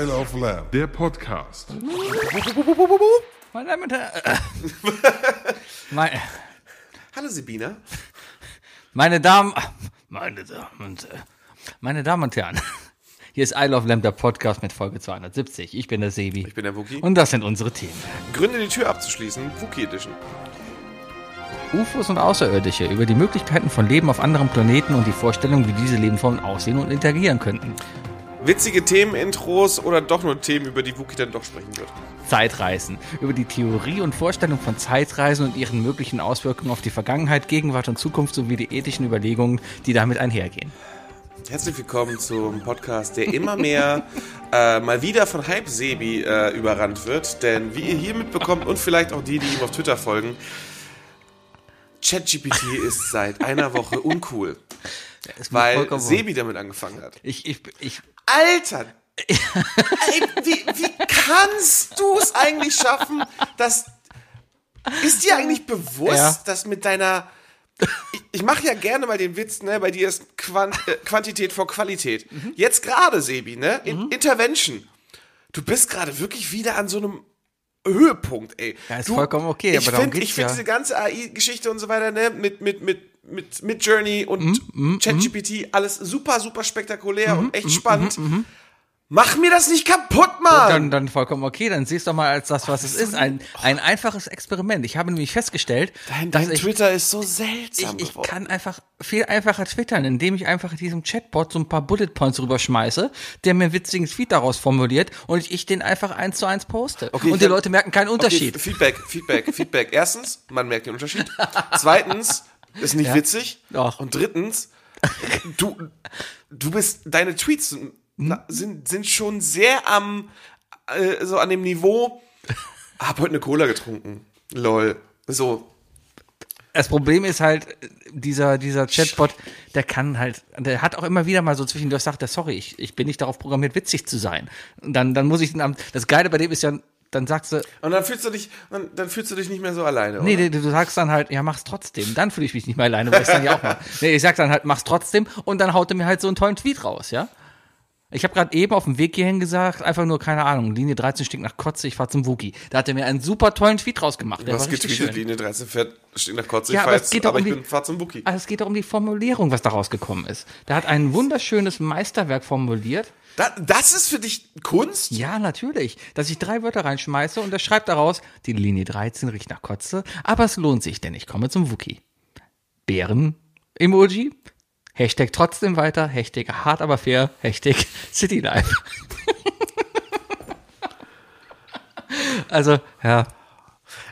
Love Lab. Der Podcast. Meine Damen und Herren. Meine, Hallo Sabina. meine Damen. Meine Damen und äh, Meine Damen und Herren. Hier ist I Love Lamb, der Podcast mit Folge 270. Ich bin der Sebi. Ich bin der Wookie. und das sind unsere Themen. Gründe die Tür abzuschließen. Wookie Edition. UFOs und Außerirdische, über die Möglichkeiten von Leben auf anderen Planeten und die Vorstellung, wie diese Lebensformen aussehen und interagieren könnten. Witzige Themenintros oder doch nur Themen, über die Wookie dann doch sprechen wird. Zeitreisen, über die Theorie und Vorstellung von Zeitreisen und ihren möglichen Auswirkungen auf die Vergangenheit, Gegenwart und Zukunft sowie die ethischen Überlegungen, die damit einhergehen. Herzlich willkommen zum Podcast, der immer mehr äh, mal wieder von Hype Sebi äh, überrannt wird. Denn wie ihr hier mitbekommt und vielleicht auch die, die ihm auf Twitter folgen, ChatGPT ist seit einer Woche uncool, Es macht weil vollkommen- Sebi damit angefangen hat. Ich, ich, ich, Alter! Ey, wie, wie kannst du es eigentlich schaffen, dass. Ist dir eigentlich bewusst, Ja. dass mit deiner. Ich, ich mache ja gerne mal den Witz, ne? Bei dir ist Quan- äh, Quantität vor Qualität. Jetzt gerade, Sebi, ne? In, Intervention. Du bist gerade wirklich wieder an so einem Höhepunkt, ey. Ja, ist du, vollkommen okay, ich aber darum find- geht's Ich finde ja. diese ganze AI-Geschichte und so weiter, ne, mit, mit, mit, mit, mit Journey und Mhm, ChatGPT, alles super, super spektakulär und mhm, echt spannend. Mach mir das nicht kaputt, Mann! dann, dann vollkommen okay, dann siehst du doch mal als das, was es ist. Ein, ein einfaches Experiment. Ich habe nämlich festgestellt, dein dass dein also ich, Twitter ist so seltsam ich, ich geworden. kann einfach viel einfacher twittern, indem ich einfach diesem Chatbot so ein paar Bullet Points rüberschmeiße, der mir einen witzigen Tweet daraus formuliert und ich den einfach eins zu eins poste. Okay, und die dann- Leute merken keinen Unterschied. Okay, Feedback, Feedback, Feedback. Erstens, man merkt den Unterschied. Zweitens, ist nicht witzig. Doch. Und drittens, du, du bist, deine Tweets Hm? sind, na, sind, sind schon sehr am, äh, so an dem Niveau, hab heute eine Cola getrunken. Lol. So. Das Problem ist halt, dieser, dieser Chatbot, der kann halt, der hat auch immer wieder mal so zwischendurch sagt, er, sorry, ich, ich bin nicht darauf programmiert, witzig zu sein. Und dann, dann muss ich den am, das Geile bei dem ist ja, dann sagst du, Und dann fühlst du dich, dann, dann fühlst du dich nicht mehr so alleine. Nee, oder? nee, du sagst dann halt, ja, mach's trotzdem. Dann fühle ich mich nicht mehr alleine, weil ich dann ja auch mal. Nee, ich sag dann halt, mach's trotzdem und dann haut er mir halt so einen tollen Tweet raus, ja? Ich habe gerade eben auf dem Weg hierhin gesagt, einfach nur, keine Ahnung, Linie 13 stinkt nach Kotze, ich fahr zum Wookie. Da hat er mir einen super tollen Tweet rausgemacht. Du Der hast war richtig getweetet, schön. Linie 13 fährt, steht nach Kotze, Ja, ich aber fahr es jetzt, geht doch aber um ich die- bin, fahr zum Bookie. Also es geht doch um die Formulierung, was daraus gekommen ist. Da hat ein wunderschönes Meisterwerk formuliert. Da, das ist für dich Kunst? Ja, natürlich. Dass ich drei Wörter reinschmeiße und er schreibt daraus, die Linie 13 riecht nach Kotze, aber es lohnt sich, denn ich komme zum Wookie. Bären-Emoji, Hashtag trotzdem weiter, Hashtag hart aber fair, Hashtag City Life. also, ja,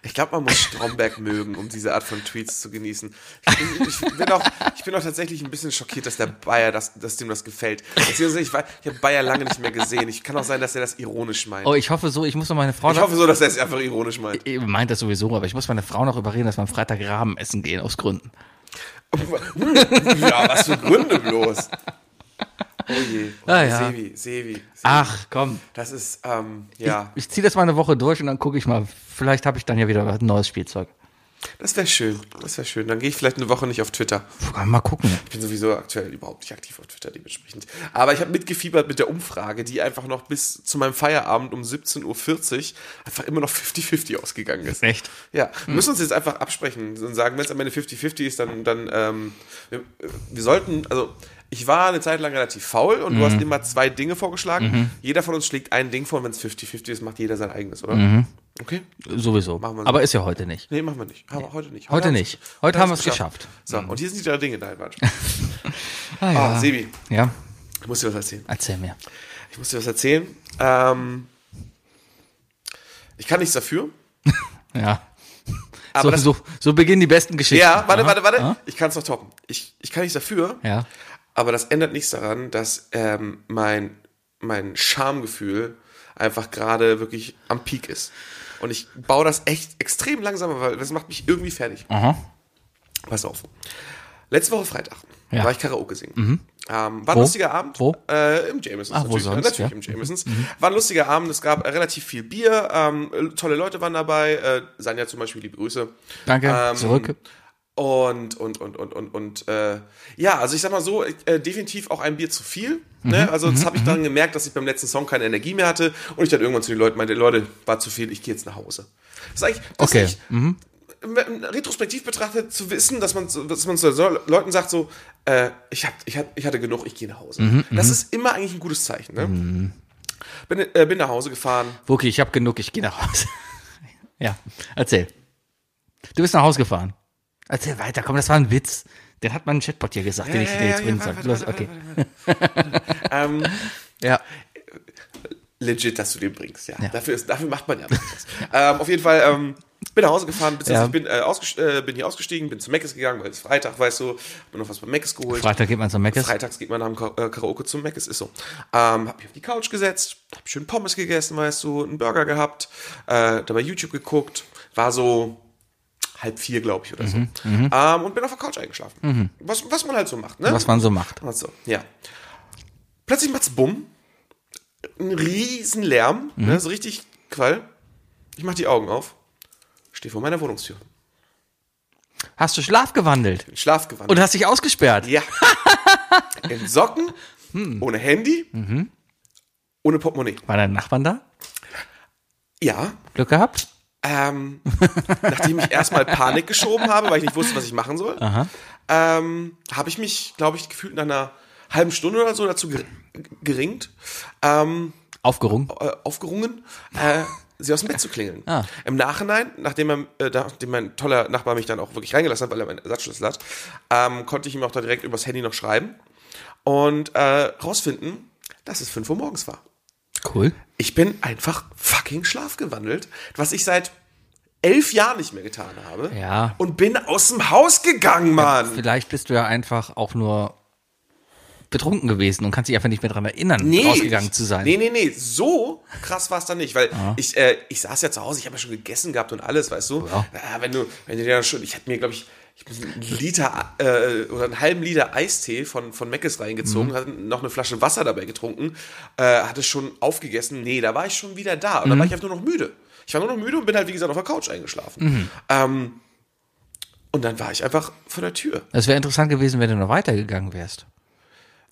Ich glaube, man muss Stromberg mögen, um diese Art von Tweets zu genießen. Ich bin, ich bin, auch, ich bin auch tatsächlich ein bisschen schockiert, dass der Bayer, das, dass dem das gefällt. Beziehungsweise ich, wei- ich habe Bayer lange nicht mehr gesehen. Ich kann auch sein, dass er das ironisch meint. oh, ich hoffe so, ich muss noch meine Frau ich noch, hoffe so, dass er es einfach ironisch meint. ich meint das sowieso, aber ich muss meine Frau noch überreden, dass wir am Freitag Rahmen essen gehen, aus Gründen. Oh, hm, Ja, was für Gründe bloß. Oh je. Oh, Ah, ja. Sevi, Sevi. Sevi. Ach, komm. Das ist, ähm, ja. Ich ziehe das mal eine Woche durch und dann gucke ich mal, vielleicht habe ich dann ja wieder ein neues Spielzeug. Das wäre schön. Das wäre schön. Dann gehe ich vielleicht eine Woche nicht auf Twitter. Puh, mal gucken. Ich bin sowieso aktuell überhaupt nicht aktiv auf Twitter dementsprechend. Aber ich habe mitgefiebert mit der Umfrage, die einfach noch bis zu meinem Feierabend um 17.40 Uhr einfach immer noch 50-50 ausgegangen ist. Echt? Ja, wir müssen uns jetzt einfach absprechen und sagen, wenn es am Ende 50-50 ist, dann, dann ähm, wir, wir sollten, also ich war eine Zeit lang relativ faul und du hast immer zwei Dinge vorgeschlagen. Jeder von uns schlägt ein Ding vor und wenn es 50-50 ist, macht jeder sein eigenes, oder? Okay? Sowieso. Machen wir so. Aber ist ja heute nicht. Nee, machen wir nicht. Haben wir heute nicht. Heute haben's- nicht. Heute haben haben's wir es geschafft. Mhm. So, und hier sind die drei Dinge. Nein, Quatsch. Ah, Ah, Sebi, Ja, ich muss dir was erzählen. erzähl mir. Ich muss dir was erzählen. Ähm, ich kann nichts dafür. Ja. Aber das- so, so, so beginnen die besten Geschichten. Ja, warte, Aha. warte, warte. Aha. Ich kann es noch toppen. Ich, ich kann nichts dafür. Ja. Aber das ändert nichts daran, dass ähm, mein, mein Schamgefühl einfach gerade wirklich am Peak ist. Und ich baue das echt extrem langsam, weil das macht mich irgendwie fertig. Aha. Pass auf. Letzte Woche Freitag Ja. Mhm. war ich Karaoke singen. Ähm, war ein Wo? lustiger Abend. Wo? Äh, Im Jamesons. Ach, wo natürlich, sonst, natürlich ja. Mhm. im Jamesons. War ein lustiger Abend. Es gab äh, relativ viel Bier. Ähm, tolle Leute waren dabei. Äh, Sanja zum Beispiel, liebe Grüße. Danke. Ähm, Zurück. Und, und, und, und, und, und, äh, ja, also ich sag mal so, äh, definitiv auch ein Bier zu viel. Mhm. Ne? Also das habe ich dann gemerkt, dass ich beim letzten Song keine Energie mehr hatte und ich dann irgendwann zu den Leuten meinte, Leute, war zu viel, ich gehe jetzt nach Hause. Das ist eigentlich, das Okay, ist eigentlich retrospektiv betrachtet zu wissen, dass man, so- dass man so so Leuten sagt so, äh, ich, hab, ich, hab, ich hatte genug, ich gehe nach Hause. Mhm, das ist immer eigentlich ein gutes Zeichen. Ne? Bin, äh, bin nach Hause gefahren. Wookie, ich habe genug, ich gehe nach Hause. ja, erzähl. Du bist nach Hause gefahren. Erzähl weiter, komm, das war ein Witz. Den hat mein Chatbot hier gesagt, den ich ja, dir ja, jetzt ja, bringen warte, soll. warte, Los, warte, okay. Ähm, Ja. legit, dass du den bringst, ja. Ja. Dafür, ist, dafür macht man ja. was. ähm, auf jeden Fall ähm, bin nach Hause gefahren, beziehungsweise Ja. ich bin, äh, ausges- äh, bin hier ausgestiegen, bin zu Meckes gegangen, weil es Freitag, weißt du, hab mir noch was bei Meckes geholt. Freitag geht man zum Meckes. Freitags geht man am Ka- äh, Karaoke zum Mac, es ist so. Ähm, hab mich auf die Couch gesetzt, hab schön Pommes gegessen, weißt du, einen Burger gehabt, äh, dabei YouTube geguckt, war so halb vier, glaube ich, oder Mhm, so. Ähm, und bin auf der Couch eingeschlafen. Was, was man halt so macht, ne? Was man so macht. Ach so, ja. Plötzlich macht's Bumm. Ein riesen Lärm, Mhm. ne, so richtig Qual. Ich mach die Augen auf, stehe vor meiner Wohnungstür. Hast du Schlaf gewandelt In Schlaf gewandelt. und hast dich ausgesperrt? Ja. In Socken, ohne Handy, ohne Portemonnaie. War dein Nachbarn da? Ja. Glück gehabt? Ähm, nachdem ich erstmal Panik geschoben habe, weil ich nicht wusste, was ich machen soll, ähm, habe ich mich, glaube ich, gefühlt nach einer halben Stunde oder so dazu ger geringt, ähm, Aufgerungen? äh, aufgerungen, äh, sie aus dem Bett zu klingeln. Ah. Im Nachhinein, nachdem, mein, äh, nachdem mein toller Nachbar mich dann auch wirklich reingelassen hat, weil er meinen Ersatzschlüssel hat, ähm, konnte ich ihm auch da direkt übers Handy noch schreiben und äh, rausfinden, dass es 5 Uhr morgens war. Cool. Ich bin einfach fucking schlafgewandelt, was ich seit elf Jahren nicht mehr getan habe. Ja. Und bin aus dem Haus gegangen, Mann. Vielleicht bist du ja einfach auch nur betrunken gewesen und kannst dich einfach nicht mehr daran erinnern, rausgegangen ich- zu sein. Nee, nee, nee, so krass war es dann nicht, weil ich, äh, ich saß ja zu Hause, ich habe ja schon gegessen gehabt und alles, weißt du? Ja. Ah, wenn du, wenn du dir dann schon, ich hätte mir, glaube ich, ich hab einen Liter äh, oder einen halben Liter Eistee von, von Meckes Mhm. reingezogen, hatte noch eine Flasche Wasser dabei getrunken, äh, hatte schon aufgegessen. Nee, da war ich schon wieder da. Mhm. Und da war ich einfach nur noch müde. Ich war nur noch müde und bin halt, wie gesagt, auf der Couch eingeschlafen. Mhm. Ähm, und dann war ich einfach vor der Tür. Das wäre interessant gewesen, wenn du noch weitergegangen wärst.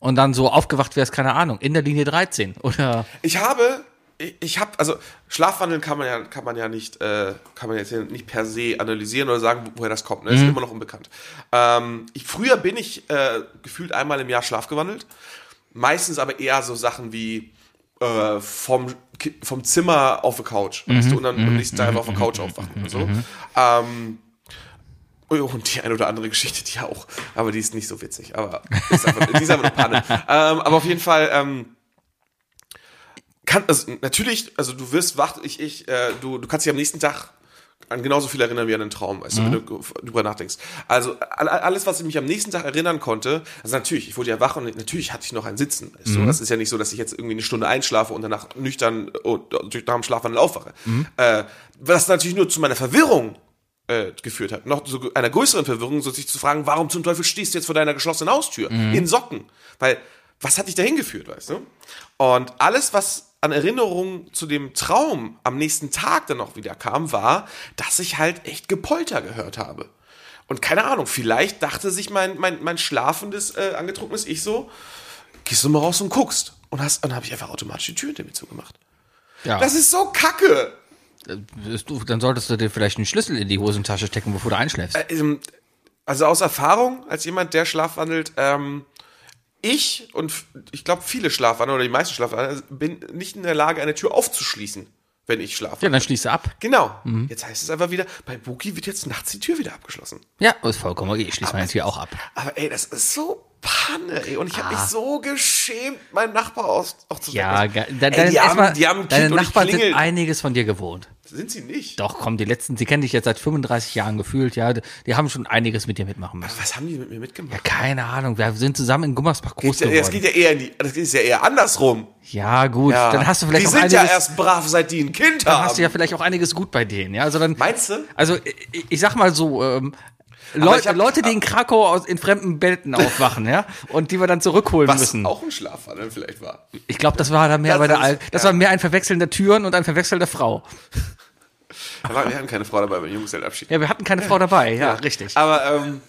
Und dann so aufgewacht wärst, keine Ahnung, in der Linie 13 oder Ich habe, ich, ich habe, also Schlafwandeln kann man ja, kann man ja nicht, äh, kann man jetzt hier nicht per se analysieren oder sagen, woher das kommt. Ne? Ist immer noch unbekannt. Ähm, ich, früher bin ich äh, gefühlt einmal im Jahr schlafgewandelt. Meistens aber eher so Sachen wie äh, vom, Ki- vom Zimmer auf der Couch. weißt du, und dann am nächsten Tag einfach auf der Couch aufwachen und so. Ähm, oh, und die eine oder andere Geschichte, die auch, aber die ist nicht so witzig, aber ist einfach, die ist einfach eine Panne. Ähm, aber auf jeden Fall, ähm, kann, also natürlich, also du wirst wach, ich, ich, äh, du, du kannst dich am nächsten Tag an genauso viel erinnern wie an den Traum, weißt du, wenn du drüber nachdenkst. Also all- alles, was ich mich am nächsten Tag erinnern konnte, also natürlich, ich wurde ja wach und natürlich hatte ich noch ein Sitzen. Weißt du? Das ist ja nicht so, dass ich jetzt irgendwie eine Stunde einschlafe und danach nüchtern äh, und durch nach dem Schlafwandel aufwache. Äh, was natürlich nur zu meiner Verwirrung äh, geführt hat. Noch zu einer größeren Verwirrung, so sich zu fragen, warum zum Teufel stehst du jetzt vor deiner geschlossenen Haustür in Socken? Weil, was hat dich dahin geführt, weißt du? Und alles, was an Erinnerungen zu dem Traum am nächsten Tag dann noch wieder kam, war, dass ich halt echt Gepolter gehört habe. Und keine Ahnung, vielleicht dachte sich mein, mein, mein schlafendes, äh, angetrunkenes Ich so, gehst du mal raus und guckst. Und, hast, und dann habe ich einfach automatisch die Tür hinter mir zugemacht. ja. Das ist so kacke. Ist du- dann solltest du dir vielleicht einen Schlüssel in die Hosentasche stecken, bevor du einschläfst. Ähm, also aus Erfahrung, als jemand, der schlafwandelt, ähm, ich und f- ich glaube viele Schlafwandler oder die meisten Schlafwandler also bin nicht in der Lage, eine Tür aufzuschließen, wenn ich schlafe. ja, Mhm. dann schließe ab. Genau. Jetzt heißt es einfach wieder, bei Buki wird jetzt nachts die Tür wieder abgeschlossen. Ja, ist vollkommen okay. Ich schließe meine Tür auch ab. Aber ey, das ist so Panne, ey. Und ich habe mich so geschämt, meinen Nachbar aus, auch zu Ah. Ja, wecken. ge- de- ey, deine- die, erstmal, haben, die haben ein deine Kind und ich Nachbarn sind klingel. einiges von dir gewohnt. Sind sie nicht? Doch, komm, die letzten, die kennen dich jetzt seit 35 Jahren gefühlt, ja. Die, die haben schon einiges mit dir mitmachen müssen. Was haben die mit mir mitgemacht? Ja, keine Ahnung. Wir sind zusammen in Gummersbach groß Ja, das geworden. geht ja eher in die, das ist ja eher andersrum. Ja, gut. Ja. Dann hast du vielleicht die auch sind einiges. ja erst brav, seit die ein Kind dann haben. hast du ja vielleicht auch einiges gut bei denen, ja. Also dann. Meinst du? Also ich, ich sag mal so, ähm, Leu ich hab- Ah. Leute, die in Krakau aus, in fremden Betten aufwachen, ja, und die wir dann zurückholen Was müssen. auch ein Schlafwandel vielleicht war. Ich glaube, das war da mehr Das bei der ist- Al Das ja. war mehr ein Verwechseln der Türen und ein Verwechseln der Frau. Da war- Wir hatten keine Frau dabei beim Junggesellenabschied. Ja, wir hatten keine Frau dabei, ja, richtig. Aber, ähm,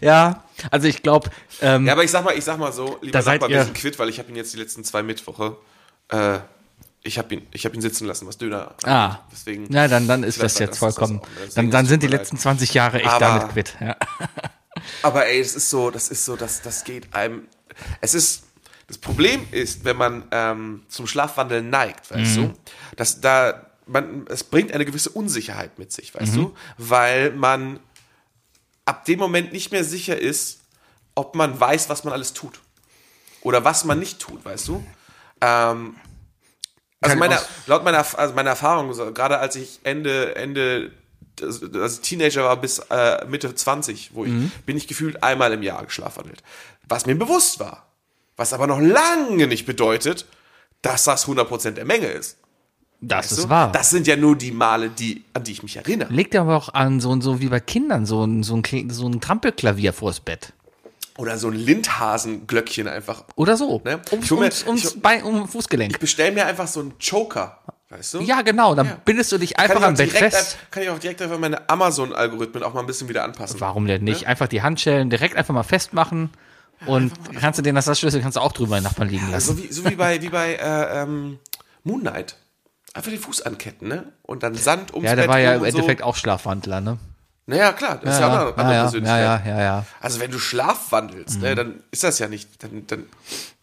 Ja, also ich glaube, ähm, ja, aber ich sag mal, ich sag mal so, lieber Da seid Nachbar, ihr- wir sind quitt, weil ich habe ihn jetzt die letzten zwei Mittwoche, äh, ich habe ihn, ich habe ihn sitzen lassen, was Döner. ah, angeht. deswegen. na dann, dann ist das vielleicht war jetzt das vollkommen, auch. dann, Deswegen, dann es sind die tut mir letzten 20 Jahre echt Aber- damit quitt. Ja. Aber ey, das ist so, das ist so, das, das geht einem. Es ist. Das Problem ist, wenn man ähm, zum Schlafwandeln neigt, weißt Mhm. du, dass da man, es bringt eine gewisse Unsicherheit mit sich, Mhm. weißt du, weil man ab dem Moment nicht mehr sicher ist, ob man weiß, was man alles tut oder was man nicht tut, weißt du. Ähm, also Kann meiner, aus- laut meiner, also meiner Erfahrung, so, gerade als ich Ende, Ende, also als ich Teenager war bis äh, Mitte 20, wo ich, Mhm. bin ich gefühlt einmal im Jahr geschlafwandelt. Was mir bewusst war. Was aber noch lange nicht bedeutet, dass das 100% der Menge ist. Das So, ist wahr. Das sind ja nur die Male, die, an die ich mich erinnere. Legt aber auch an, so, so wie bei Kindern, so ein, so ein, Kle- so ein Trampelklavier vors Bett. Oder so ein Lindhasenglöckchen einfach. Oder so. Ne? Ums, Ich hol mir- ums, ums, ich- Bein- um Fußgelenk. Bestell mir einfach so einen Joker. Weißt du? Ja, genau, dann bindest du dich einfach kann am ich, auch Bett direkt, fest. kann ich auch direkt einfach meine Amazon-Algorithmen auch mal ein bisschen wieder anpassen. Warum denn nicht? Ne? Einfach die Handschellen direkt einfach mal festmachen und kannst du den Ersatzschlüssel kannst du auch drüber in den Nachbarn liegen lassen. Also wie, so wie bei, wie bei äh, ähm, Moon Knight. Einfach den Fuß anketten, ne? Und dann Sand ums Ja, der Bett war ja rum im und so. Endeffekt auch Schlafwandler, ne? Naja, klar, das ist ja auch eine andere ja, ja, Persönlichkeit. ja, ja, Mhm. ja. Also wenn du schlafwandelst, ne, dann ist das ja nicht, dann, dann,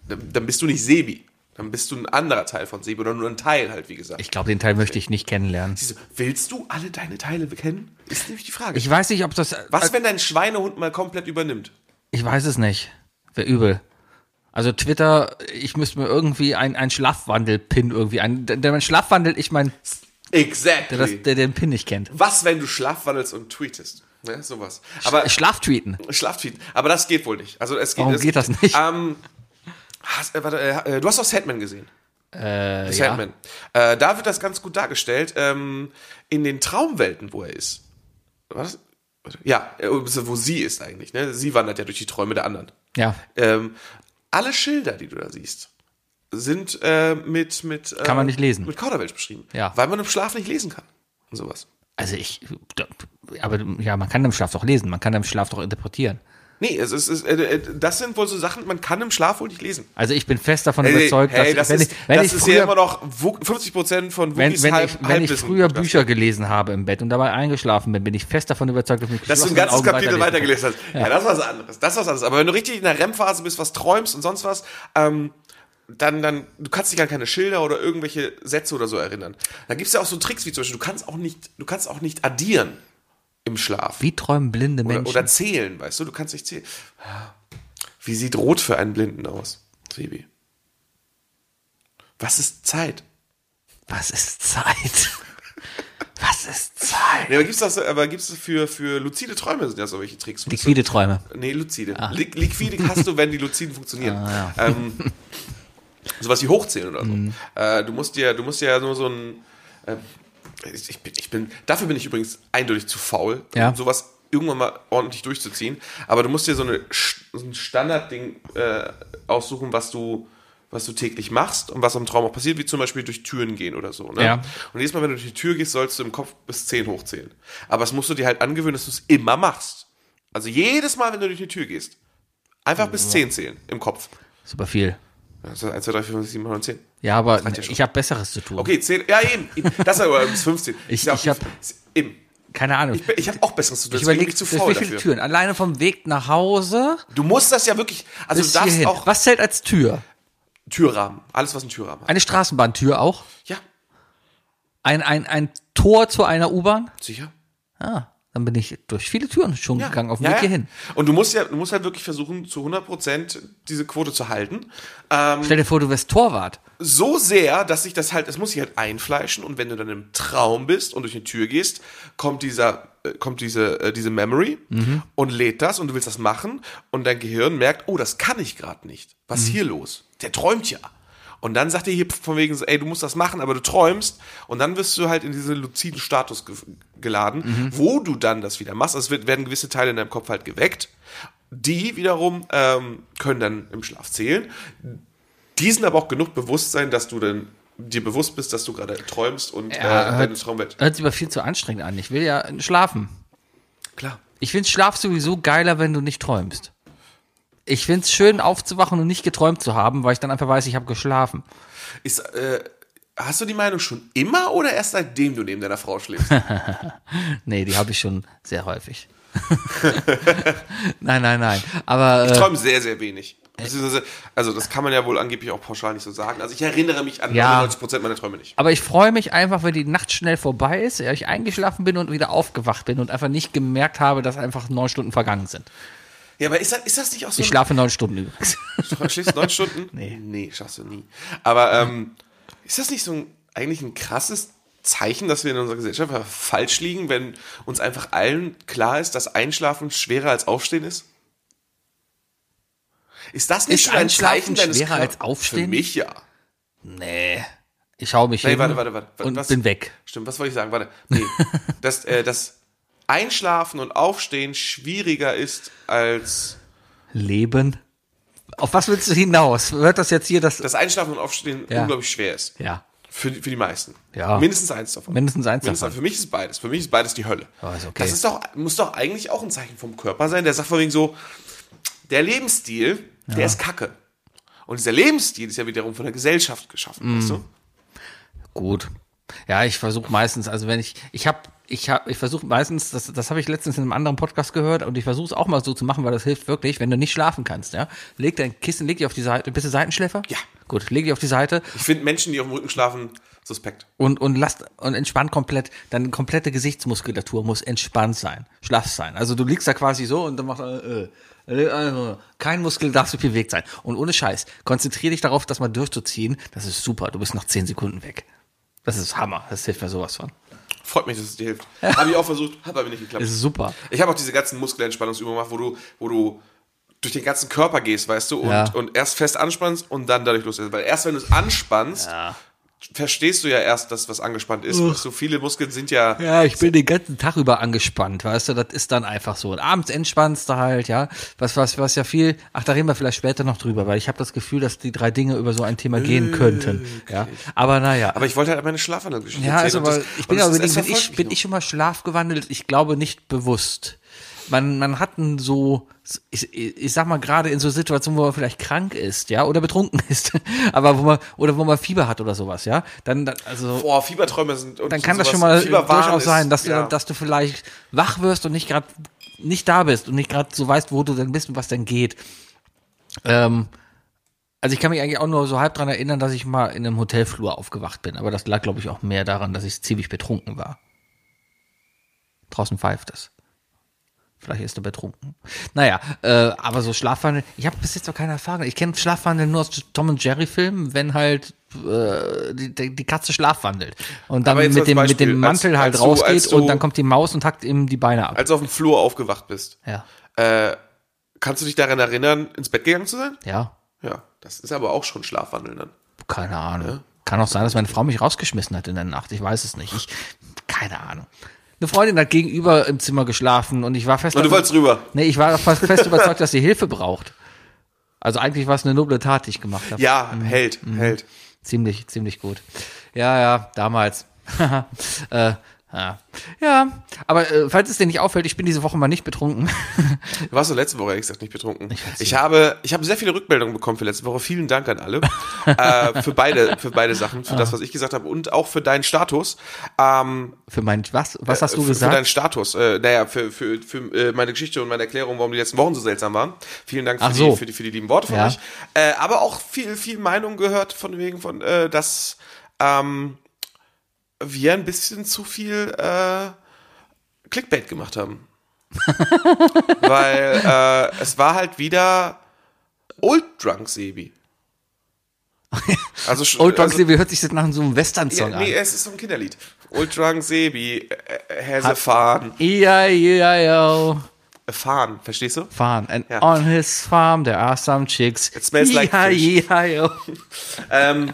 dann dann bist du nicht Sebi. Dann bist du ein anderer Teil von Sebi oder nur ein Teil halt, wie gesagt. Ich glaube, den Teil möchte ich nicht kennenlernen. Siehst du, willst du alle deine Teile kennen? Ist nämlich die Frage. Ich weiß nicht, ob das. also, Was, wenn dein Schweinehund mal komplett übernimmt? Ich weiß es nicht. Wäre übel. Also Twitter, ich müsste mir irgendwie ein, ein Schlafwandel-Pin irgendwie ein. Denn wenn schlafwandelt, ich meinen, Exactly. der, das- der den Pin nicht kennt. Was, wenn du schlafwandelst und tweetest? Ne, sowas. Aber Schlaftweeten. Schlaftweet. Aber das geht wohl nicht. Also es geht, Warum es geht das nicht? Ähm, hast, äh, warte, äh, du hast auch Sandman gesehen. Äh, Sandman. Äh, da wird das ganz gut dargestellt. Ähm, in den Traumwelten, wo er ist. Was? Ja, äh, wo sie ist eigentlich. Ne? Sie wandert ja durch die Träume der anderen. Ja. Ähm, alle Schilder, die du da siehst, sind äh, mit mit äh, Kann man nicht lesen. mit Kauderwelsch beschrieben, Ja. weil man im Schlaf nicht lesen kann und sowas. Also ich. Aber ja, man kann im Schlaf doch lesen, man kann im Schlaf doch interpretieren. Nee, es ist, es ist äh, äh, das sind wohl so Sachen, man kann im Schlaf wohl nicht lesen. Also ich bin fest davon Ey, überzeugt, hey, dass das wenn ist, ich, wenn das ich ist früher, hier immer noch Wu- 50% von wenn, Wookies wenn halb, ich, wenn ich Halbwissen. früher Bücher gelesen habe im Bett und dabei eingeschlafen bin, bin ich fest davon überzeugt, dass ich mit Dass du ein geschlossenen ganzes Augen Kapitel um weiterlesen weitergelesen hast. Ja. das ist was anderes. Das ist was anderes. Aber wenn du richtig in der REM-Phase bist, was träumst und sonst was, ähm, dann, dann, du kannst dich an keine Schilder oder irgendwelche Sätze oder so erinnern. Da gibt es ja auch so Tricks wie zum Beispiel, du kannst auch nicht, du kannst auch nicht addieren im Schlaf. kann. Wie träumen blinde Oder, Menschen? oder zählen, weißt du, du kannst nicht zählen. Wie sieht Rot für einen Blinden aus, Sebi? Was ist Zeit? Was ist Zeit? Was ist Zeit? Nee, aber gibt's das, aber gibt's das für, für luzide Träume sind ja so welche Tricks? Liquide Träume. Nee, luzide. Li liquide hast du, wenn die luziden funktionieren. ähm, sowas wie hochzählen oder so. Äh, du musst dir, du musst dir ja nur so ein, äh, ich, ich bin, ich bin, dafür bin ich übrigens eindeutig zu faul, Ja. um sowas irgendwann mal ordentlich durchzuziehen. Aber du musst dir so, eine, Sch- so ein Standardding äh, aussuchen, was du, was du täglich machst und was am Traum auch passiert, wie zum Beispiel durch Türen gehen oder so. Ne? Ja. Und jedes Mal, wenn du durch die Tür gehst, sollst du im Kopf bis 10 hochzählen. Aber das musst du dir halt angewöhnen, dass du es immer machst. Also jedes Mal, wenn du durch die Tür gehst, einfach bis 10 zählen im Kopf. Super viel. Also 1, 2, 3, 4, 5, 6, 7, 8, 9, 10. Ja, aber ja schon. ich habe Besseres zu tun. Okay, 10. Ja, eben. eben. Das ist aber bis 15. Ich- Ist ja auch ich hab- gut. Ist- Eben. Keine Ahnung. Ich, bin- ich habe auch Besseres zu tun. Ich deswegen überlege, bin ich zu durch faul wie viele dafür. Türen? Alleine vom Weg nach Hause Du musst das ja wirklich. Also bis du darfst hierhin. auch Was zählt als Tür? Türrahmen. Alles, was ein Türrahmen hat. Eine Straßenbahntür auch? Ja, Ein, ein, ein Tor zu einer U-Bahn? sicher. Ah, dann bin ich durch viele Türen schon Ja. gegangen auf dem ja, Weg ja. hierhin. Und du musst ja, du musst halt wirklich versuchen, zu 100% diese Quote zu halten. Ähm, Stell dir vor, du wärst Torwart. so sehr, dass sich das halt, es muss sich halt einfleischen und wenn du dann im Traum bist und durch eine Tür gehst, kommt dieser, äh, kommt diese, äh, diese Memory und lädt das und du willst das machen und dein Gehirn merkt, oh, das kann ich gerade nicht. Was ist hier los? Der träumt ja. Und dann sagt er hier von wegen, so, ey, du musst das machen, aber du träumst. Und dann wirst du halt in diesen luziden Status ge geladen, wo du dann das wieder machst. Also es wird, werden gewisse Teile in deinem Kopf halt geweckt. Die wiederum ähm, können dann im Schlaf zählen. Die sind aber auch genug Bewusstsein, dass du dann dir bewusst bist, dass du gerade träumst und Ja, äh, hört- deine Traumwelt. Hört sich aber viel zu anstrengend an. Ich will ja schlafen. Klar. Ich finde Schlaf sowieso geiler, wenn du nicht träumst. Ich finde es schön, aufzuwachen und nicht geträumt zu haben, weil ich dann einfach weiß, ich habe geschlafen. Ist, äh, hast du die Meinung schon immer oder erst seitdem du neben deiner Frau schläfst? Nee, die habe ich schon sehr häufig. nein, nein, nein. Aber Ich äh, träume sehr, sehr wenig. Beziehungsweise, also das kann man ja wohl angeblich auch pauschal nicht so sagen. Also ich erinnere mich an Ja. 99% meiner Träume nicht. Aber ich freue mich einfach, wenn die Nacht schnell vorbei ist, ja, ich eingeschlafen bin und wieder aufgewacht bin und einfach nicht gemerkt habe, dass einfach neun Stunden vergangen sind. Ja, aber ist das, ist das nicht auch so Ich schlafe neun Stunden übrigens. Du schläfst neun Stunden? Nee. Nee, schaffst du nie. Aber ähm, ist das nicht so ein, eigentlich ein krasses Zeichen, dass wir in unserer Gesellschaft falsch liegen, wenn uns einfach allen klar ist, dass Einschlafen schwerer als Aufstehen ist? Ist das nicht Ist schon ein Einschlafen Zeichen deines schwerer als Körpers? Für Aufstehen? mich ja. Nee. Ich hau mich Nee, hin warte, warte, warte. warte, und bin weg. Stimmt, was wollte ich sagen? Warte. Nee. dass, äh, dass Einschlafen und Aufstehen schwieriger ist als. Leben. Auf was willst du hinaus? Wird das jetzt hier das... Dass Einschlafen und Aufstehen Ja. unglaublich schwer ist. ja. Für, die- für die meisten. Ja. Mindestens eins davon. Mindestens eins Mindestens, davon. Für mich ist beides. Für mich ist beides die Hölle. Ja, ist okay. Das ist doch, muss doch eigentlich auch ein Zeichen vom Körper sein. Der sagt vorwiegend so, der Lebensstil, der ist kacke. Und dieser Lebensstil ist ja wiederum von der Gesellschaft Mhm. geschaffen, weißt du? Gut. Ja, ich versuche meistens, also wenn ich, ich habe, ich habe, ich versuche meistens, das, das habe ich letztens in einem anderen Podcast gehört und ich versuche es auch mal so zu machen, weil das hilft wirklich, wenn du nicht schlafen kannst, ja. Leg dein Kissen, leg dich auf die Seite, bist du Seitenschläfer? Ja. Gut, leg dich auf die Seite Ich finde Menschen, die auf dem Rücken schlafen, suspekt. und, und lass und entspann komplett, deine komplette Gesichtsmuskulatur muss entspannt sein, schlaff sein. Also du liegst da quasi so und dann macht äh, äh, äh, kein Muskel darf so viel weg sein. Und ohne Scheiß, konzentriere dich darauf, das mal durchzuziehen. Das ist super. Du bist nach zehn Sekunden weg. Das ist Hammer. Das hilft mir sowas von. Freut mich, dass es dir hilft. Habe ich auch versucht, hat bei mir nicht geklappt. Das ist super. Ich habe auch diese ganzen Muskelentspannungsübungen gemacht, wo du, wo du durch den ganzen Körper gehst, weißt du, und, Ja. und erst fest anspannst und dann dadurch loslässt. Weil erst wenn du es anspannst, verstehst du ja erst das, was angespannt ist. So viele Muskeln sind ja, Ja, ich bin den ganzen Tag über angespannt, weißt du, das ist dann einfach so. Und abends entspannst du halt, ja. Was, was, was ja viel, ach, da reden wir vielleicht später noch drüber, weil ich habe das Gefühl, dass die drei Dinge über so ein Thema gehen könnten. Ja. Aber naja. Aber ich wollte halt meine Schlafanlagegeschichte ja, also, erzählen. und aber ich das- und bin ja das- das überlegt, bin verfolgt ich, mich bin noch. ich schon mal schlafgewandelt? Ich glaube nicht bewusst. Man, man hat einen so, ich, ich sag mal, gerade in so Situationen, wo man vielleicht krank ist, ja, oder betrunken ist, aber wo man, oder wo man Fieber hat oder sowas, ja, dann, dann also. Boah, Fieberträume sind... Und dann kann das sowas- schon mal Fieberwahn durchaus ist- sein, dass, ja. du, dass du vielleicht wach wirst und nicht gerade nicht da bist und nicht gerade so weißt, wo du denn bist und was denn geht. Ähm, also ich kann mich eigentlich auch nur so halb dran erinnern, dass ich mal in einem Hotelflur aufgewacht bin, aber das lag, glaube ich, auch mehr daran, dass ich ziemlich betrunken war. Draußen pfeift es. Vielleicht ist er betrunken. Naja, äh, aber so Schlafwandel, ich habe bis jetzt noch keine Erfahrung. Ich kenne Schlafwandel nur aus Tom und Jerry Filmen, wenn halt äh, die, die die Katze schlafwandelt und dann Aber jetzt mit als dem, mit Beispiel, dem Mantel als- halt als du- rausgeht als du- und dann kommt die Maus und hackt ihm die Beine ab. Als du auf dem Flur aufgewacht bist, ja, kannst du dich daran erinnern, ins Bett gegangen zu sein? ja, Ja, das ist aber auch schon Schlafwandeln dann. keine Ahnung. Kann auch sein, dass meine Frau mich rausgeschmissen hat in der Nacht. Ich weiß es nicht. Ich, keine Ahnung. Eine Freundin hat gegenüber im Zimmer geschlafen und ich war fest. Und du davon- wolltest rüber. Nee, ich war fast fest überzeugt, dass sie Hilfe braucht. Also eigentlich war es eine noble Tat, die ich gemacht habe. Ja, hält, Mhm. hält. Ziemlich, ziemlich gut. Ja, ja, damals. äh, ja. ja, aber äh, falls es dir nicht auffällt, ich bin diese Woche mal nicht betrunken. Du warst doch letzte Woche, ehrlich gesagt, nicht betrunken. Ich, habe, ich habe sehr viele Rückmeldungen bekommen für letzte Woche. Vielen Dank an alle. äh, für beide, für beide Sachen, für das, was ich gesagt habe und auch für deinen Status. Ähm, Für mein, was, was hast du Äh, für, Für deinen gesagt? Status. Äh, naja, für, für, für äh, meine Geschichte und meine Erklärung, warum die letzten Wochen so seltsam waren. Vielen Dank für, Ach so. die, für, die, für die lieben Worte von Ja. euch. Äh, aber auch viel, viel Meinung gehört von wegen von, äh, dass ähm, wir ein bisschen zu viel äh, Clickbait gemacht haben. Weil äh, es war halt wieder Old Drunk Sebi. Also, sch- Old Dog also- Sebi Oh, ah. hört sich das nach so einem Western-Song ja, nee, an. es ist so ein Kinderlied. Old Drunk Sebi, äh, has a farm. Ja, ja, ja. A farm, verstehst du? Farm. And Ja. on his farm there are some chicks. It smells like fish. Ja, ja, Ähm,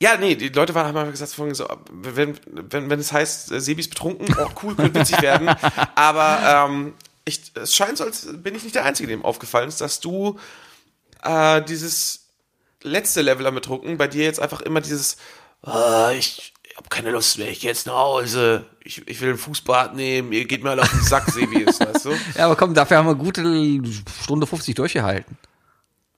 ja, nee, die Leute waren, haben einfach gesagt, von wegen so, wenn, wenn, wenn es heißt, äh, Sebi ist betrunken, oh cool, könnte witzig werden. Aber ähm, ich, es scheint so, als bin ich nicht der Einzige, dem aufgefallen ist, dass du äh, dieses letzte Level am Bedrucken bei dir jetzt einfach immer dieses, ah, ich habe keine Lust mehr, ich gehe jetzt nach Hause, ich, ich will ein Fußbad nehmen, ihr geht mir alle auf den Sack, seht wie es, weißt du? Ja, aber komm, dafür haben wir gute Stunde 50 durchgehalten.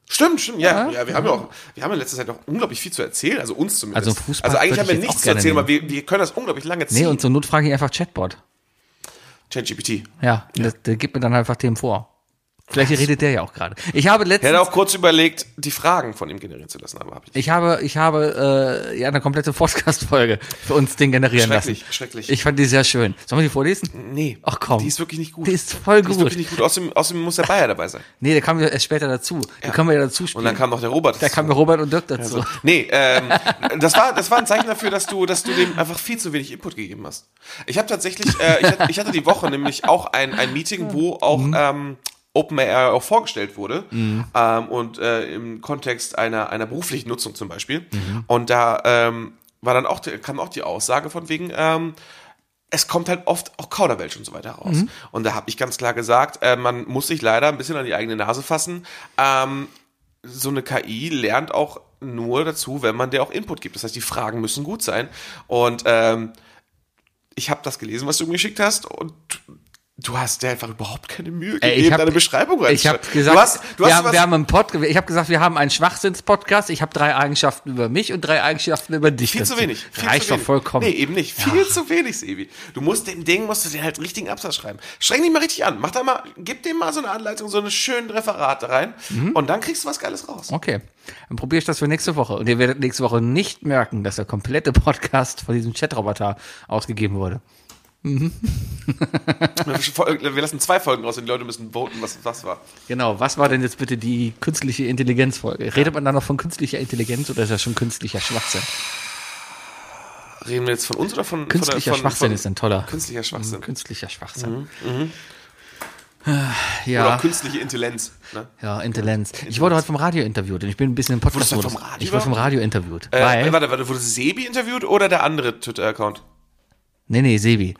Stimmt, stimmt, ja. ja wir haben ja auch, wir haben in letzter Zeit auch unglaublich viel zu erzählen, also uns zumindest. Also Fußball also eigentlich würde haben wir ich jetzt nichts auch zu gerne erzählen, aber wir, wir können das unglaublich lange ziehen. Nee, und zur Not frage ich einfach Chatbot. ChatGPT. Ja, Der, der gibt mir dann einfach Themen vor. Vielleicht redet der ja auch gerade. Ich habe Er letztens, hat auch kurz überlegt, die Fragen von ihm generieren zu lassen, aber habe ich nicht. ich habe, ich habe äh, ja eine komplette Podcast-Folge für uns den generieren Schrecklich, lassen. schrecklich. Ich fand die sehr schön. Sollen wir die vorlesen? nee. Ach komm. Die ist wirklich nicht gut. Die ist voll Die ist gut. wirklich nicht gut. Außerdem, außerdem muss der Bayer dabei sein. Nee, der kam ja erst später dazu. Die können wir ja dazu spielen. Und dann kam noch der Robert. da dazu. kamen Robert und Dirk dazu. So. Nee, ähm, das, war, das war ein Zeichen dafür, dass du, dass du dem einfach viel zu wenig Input gegeben hast. Ich habe tatsächlich, äh, ich, hatte, ich hatte die Woche nämlich auch ein, ein Meeting, wo auch ähm, OpenAI auch vorgestellt wurde ähm, und äh, im Kontext einer, einer beruflichen Nutzung zum Beispiel. Und da ähm, war dann auch, die- kam auch die Aussage von wegen, ähm, es kommt halt oft auch Kauderwelsch und so weiter raus. Und da habe ich ganz klar gesagt, äh, man muss sich leider ein bisschen an die eigene Nase fassen. Ähm, so eine KI lernt auch nur dazu, wenn man der auch Input gibt. Das heißt, die Fragen müssen gut sein. Und ähm, ich habe das gelesen, was du mir geschickt hast und du hast dir einfach überhaupt keine Mühe gegeben, Ey, ich hab- deine Beschreibung Ich habe reinzuschreiben. gesagt, du hast, du wir, hast haben, was, wir haben einen Pod, ich habe gesagt, wir haben einen Schwachsinns-Podcast. Ich habe drei Eigenschaften über mich und drei Eigenschaften über dich. viel zu dazu. wenig. Viel Reicht zu wenig. doch vollkommen. Nee, eben nicht. Viel zu wenig, Sebi. Du musst dem Ding, musst du den halt richtigen Absatz schreiben. Streng dich mal richtig an. Mach da mal, gib dem mal so eine Anleitung, so ein schönes Referat da rein und dann kriegst du was Geiles raus. Mhm. Okay, dann probiere ich das für nächste Woche. Und ihr werdet nächste Woche nicht merken, dass der komplette Podcast von diesem Chatroboter ausgegeben wurde. Wir lassen zwei Folgen raus und die Leute müssen voten, was was war. Genau, was war denn jetzt bitte die künstliche Intelligenzfolge? Redet man da noch von künstlicher Intelligenz oder ist das schon künstlicher Schwachsinn? Reden wir jetzt von uns oder von Künstlicher von, von, Schwachsinn von, ist Mhm. ein toller. Künstlicher Schwachsinn. Künstlicher Schwachsinn. Mhm. Oder auch Ja, künstliche Intelligenz. Ne? ja, Intelligenz. Ich wurde heute vom Radio interviewt und ich bin ein bisschen im Podcast. Wurdest du vom Radio? ich wurde vom Radio interviewt. Äh, weil, warte, warte, wurde Sebi interviewt oder der andere Twitter-Account? nee, nee, Sebi.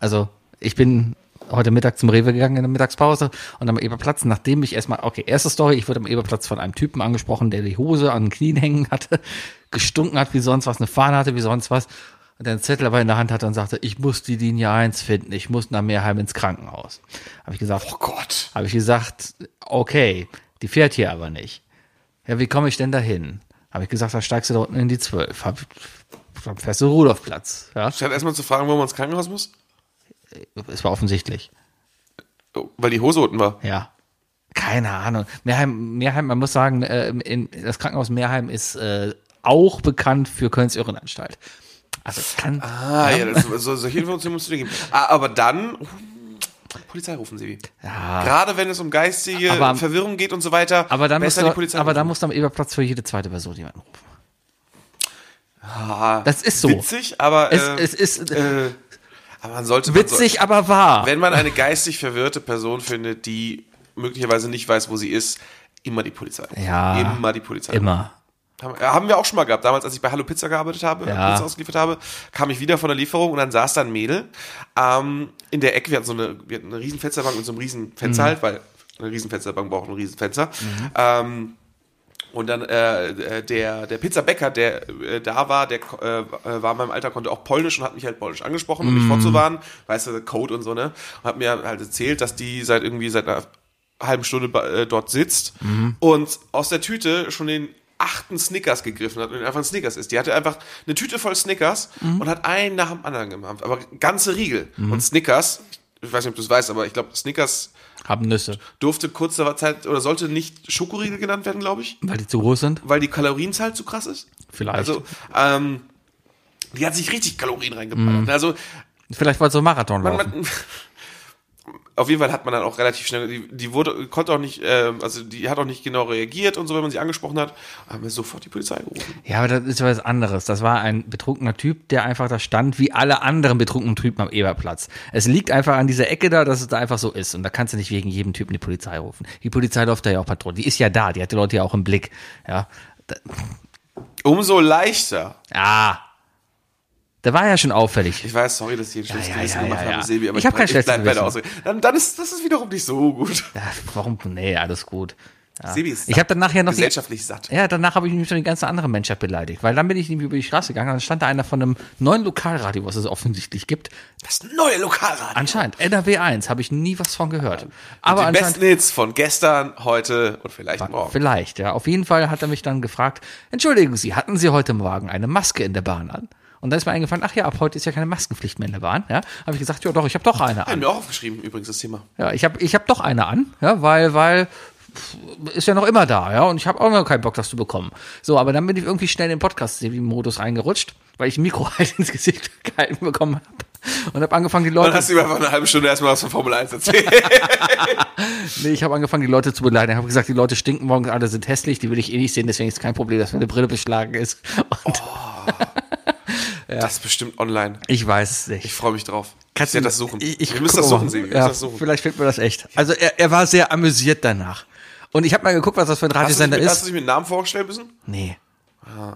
Also, ich bin heute Mittag zum Rewe gegangen in der Mittagspause und am Eberplatz, nachdem ich erstmal, okay, erste Story, ich wurde am Eberplatz von einem Typen angesprochen, der die Hose an den Knien hängen hatte, gestunken hat wie sonst was, eine Fahne hatte wie sonst was und einen Zettel aber in der Hand hatte und sagte, ich muss die Linie 1 finden, ich muss nach Meerheim ins Krankenhaus. Habe ich gesagt, Oh Gott. habe ich gesagt, okay, die fährt hier aber nicht. Ja, wie komme ich denn dahin? Habe ich gesagt, dann steigst du da unten in die 12. Hab, dann fährst du Rudolfplatz. Ja, Statt erstmal zu fragen, wo man ins Krankenhaus muss? es war offensichtlich. Oh, Weil die Hose unten war. Ja. Keine Ahnung. Meerheim, Meerheim man muss sagen, äh, in, das Krankenhaus Meerheim ist äh, auch bekannt für Kölns Irrenanstalt. Also es kann. Ah, ja, das, so, solche Informationen musst du dir geben. Ah, aber dann. Polizei rufen, Sebi. Ja. Gerade wenn es um geistige Aber- Verwirrung geht und so weiter. aber dann musst besser du, die Polizei aber rufen. dann musst du am Eberplatz für jede zweite Person jemanden rufen. Ah, das ist so. Witzig, aber. Es, äh, es ist äh, aber man sollte. witzig, aber wahr. Man soll, wenn man eine geistig verwirrte Person findet, die möglicherweise nicht weiß, wo sie ist, immer die Polizei rufen. Ja. Immer die Polizei rufen. Immer. Haben, äh, haben wir auch schon mal gehabt. Damals, als ich bei Hallo Pizza gearbeitet habe, Ja. Pizza ausgeliefert habe, kam ich wieder von der Lieferung und dann saß da ein Mädel ähm, in der Ecke. Wir hatten so eine, wir hatten eine riesen Fensterbank mit so einem riesen Mhm. Fenster halt, weil eine riesen Fensterbank braucht ein riesen Fenster. Ähm, und dann äh, äh, der, der Pizzabäcker, der äh, da war, der ko- äh, war in meinem Alter, konnte auch Polnisch und hat mich halt Polnisch angesprochen, um mich vorzuwarnen. Weißt du, Code und so, ne? Und hat mir halt erzählt, dass die seit irgendwie seit einer halben Stunde ba- äh, dort sitzt und aus der Tüte schon den achten Snickers gegriffen hat und einfach ein Snickers ist. Die hatte einfach eine Tüte voll Snickers und hat einen nach dem anderen gemacht, aber ganze Riegel. Und Snickers, ich weiß nicht, ob du es weißt, aber ich glaube, Snickers Haben Nüsse. durfte kurzer Zeit oder sollte nicht Schokoriegel genannt werden, glaube ich Weil die zu groß sind? weil die Kalorienzahl zu krass ist. Vielleicht. Also, ähm, die hat sich richtig Kalorien Mhm. reingeballert. Also, Vielleicht wolltest du einen Marathon laufen. man, auf jeden Fall hat man dann auch relativ schnell, die, die wurde, konnte auch nicht, ähm, also die hat auch nicht genau reagiert und so, wenn man sie angesprochen hat, haben wir sofort die Polizei gerufen. ja, aber das ist ja was anderes. Das war ein betrunkener Typ, der einfach da stand, wie alle anderen betrunkenen Typen am Eberplatz. Es liegt einfach an dieser Ecke da, dass es da einfach so ist. Und da kannst du nicht wegen jedem Typen die Polizei rufen. Die Polizei läuft da ja auch Patrouille. Die ist ja da, die hat die Leute ja auch im Blick. Ja, da, Umso leichter. ah, da war ja schon auffällig. Ich weiß, sorry, dass ich den Schluss ja, gewissen ja, gemacht ja, ja. habe, Sebi, aber Ich hab kein bleib schlechtes bei der Gewissen. Aussage. Dann, dann ist das ist wiederum nicht so gut. Ja, warum? Nee, alles gut. Sebi ist Ich habe dann nachher noch die, gesellschaftlich satt. ja, danach habe ich mich schon die ganze andere Menschheit beleidigt, weil dann bin ich irgendwie über die Straße gegangen und dann stand da einer von einem neuen Lokalradio, was es offensichtlich gibt. Das neue Lokalradio. Anscheinend NRW 1 habe ich nie was von gehört. Aber Aber die anscheinend besten Oh. Hits von gestern, heute und vielleicht morgen. Vielleicht, ja. Auf jeden Fall hat er mich dann gefragt, Entschuldigen Sie, hatten Sie heute Morgen eine Maske in der Bahn an? Und dann ist mir eingefallen, ach ja, ab heute ist ja keine Maskenpflicht mehr in der Bahn. Ja, habe ich gesagt, ja doch, ich habe doch eine Haben an. wir auch aufgeschrieben, übrigens, das Thema. Ja, ich habe ich hab doch eine an, ja, weil, weil pff, ist ja noch immer da, ja, und ich habe auch noch keinen Bock, das zu bekommen. So, aber dann bin ich irgendwie schnell in den Podcast-Modus reingerutscht, weil ich ein Mikro halt ins Gesicht gehalten bekommen habe. Und habe angefangen, die Dann Leute hast du über eine halbe Stunde erstmal was von Formel 1 erzählt. Nee, ich habe angefangen, die Leute zu beleidigen. Ich habe gesagt, die Leute stinken morgens, alle sind hässlich, die will ich eh nicht sehen, deswegen ist kein Problem, dass meine Brille beschlagen ist. Und Das ist bestimmt online. ich weiß es Ich nicht. freue mich drauf. Kannst ich du- werde das suchen. Ich, ich wir müssen das guck suchen, mal. Sebi. Wir Ja, müssen das suchen. Vielleicht finden wir das echt. Also er, er war sehr amüsiert danach. Und ich habe mal geguckt, was das für ein Hast du, dich Radiosender mit, hast Ah, ist. du dich mit Namen vorgestellt müssen? Nee.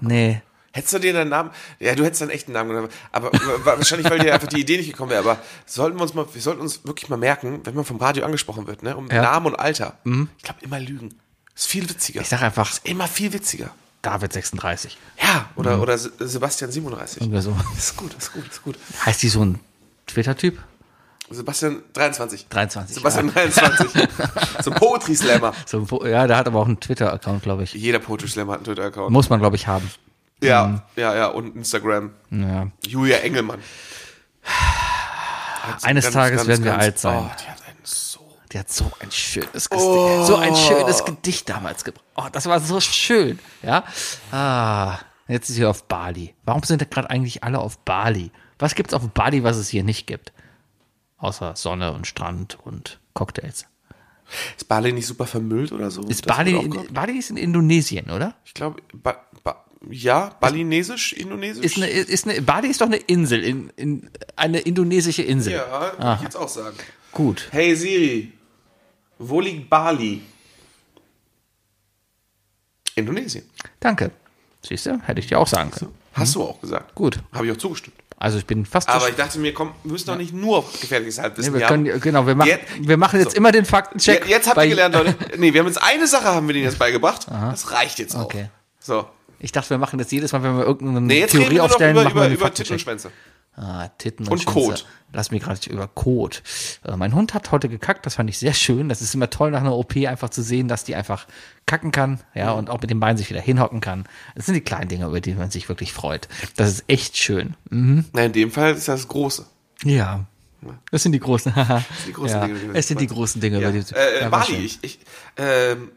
Nee. Hättest du dir deinen Namen. Ja, du hättest deinen echten Namen genannt. Aber wa- wahrscheinlich, weil dir einfach die Idee nicht gekommen wäre. Aber sollten wir uns mal, wir sollten uns wirklich mal merken, wenn man vom Radio angesprochen wird, ne? Um Ja. Mhm. Namen und Alter. Ich glaube, immer lügen. Ist viel witziger. Ich sag einfach ist immer viel witziger. David 36. Ja, Mhm. oder, oder Se- Sebastian 37. Irgendwie so. Ist gut, ist gut, ist gut. Heißt die so ein Twitter-Typ? Sebastian 23. 23. Sebastian 23. so ein Poetry Slammer. Ja. So, ein Po- ja, der hat aber auch einen Twitter-Account, glaube ich. Jeder Poetry Slammer hat einen Twitter-Account. Muss Mhm. man, glaube ich, haben. Ja, ja, ja. Und Instagram. Ja. Julia Engelmann. Hat Eines Tages werden wir alt Oh, sein. die hat einen so. Der hat so ein schönes Gedicht, so ein Oh. schönes Gedicht damals gebracht. Oh, das war so schön, ja. Ah, jetzt ist sie auf Bali. Warum sind da gerade eigentlich alle auf Bali? Was gibt's auf Bali, was es hier nicht gibt? Außer Sonne und Strand und Cocktails. Ist Bali nicht super vermüllt oder so? Ist Das Bali, wird auch in, Bali ist in Indonesien, oder? Ich glaube, ba, ba, ja, balinesisch, indonesisch. Ist eine, ist eine, Bali ist doch eine Insel, in, in, eine indonesische Insel. ja, würde ich jetzt auch sagen. Gut. Hey Siri, wo liegt Bali? Indonesien. Danke. Siehst du, hätte ich dir auch sagen können. Hast du auch gesagt. Mhm. Gut. Habe ich auch zugestimmt. Also ich bin fast Aber ich dachte mir, komm, wir müssen doch nicht nur auf gefährliches Halbwissen wir ja. können, genau, wir machen, Jetzt- wir machen jetzt immer den Faktencheck. Je- Jetzt habt bei- ihr gelernt, Leute. Nee, wir haben jetzt eine Sache haben wir denen jetzt beigebracht. Das reicht jetzt auch. Okay. So. Ich dachte, wir machen das jedes Mal, wenn wir irgendeine Nee, jetzt Theorie reden wir noch aufstellen, über, machen wir über, einen über Faktencheck. Tittenschwänze. Ah, Titten und, Und Schwänze. Kot. Lass mich gerade über Kot. Äh, mein Hund hat heute gekackt, das fand ich sehr schön. Das ist immer toll nach einer OP einfach zu sehen, dass die einfach kacken kann, ja, und auch mit dem Bein sich wieder hinhocken kann. Das sind die kleinen Dinge, über die man sich wirklich freut. Das ist echt schön. Hm. Na, in dem Fall ist das das Große. Ja. Das sind die großen. Die großen ja, Dinge, die wir es sind die freuen. großen Dinge, Ja. über die Äh, Ja, war Bali, schön. ich, ich, ähm,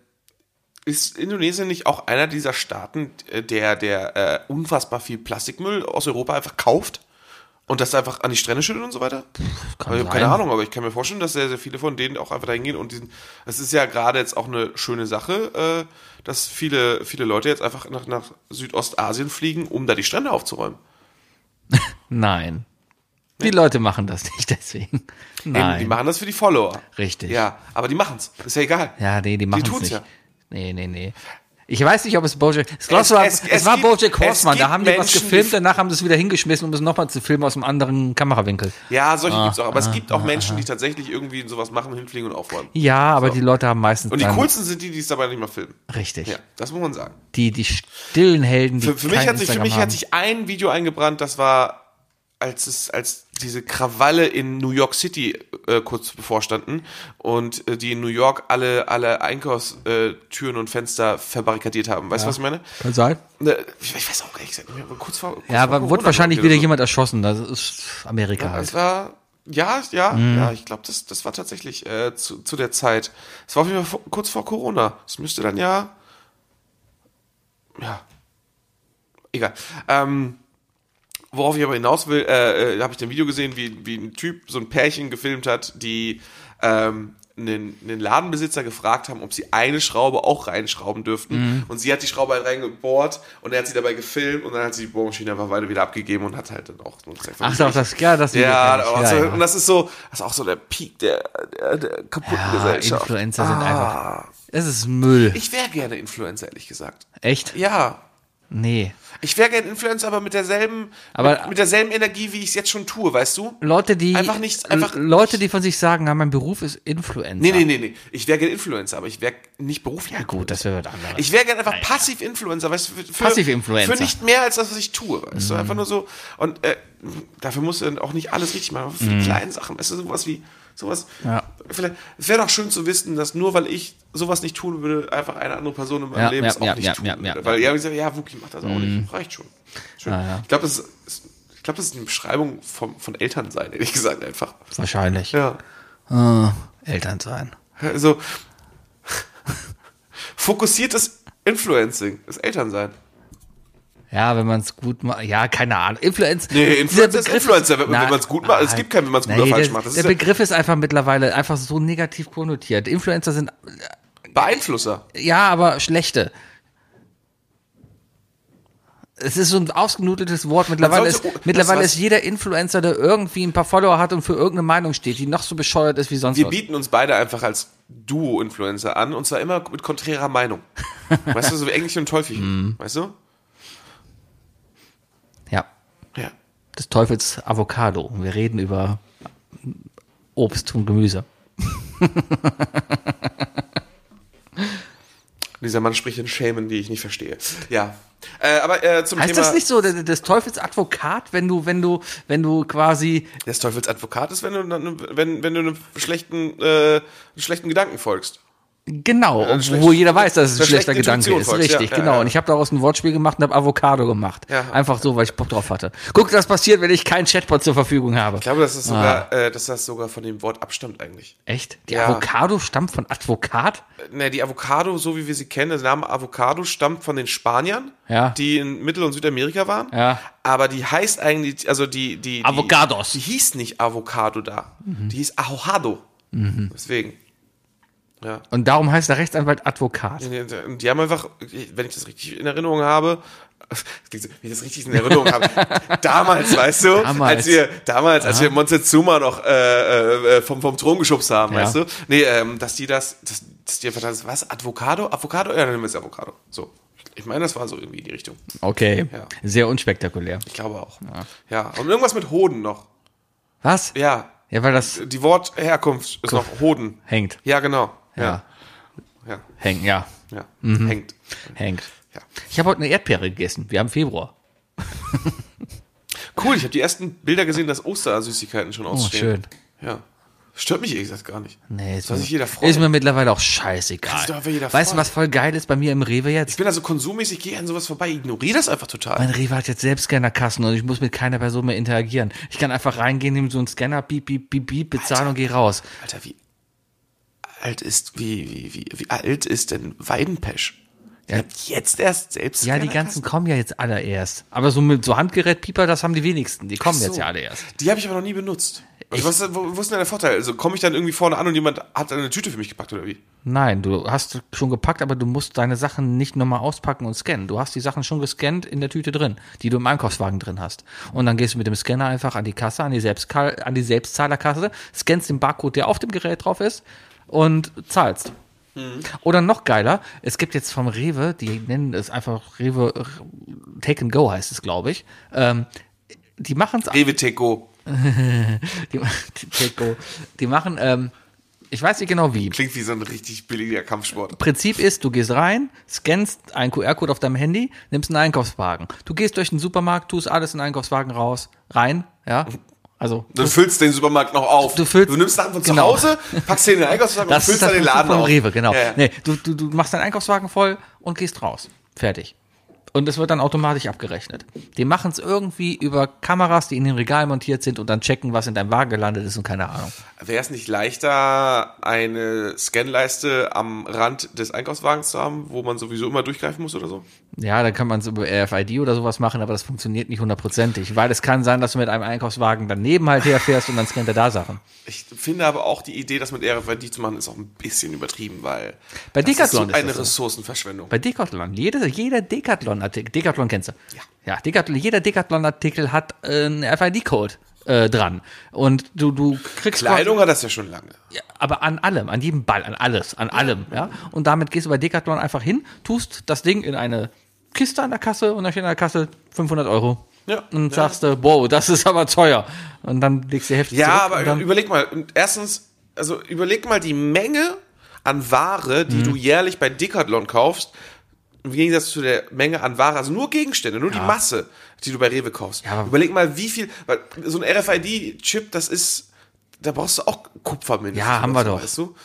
ist Indonesien nicht auch einer dieser Staaten, äh, der, der äh, unfassbar viel Plastikmüll aus Europa einfach kauft? Und das einfach an die Strände schüttet und so weiter? kann ich habe keine sein. Ahnung, aber ich kann mir vorstellen, dass sehr, sehr viele von denen auch einfach dahin gehen. Und diesen, es ist ja gerade jetzt auch eine schöne Sache, äh, dass viele, viele Leute jetzt einfach nach, nach Südostasien fliegen, um da die Strände aufzuräumen. Nein. Die Leute machen das nicht deswegen. Eben, Nein. die machen das für die Follower. Richtig. Ja, aber die machen's. Ist ja egal. Ja, nee, die machen es tun's nicht. ja. Nee, nee, nee. Ich weiß nicht, ob es Bojack. Es, glaub, es, war, es, es- es war gibt- Bojack es Horseman. Da gibt haben die was Menschen, gefilmt, die- danach haben sie es wieder hingeschmissen, um es nochmal zu filmen aus einem anderen Kamerawinkel. Ja, solche Ah, gibt's auch. Aber es gibt auch Menschen, die tatsächlich irgendwie sowas machen, hinfliegen und aufräumen. Ja, aber die Leute haben meistens. Und die dann- coolsten sind die, die es dabei nicht mal filmen. Richtig. Ja, das muss man sagen. Die, die stillen Helden, die. Für, für, mich, kein hat sich, für Instagram mich haben. hat sich ein Video eingebrannt, das war, als, es, als diese Krawalle in New York City äh, kurz bevorstanden und äh, die in New York alle, alle Einkaufstüren und Fenster verbarrikadiert haben. Weißt du, was ich meine? Kann sein. Ne, Ich, ich weiß auch gar nicht, ich sag, kurz vor. Kurz Ja, vor aber Corona wurde wahrscheinlich oder wieder so. jemand erschossen. Das ist Amerika halt. Es war, ja, ja, ja, ich glaube, das, das war tatsächlich äh, zu, zu der Zeit. Es war auf jeden Fall vor, kurz vor Corona. Es müsste dann ja. Ja. Egal. Ähm, worauf ich aber hinaus will, äh, äh, habe ich ein Video gesehen, wie, wie ein Typ so ein Pärchen gefilmt hat, die ähm, einen, einen Ladenbesitzer gefragt haben, ob sie eine Schraube auch reinschrauben dürften. Und sie hat die Schraube halt reingebohrt und er hat sie dabei gefilmt und dann hat sie die Bohrmaschine einfach weiter wieder abgegeben und hat halt dann auch. Ach doch, das, ja, das Video Ja, kenn ich. aber ja, so, ja. und das ist so, das ist auch so der Peak der, der, der kaputten ja, Gesellschaft. Ah. Influencer sind einfach. Es ist Müll. ich wäre gerne Influencer, ehrlich gesagt. Echt? Ja. Nee. Ich wäre gern Influencer, aber mit derselben, Aber- mit, mit derselben Energie, wie ich es jetzt schon tue, weißt du? Leute, die Einfach nichts, einfach- L- Leute, die von sich sagen, ja, mein Beruf ist Influencer. Nee, nee, nee, nee. Ich wäre gern Influencer, aber ich wäre nicht beruflich. Ja gut, das wäre was anderes. Ich wäre gerne einfach passiv Influencer, weißt du, für- für, Passiv-Influencer. für nicht mehr als das, was ich tue, weißt du, einfach nur so und äh, dafür musst du dann auch nicht alles richtig machen, aber für die kleinen Sachen, weißt du, sowas wie sowas. Mhm. Ja. Vielleicht es wäre doch schön zu wissen, dass nur weil ich sowas nicht tun würde, einfach eine andere Person in meinem Ja, Leben ja, es auch ja, nicht ja, tun ja, würde, ja. Mhm. weil ja, wie gesagt, ja, Wookie macht das auch nicht, reicht schon. Schön. Ja, ja. Ich glaube, das ist, ist- ich glaube, das ist eine Beschreibung vom, von Elternsein, ehrlich gesagt einfach. Wahrscheinlich. Ja. Ah, Eltern sein. Also fokussiertes Influencing, das Elternsein. Ja, wenn man es gut macht. Ja, keine Ahnung. Influencer. Nee, Influencer Dieser ist Influencer, wenn- wenn Nein, man's gut macht. Es nein. gibt keinen, wenn man's gut oder falsch der, macht. Das der ist ja- Begriff ist einfach mittlerweile einfach so negativ konnotiert. Influencer sind, Beeinflusser. ja, aber schlechte. Es ist so ein ausgenudeltes Wort. Mittlerweile, sollte- ist, mittlerweile was- ist jeder Influencer, der irgendwie ein paar Follower hat und für irgendeine Meinung steht, die noch so bescheuert ist wie sonst Wir was. bieten uns beide einfach als Duo-Influencer an und zwar immer mit konträrer Meinung. Weißt du, so wie Englischen und Mhm. Teufelchen. Weißt du? Ja, Ja. des Teufels Avocado. Wir reden über Obst und Gemüse. Dieser Mann spricht in Schämen, die ich nicht verstehe. Ja. Äh, aber äh, zum Heißt Thema das nicht so, des, des Teufels Advokat, wenn du, wenn du, wenn du quasi, des Teufels Advokat ist, wenn du, dann- wenn, wenn du einem schlechten, äh, einem schlechten Gedanken folgst. genau, schlecht- obwohl jeder weiß, dass es ein eine schlechter schlechte Gedanke Intuition ist, folgst, richtig, ja, ja, genau. ja. Und ich habe daraus ein Wortspiel gemacht und habe Avocado gemacht, Ja. einfach so, weil ich Bock drauf hatte. Guck, das passiert, wenn ich keinen Chatbot zur Verfügung habe. Ich glaube, dass das, Ah. sogar, äh, dass das sogar von dem Wort abstammt eigentlich. Echt? Die Ja. Avocado stammt von Advokat? Ne, die Avocado, so wie wir sie kennen, der Name Avocado stammt von den Spaniern, Ja. die in Mittel- und Südamerika waren. Ja. Aber die heißt eigentlich, also die, die, die Avocados. Mhm. Die, hieß nicht Avocado da. Die hieß Ahojado. Deswegen. Ja. Und darum heißt der Rechtsanwalt Advokat. Und Die haben einfach, wenn ich das richtig in Erinnerung habe, das klingt so, wenn ich das richtig in Erinnerung habe, damals, weißt du, Damals. als wir damals, als wir Montezuma noch äh, äh, vom, vom Thron geschubst haben, Ja. weißt du, nee, ähm, dass die das, dass, dass die einfach das, was, Avocado, Avocado, ja, dann nehmen wir es Avocado, so. Ich meine, das war so irgendwie in die Richtung. Okay. Ja. Sehr unspektakulär. Ich glaube auch. Ja. Und irgendwas mit Hoden noch. Was? Ja. Ja, weil das Die Wortherkunft ist noch Hoden. hängt. Ja, genau. Ja. Ja. Ja. Hängt, ja. ja. Hängt. Hängt. Ja. Ich habe heute eine Erdbeere gegessen. Wir haben Februar. Cool, ich habe die ersten Bilder gesehen, dass Ostersüßigkeiten schon ausstehen. Oh, schön. Ja. Stört mich ehrlich gesagt gar nicht. Nee, ist, Soll mir, sich jeder freuen. ist mir mittlerweile auch scheißegal. Ist doch einfach jeder weißt du, freuen. was voll geil ist bei mir im Rewe Ich jetzt? bin also konsummäßig, ich gehe an sowas vorbei, ignoriere das einfach total. Mein Rewe hat jetzt Selbstscannerkassen und ich muss mit keiner Person mehr interagieren. Ich kann einfach reingehen, nehme so einen Scanner, piep, piep, piep, piep, bezahlen und gehe raus. Alter, wie alt ist, wie, wie, wie, wie alt ist denn Weidenpesch? Die hat jetzt erst selbst. Ja, die ganzen kommen ja jetzt alle erst. Aber so mit so Handgerät-Pieper, das haben die wenigsten. Die kommen jetzt ja alle erst. Die habe ich aber noch nie benutzt. Also was, wo, wo ist denn der Vorteil? Also komme ich dann irgendwie vorne an und jemand hat eine Tüte für mich gepackt oder wie? Nein, du hast schon gepackt, aber du musst deine Sachen nicht nochmal auspacken und scannen. Du hast die Sachen schon gescannt in der Tüte drin, die du im Einkaufswagen drin hast. Und dann gehst du mit dem Scanner einfach an die Kasse, an die, Selbstka- an die Selbstzahlerkasse, scannst den Barcode, der auf dem Gerät drauf ist und zahlst. Oder noch geiler, es gibt jetzt vom Rewe, die nennen es einfach Rewe R- Take and Go heißt es, glaube ich. Ähm, die machen es Rewe Teco. die, die, Take Go. die machen, ähm, ich weiß nicht genau wie. Klingt wie so ein richtig billiger Kampfsport. Prinzip ist, du gehst rein, scannst einen QR-Code auf deinem Handy, nimmst einen Einkaufswagen. Du gehst durch den Supermarkt, tust alles in den Einkaufswagen raus, rein, ja. Also, Dann füllst du den Supermarkt noch auf. Du füllst- nimmst Sachen von genau. zu Hause, packst sie in den Einkaufswagen und das ist füllst das dann den Prinzip Laden vom auf. Rewe, genau. Ja, ja. Nee, du, du, du machst deinen Einkaufswagen voll und gehst raus. Fertig. Und es wird dann automatisch abgerechnet. Die machen es irgendwie über Kameras, die in den Regal montiert sind und dann checken, was in deinem Wagen gelandet ist und keine Ahnung. Wäre es nicht leichter, eine Scanleiste am Rand des Einkaufswagens zu haben, wo man sowieso immer durchgreifen muss oder so? Ja, dann kann man es über RFID oder sowas machen, aber das funktioniert nicht hundertprozentig, weil es kann sein, dass du mit einem Einkaufswagen daneben halt herfährst und dann scannt er da Sachen. Ich finde aber auch die Idee, das mit RFID zu machen, ist auch ein bisschen übertrieben, weil Bei das ist so Decathlon ist eine das so. Ressourcenverschwendung. Bei Decathlon, jeder, jeder Decathlon-Artikel, Decathlon kennst du? Ja. Ja, Decathlon, jeder Decathlon-Artikel hat äh, einen RFID-Code äh, dran. Und du, du kriegst... Kleidung hat das ja schon lange. Ja, aber an allem, an jedem Ball, an alles, an allem, ja. Und damit gehst du bei Decathlon einfach hin, tust das Ding in eine Kiste an der Kasse und dann steht an der Kasse 500 Euro. Ja. Und Ja. sagst du, wow, das ist aber teuer. Und dann legst du die Hälfte Ja, zurück. aber und dann, überleg mal, und erstens, also überleg mal die Menge an Ware, Mhm. die du jährlich bei Decathlon kaufst, im Gegensatz zu der Menge an Ware, also nur Gegenstände, nur die Masse, die du bei Rewe kaufst. aber- überleg mal, wie viel, weil so ein RFID-Chip, das ist, da brauchst du auch Kupfer mindestens. Ja, haben wir oder so, doch. Weißt du?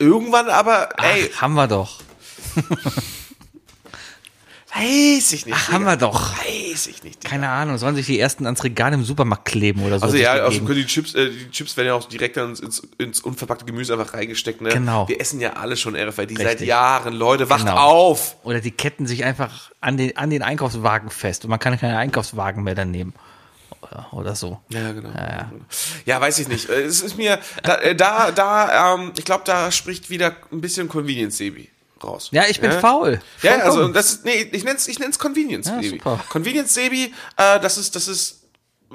Irgendwann aber, ey, ach, haben wir doch. weiß ich nicht. Ach, haben wir doch. Weiß ich nicht. Digga. Keine Ahnung, sollen sich die ersten ans Regal im Supermarkt kleben oder so. Also sich ja, also gegeben. können die Chips, äh, die Chips werden ja auch direkt dann ins, ins, ins unverpackte Gemüse einfach reingesteckt. Ne? Genau. Wir essen ja alle schon RFID seit Richtig. Jahren, Leute, wacht Genau. auf! Oder die ketten sich einfach an den, an den Einkaufswagen fest und man kann keine Einkaufswagen mehr dann nehmen. Oder, oder so. Ja, genau. Ja, ja. weiß ich nicht. Äh, Es ist mir da, äh, da, da ähm, ich glaube, da spricht wieder ein bisschen Convenience Sebi raus. Ja, ich bin faul. Ja, Vollkommen. also das ist, nee, ich nenn's, ich nenn's Convenience Sebi. super. Convenience Sebi, äh, das ist, das ist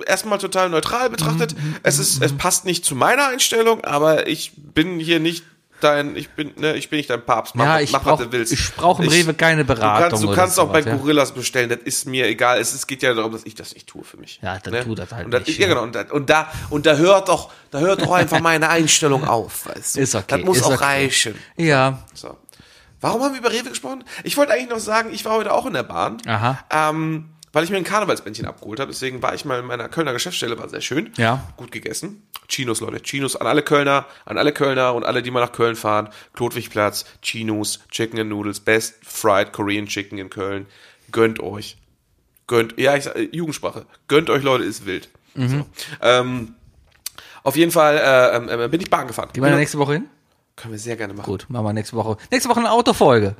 erstmal total neutral betrachtet. Mhm, Es ist, es passt nicht zu meiner Einstellung, aber ich bin hier nicht dein, ich bin, ne, ich bin nicht dein Papst. Mach, Ja, ich mach brauch- was du willst. ich brauch im Rewe keine Beratung Du kannst, du oder kannst auch sowas, bei ja. Gorillas bestellen, das ist mir egal. Es, es geht ja darum, dass ich das nicht tue für mich. ne? Ja, dann tu das halt und das, nicht, Ja, ja. genau. Und, da- und da, und da hört doch, da hört doch einfach meine Einstellung auf, weißt du. Ist okay, Das muss ist auch okay. reichen. Ja, So. Warum haben wir über Rewe gesprochen? Ich wollte eigentlich noch sagen, ich war heute auch in der Bahn, Aha. Ähm, weil ich mir ein Karnevalsbändchen abgeholt habe. Deswegen war ich mal in meiner Kölner Geschäftsstelle, war sehr schön. Ja. Gut gegessen. Chinos, Leute. Chinos an alle Kölner, an alle Kölner und alle, die mal nach Köln fahren. Klotwigplatz, Chinos, Chicken and Noodles, Best Fried Korean Chicken in Köln. Gönnt euch. Gönnt, ja, ich sag, äh, Jugendsprache. Gönnt euch, Leute, ist wild. Mhm. So. Ähm, auf jeden Fall äh, ähm, ähm, bin ich Bahn gefahren. gehen wir da nächste Woche hin? Können wir sehr gerne machen. Gut, machen wir nächste Woche. Nächste Woche eine Autofolge.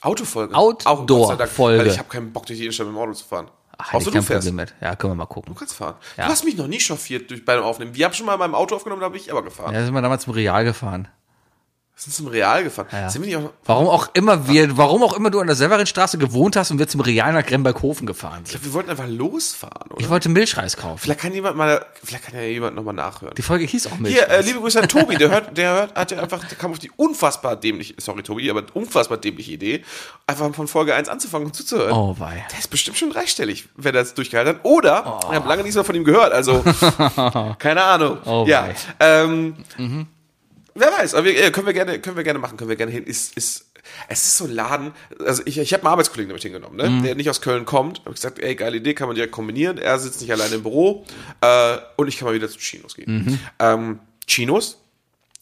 Autofolge. Outdoor- Auch, Gott sei Dank, Folge. Weil ich habe keinen Bock, durch die Innenstadt mit dem Auto zu fahren. Ach, Außer du fährst. mit. Ja, können wir mal gucken. Du kannst fahren. Ja. Du hast mich noch nie chauffiert durch, bei dem Aufnehmen. Wir haben schon mal in meinem Auto aufgenommen, da habe ich aber gefahren. Ja, sind wir damals zum Real gefahren. Wir sind zum Real gefahren. Sind wir nicht auch noch, Warum auch immer wir, warum auch immer du an der Severinstraße gewohnt hast und wir zum Real nach Gremberghofen gefahren ich sind. glaub, wir wollten einfach losfahren, oder? Ich wollte Milchreis kaufen. Vielleicht kann jemand mal, vielleicht kann ja jemand nochmal nachhören. Die Folge hieß auch Hier, Milchreis. äh, liebe Grüße an Tobi, der hört, der hört, hat ja einfach, der kam auf die unfassbar dämliche, sorry Tobi, aber unfassbar dämliche Idee, einfach von Folge 1 anzufangen und zuzuhören. oh wei. Der ist bestimmt schon dreistellig, wenn er es durchgehalten hat. Oder, ich habe lange nichts mehr von ihm gehört, also keine Ahnung. Oh ja. wei. Ähm, Wer weiß, aber wir, äh, können, wir gerne, können wir gerne machen, können wir gerne hin. Ist, ist, es ist so ein Laden, also ich, ich habe einen Arbeitskollegen damit hingenommen, ne? der nicht aus Köln kommt. Hab gesagt, ey, geile Idee, kann man direkt kombinieren. Er sitzt nicht alleine im Büro äh, und ich kann mal wieder zu Chinos gehen. Ähm, Chinos,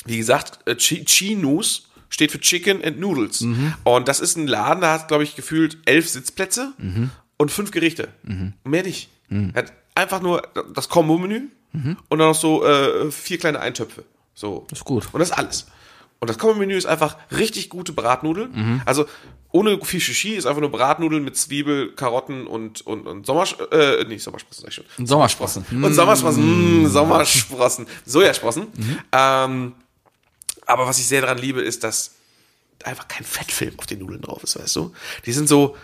wie gesagt, äh, Chi Chinos steht für Chicken and Noodles. Und das ist ein Laden, da hat, glaube ich, gefühlt elf Sitzplätze und fünf Gerichte. Mehr nicht. Hat einfach nur das Kombo-Menü und dann noch so äh, vier kleine Eintöpfe. So. Ist gut. Und das ist alles. Und das Kombo-Menü ist einfach richtig gute Bratnudeln. Also ohne viel Shishi ist einfach nur Bratnudeln mit Zwiebel, Karotten und, und, und Sommersch... Äh, nicht Sommersprossen, sag ich schon. Sommersprossen. Und Sommersprossen, mm, Sommersprossen, Sojasprossen. Mhm. Ähm, aber was ich sehr daran liebe, ist, dass einfach kein Fettfilm auf den Nudeln drauf ist, weißt du? Die sind so,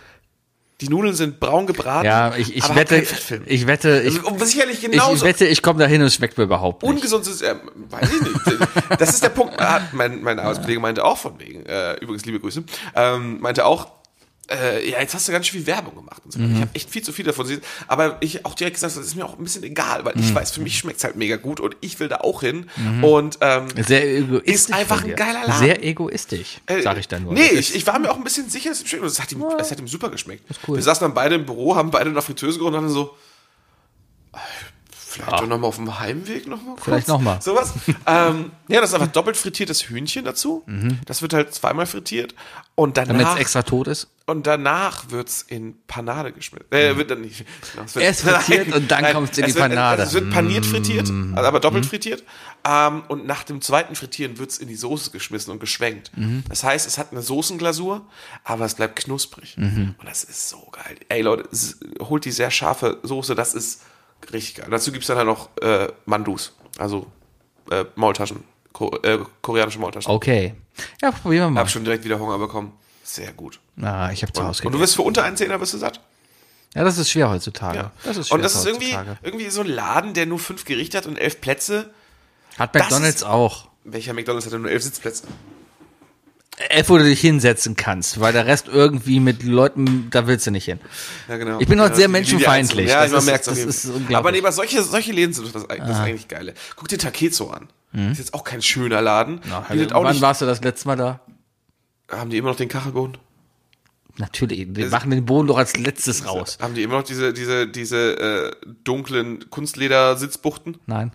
die Nudeln sind braun gebraten. Ja, ich, ich aber hat wette, kein Fettfilm. Also, ich wette, ich, Und sicherlich ich, genauso. ich wette, ich komme da hin und es schmeckt mir überhaupt nicht. Ungesund ist, äh, weiß ich nicht. Das ist der Punkt. Ah, Mein, mein Arbeitskollege meinte auch von wegen, äh, übrigens liebe Grüße, ähm, meinte auch, äh, ja, jetzt hast du ganz schön viel Werbung gemacht. Und so. Ich habe echt viel zu viel davon gesehen. Aber ich auch direkt gesagt, das ist mir auch ein bisschen egal, weil ich weiß, für mich schmeckt's halt mega gut und ich will da auch hin. Und ähm, Sehr egoistisch. Ist einfach von dir. ein geiler Laden. Sehr egoistisch, äh, sag ich dann nur. Also Nee, ich, ich war mir auch ein bisschen sicher, dass es schmeckt. Und es hat ihm, es hat ihm super geschmeckt. cool. Wir saßen dann beide im Büro, haben beide nach Fritteuse geholt und dann so, äh, vielleicht doch nochmal auf dem Heimweg nochmal kurz. Ah. Vielleicht noch mal. Sowas. ähm, ja, das ist einfach doppelt frittiertes Hühnchen dazu. Mhm. Das wird halt zweimal frittiert. Und Damit es danach, extra tot ist. und danach wird's in Panade geschmissen. Äh, wird dann nicht. Genau, es wird, Erst Mhm. frittiert und dann kommt's in es die wird- Panade. Mhm. Also es wird paniert frittiert, also aber doppelt frittiert. Ähm, und nach dem zweiten Frittieren wird's in die Soße geschmissen und geschwenkt. Mhm. Das heißt, es hat eine Soßenglasur, aber es bleibt knusprig. Mhm. Und das ist so geil. Ey Leute, s- holt die sehr scharfe Soße, das ist richtig geil. Dazu gibt's dann halt noch äh, Mandus, also äh, Maultaschen, Ko äh, koreanische Maultaschen. Okay. Ja, probieren wir mal. Hab schon direkt wieder Hunger bekommen. Sehr gut. Ah, ich habe zu Hause Und du gegessen. wirst für unter einen Zehner wirst du satt. Ja, das ist schwer heutzutage. Ja. Das ist schwer und das ist irgendwie, heutzutage. irgendwie so ein Laden, der nur fünf Gerichte hat und elf Plätze. Hat das McDonalds ist- auch. Welcher McDonalds hat denn nur elf Sitzplätze? F, wo du dich hinsetzen kannst, weil der Rest irgendwie mit Leuten, da willst du nicht hin. Ja, genau. Ich bin heute sehr Ja, die- die- die menschenfeindlich. Einzelnen. Ja, Das man ist- merkt das ist unglaublich. Ah. Aber nee, aber solche, solche Läden sind das, das ist eigentlich geile. Guck dir Takezo an. Ist jetzt auch kein schöner Laden. Bietet auch Mhm. Wann nicht, warst du das letzte Mal da? haben die immer noch den Kachelboden? Natürlich, die Also machen den Boden doch als letztes raus. Haben die immer noch diese, diese, diese äh, dunklen Kunstleder-Sitzbuchten? Nein,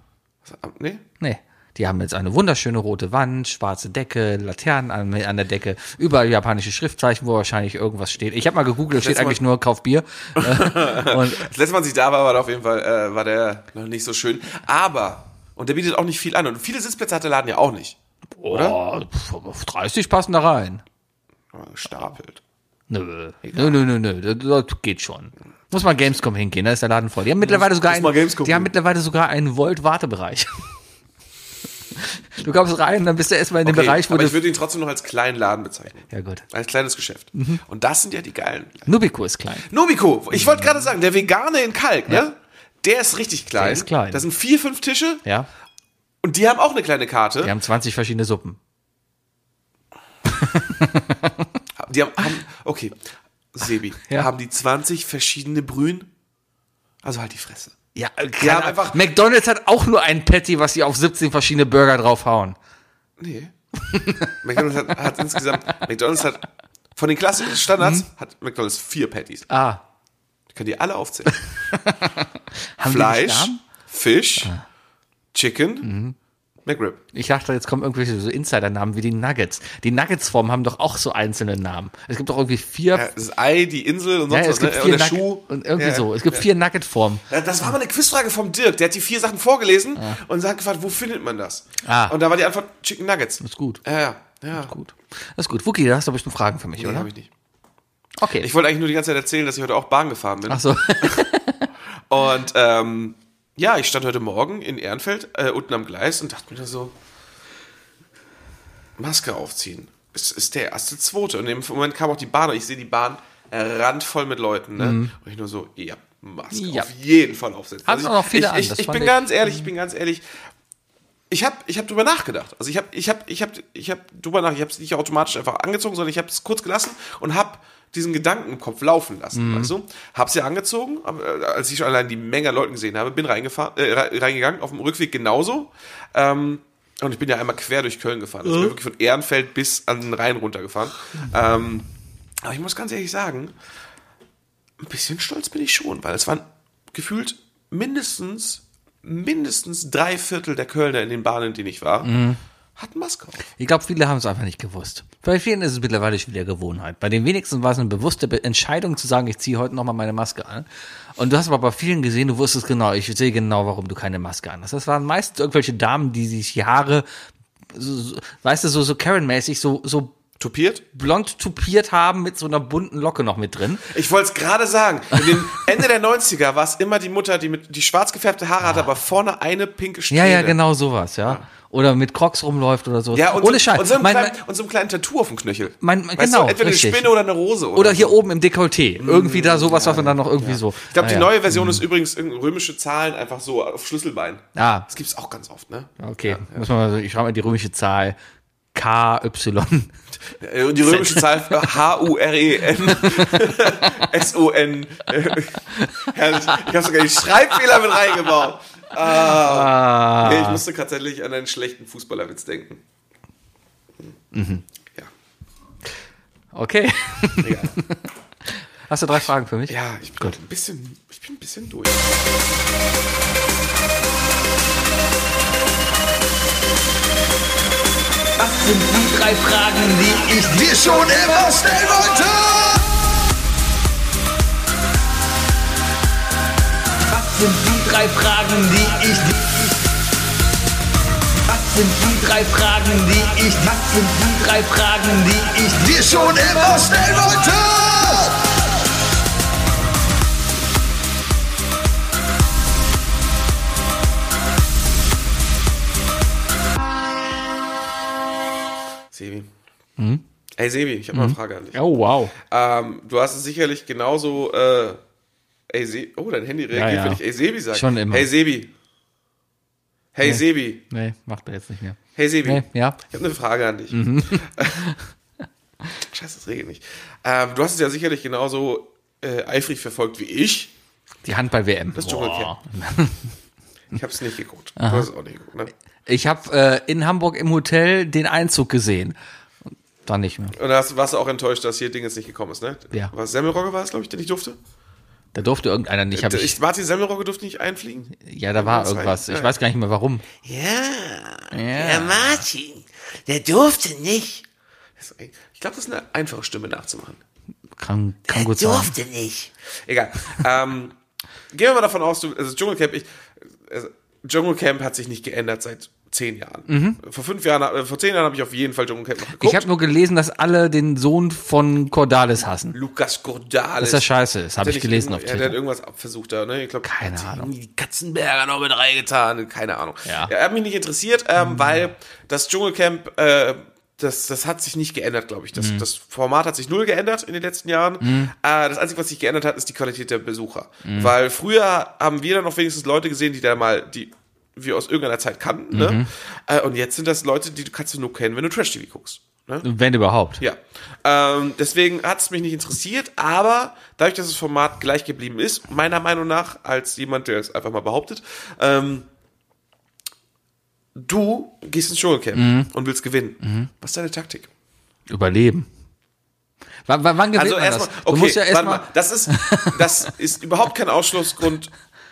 Nee? nee. Die haben jetzt eine wunderschöne rote Wand, schwarze Decke, Laternen an, an der Decke, überall japanische Schriftzeichen, wo wahrscheinlich irgendwas steht. Ich habe mal gegoogelt, steht letzte Mal- eigentlich nur Kauf Bier. Äh, und Das letzte Mal, als ich da war, war da auf jeden Fall äh, war der noch nicht so schön. Aber, und der bietet auch nicht viel an. Und viele Sitzplätze hat der Laden ja auch nicht. oh, pf, auf 30 passen da rein. Stapelt. Nö, nö, nö, nö, nö, das das geht schon. Muss mal Gamescom hingehen, da ist der Laden voll. Die haben mittlerweile sogar muss mal einen, Gamescom die haben hin. mittlerweile sogar einen Volt-Wartebereich. Du kommst rein, dann bist du erstmal in dem Bereich, wo aber du. ich würde ihn trotzdem noch als kleinen Laden bezeichnen. Ja, Mhm. gut. Als kleines Geschäft. Und das sind ja die geilen. Nubico ist klein. Nobiko, ich wollte gerade sagen, der Vegane in Kalk, ne? Der ist richtig klein. Der ist klein. Da sind vier, fünf Tische Ja. und die haben auch eine kleine Karte. Die haben 20 verschiedene Suppen. Die haben, haben okay, Sebi, Ja. haben die 20 verschiedene Brühen? Also halt die Fresse. Ja, haben keine einfach- Äh, einfach McDonalds hat auch nur ein Patty, was sie auf 17 verschiedene Burger draufhauen. Nee. McDonalds hat, hat insgesamt, McDonalds hat, von den klassischen Standards Mhm. hat McDonalds vier Patties. Ah. Die könnt ihr alle aufzählen. Haben die Ah. Fleisch, nicht Namen? Fisch, Chicken, Mhm. McRib. Ich dachte, jetzt kommen irgendwelche so Insider-Namen wie die Nuggets. Die Nuggets-Formen haben doch auch so einzelne Namen. Es gibt doch irgendwie vier. Ja, das Ei, die Insel und Ja, sonst es was, gibt ne? vier Und der Nugget- Schuh. Und irgendwie Ja, so. Es gibt vier Nugget-Formen. Ja, Das war mal eine Quizfrage vom Dirk. Der hat die vier Sachen vorgelesen und hat gefragt, wo findet man das? Ah. Und da war die Antwort Chicken Nuggets. Ist gut. Ja, ja. ja. Gut. Das ist gut. Wookie, da hast du bestimmt Fragen für mich, Nee, oder? hab ich nicht. Okay. Ich wollte eigentlich nur die ganze Zeit erzählen, dass ich heute auch Bahn gefahren bin. Ach so. Und ähm, ja, ich stand heute Morgen in Ehrenfeld äh, unten am Gleis und dachte mir so, Maske aufziehen. Es ist der erste, zweite. Und im Moment kam auch die Bahn und ich sehe die Bahn randvoll mit Leuten. Ne? Und ich nur so, ja, Maske Ja. auf jeden Fall aufsetzen. Haben auch noch viele Also ich, an, ich, das ich fand bin ich- mhm. ganz ehrlich, ich bin ganz ehrlich. Ich habe ich hab drüber nachgedacht. Also ich habe ich hab, ich hab, ich hab drüber nach, ich habe es nicht automatisch einfach angezogen, sondern ich habe es kurz gelassen und habe diesen Gedanken im Kopf laufen lassen. Mhm. Weißt du? Habe es ja angezogen, aber, äh, als ich schon allein die Menge an Leuten gesehen habe, bin reingefahren, äh, re- reingegangen, auf dem Rückweg genauso. Ähm, und ich bin ja einmal quer durch Köln gefahren. Äh? Also ich bin wirklich von Ehrenfeld bis an den Rhein runtergefahren. Ähm, aber ich muss ganz ehrlich sagen, ein bisschen stolz bin ich schon, weil es waren gefühlt mindestens, mindestens drei Viertel der Kölner in den Bahnen, in denen ich war, hatten Maske auf. Ich glaube, viele haben es einfach nicht gewusst. Bei vielen ist es mittlerweile schon wieder Gewohnheit. Bei den wenigsten war es eine bewusste Be Entscheidung zu sagen, ich ziehe heute nochmal meine Maske an. Und du hast aber bei vielen gesehen, du wusstest genau, ich sehe genau, warum du keine Maske an hast. Das waren meistens irgendwelche Damen, die sich Jahre, so, so, weißt du, so, so Karen-mäßig, so, so Topiert? blond tupiert haben mit so einer bunten Locke noch mit drin. Ich wollte es gerade sagen. In den Ende der 90er war es immer die Mutter, die mit die schwarz gefärbte Haare hatte, aber vorne eine pinke Strähne. Ja, ja, genau sowas, ja. Oder mit Crocs rumläuft oder so. Ja, und, Ohne so, Scheiß. und, so einem Mein- kleinen, mein- und so einem kleinen Tattoo auf dem Knöchel. Mein- mein- weißt genau, du, entweder richtig. eine Spinne oder eine Rose. oder so. hier oben im Dekolleté. Irgendwie da sowas, was man dann noch irgendwie so. Ah, Ich glaube, die neue Mhm. Version ist übrigens irgendeine römische Zahlen einfach so auf Schlüsselbein. Ah. Das gibt's auch ganz oft, ne? Okay, muss man mal so, ich schreibe mal die römische Zahl. K, Y. Äh, Und die römische Zahl für H-U-R-E-N S-O-N. Äh, Herrlich. Ich habe sogar die Schreibfehler mit reingebaut. Ah. Nee, ich musste tatsächlich an einen schlechten Fußballerwitz denken. Mhm. Ja. Okay. Egal. Hast du drei Fragen für mich? Ja, ich bin ein bisschen, ich bin ein bisschen durch. Das sind die drei Fragen, die ich dir schon immer stellen wollte. Was sind die drei Fragen, die ich dir... Was sind die drei Fragen, die ich... Was sind die drei Fragen, die ich dir schon immer stellen wollte? Sebi. Mhm. Ey, Sebi, ich habe mal eine Frage an dich. Oh, wow. Ähm, du hast es sicherlich genauso. Äh, ey, Se oh, dein Handy reagiert, ja. wenn ich Ey, Sebi sage. Schon immer. Hey, Sebi. Hey, Sebi. Nee, macht er jetzt nicht mehr. Hey, Sebi. Nee, ja. Mhm. Ich habe eine Frage an dich. Scheiße, das regelt nicht. Ähm, du hast es ja sicherlich genauso äh, eifrig verfolgt wie ich. Die Handball-WM. Das Dschungelcamp. Ich habe es nicht geguckt. Du hast es auch nicht geguckt, ne? Ich habe äh, in Hamburg im Hotel den Einzug gesehen. Und Dann nicht mehr. Und da hast- warst du auch enttäuscht, dass hier Ding jetzt nicht gekommen ist, ne? Ja. Was Semmelrogge war es, glaube ich, der nicht durfte? Da durfte irgendeiner nicht. Hab ich, Ich, Martin Semmelrogge durfte nicht einfliegen? ja, da war das war- irgendwas. Ich Äh, ja. weiß gar nicht mehr warum. Ja. Ja. Martin, der durfte nicht. Ich glaube, das ist eine einfache Stimme nachzumachen. Kann, kann gut sein. nicht. Egal. ähm, gehen wir mal davon aus, du, also Dschungelcamp, ich, also Dschungelcamp hat sich nicht geändert seit zehn Jahren. Vor fünf Jahren, äh, vor zehn Jahren habe ich auf jeden Fall Dschungelcamp noch geguckt. Mhm. Ich habe nur gelesen, dass alle den Sohn von Cordalis hassen. Lukas Cordalis. Dass das scheiße ist, habe Hat ich er nicht gelesen auf irgendwas- ja, Der hat Twitter. irgendwas versucht da, ne? Ich glaube, Keine Ahnung. Die Katzenberger noch mit reingetan, keine Ahnung. Ja. Mhm. Er hat mich nicht interessiert, ähm, weil das Dschungelcamp, äh, das, das hat sich nicht geändert, glaube ich. Das, Mhm. das Format hat sich null geändert in den letzten Jahren. Äh, das Einzige, was sich geändert hat, ist die Qualität der Besucher. Mhm. Weil früher haben wir dann noch wenigstens Leute gesehen, die da mal, die wir aus irgendeiner Zeit kannten, Mhm. ne? Äh, und jetzt sind das Leute, die du kannst du nur kennen, wenn du Trash-TV guckst. Ne? Wenn überhaupt. Ja. Ähm, deswegen hat es mich nicht interessiert, aber dadurch, dass das Format gleich geblieben ist, meiner Meinung nach, als jemand, der es einfach mal behauptet, ähm, du gehst ins Dschungelcamp Mhm. und willst gewinnen. Was ist deine Taktik? Überleben. Wann, wann, wann gewinnt Also man erstmal, das? Du okay, musst ja warte erstmal. mal, das ist, das ist überhaupt kein Ausschlussgrund,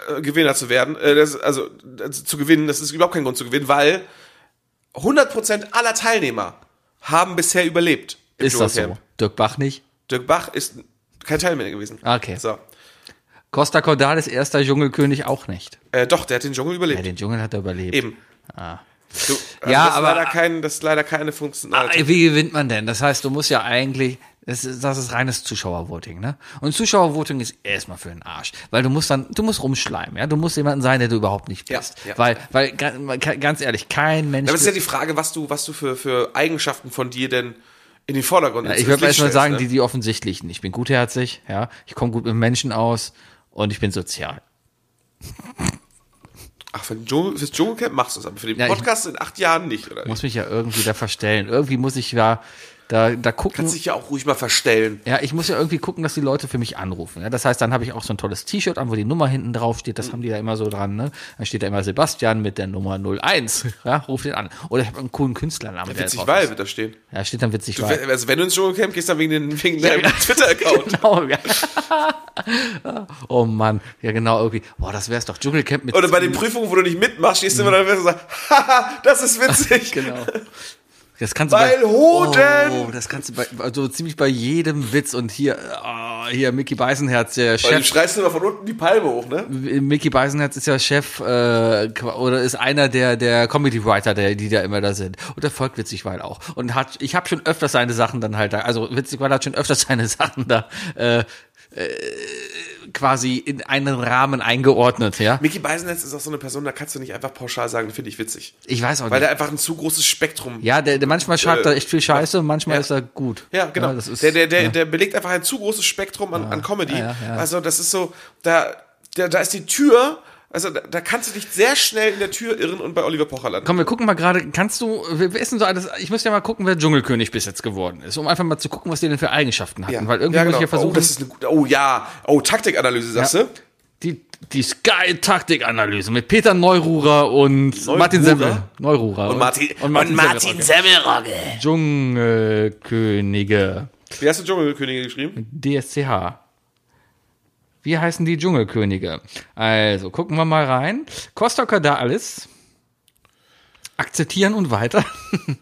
äh, Gewinner zu werden, äh, das, also das, zu gewinnen, das ist überhaupt kein Grund zu gewinnen, weil 100% aller Teilnehmer haben bisher überlebt. im Ist das so? Dschungelcamp. Dirk Bach nicht? Dirk Bach ist kein Teil mehr gewesen. Ah, Okay. So. Costa Cordalis, erster Dschungelkönig, auch nicht. Äh, doch, der hat den Dschungel Ja, überlebt. den Dschungel hat er überlebt. Ah. Eben. Du, also Ja, das aber- Ist leider kein, das ist leider keine Funktion. Ah, Wie gewinnt man denn? Das heißt, du musst ja eigentlich, das ist, das ist reines Zuschauervoting, ne? Und Zuschauervoting ist erstmal für den Arsch, weil du musst dann, du musst rumschleimen, ja? Du musst jemanden sein, der du überhaupt nicht Ja, bist, ja. weil, weil ga- man kann- ganz ehrlich, kein Mensch. Aber es ist ja die Frage, was du, was du für, für Eigenschaften von dir denn in den Vordergrund ich würde erstmal sagen, ne? die, die offensichtlichen. Ich bin gutherzig, ja? Ich komme gut mit Menschen aus und ich bin sozial. Ach, für den Dschungel, fürs Dschungelcamp machst du es, aber für den Ja, ich- Podcast in acht Jahren nicht, oder? Muss mich ja irgendwie da verstellen. Irgendwie muss ich ja da, da gucken. Kannst dich ja auch ruhig mal verstellen. Ja, ich muss ja irgendwie gucken, dass die Leute für mich anrufen. Ja, das heißt, dann habe ich auch so ein tolles T-Shirt an, wo die Nummer hinten drauf steht. Mhm. Das haben die da immer so dran. Ne? Da steht da immer Sebastian mit der Nummer 01. Ja, ruf den an. Oder ich habe einen coolen Künstlernamen. der Witzig, drauf weil ist. wird da stehen. Ja, steht dann witzig Du, weil. wenn- also wenn du ins Dschungelcamp gehst, dann wegen, den, wegen deinem Twitter-Account. Genau, ja. oh Mann, ja genau irgendwie. Boah, das wär's doch. Dschungelcamp mit Oder bei den Prüfungen, wo du nicht mitmachst, stehst du immer da und sagst, haha, das ist witzig. Genau. Das kannst du Weil bei, Hoden! Oh, das kannst du bei, also ziemlich bei jedem Witz und hier, ah, hier Mickey Beisenherz, der Weil du Chef schreist immer von unten die Palme hoch, ne? Mickey Beisenherz ist ja Chef äh, oder ist einer der der Comedy Writer, der, die da immer da sind. Und der folgt Witzigweil auch. Und hat ich habe schon öfter seine Sachen dann halt da. Also Witzigweil hat schon öfter seine Sachen da äh, äh, quasi in einen Rahmen eingeordnet, ja. Mickey Beisenherz ist auch so eine Person, da kannst du nicht einfach pauschal sagen, finde ich witzig. Ich weiß auch Weil nicht. der einfach ein zu großes Spektrum. Ja, der, der manchmal schreibt Äh, er echt viel Scheiße und manchmal ist er gut. Ja, genau. das ist, der, der, der, der belegt einfach ein zu großes Spektrum an, an Comedy. ja, ja. Also, das ist so, da, da, da ist die Tür, also da, da kannst du dich sehr schnell in der Tür irren und bei Oliver Pocher landen. Komm, wir gucken mal gerade, kannst du, wer wer ist denn so alles, ich muss ja mal gucken, wer Dschungelkönig bis jetzt geworden ist, um einfach mal zu gucken, was die denn für Eigenschaften hatten, weil irgendwie muss ich ja Oh, versuchen, das ist eine gute, oh ja, oh, Taktikanalyse, sagst Ja. du? die, die Sky-Taktikanalyse mit Peter Neururer und Martin Semmel. Neururer. Und Martin, und Martin, Semmelrogge. Semmelrogge. Dschungelkönige. Wie hast du Dschungelkönige Mhm. geschrieben? DSCH. Wie heißen die Dschungelkönige? Also, gucken wir mal rein. Costa Cordalis. Akzeptieren und weiter.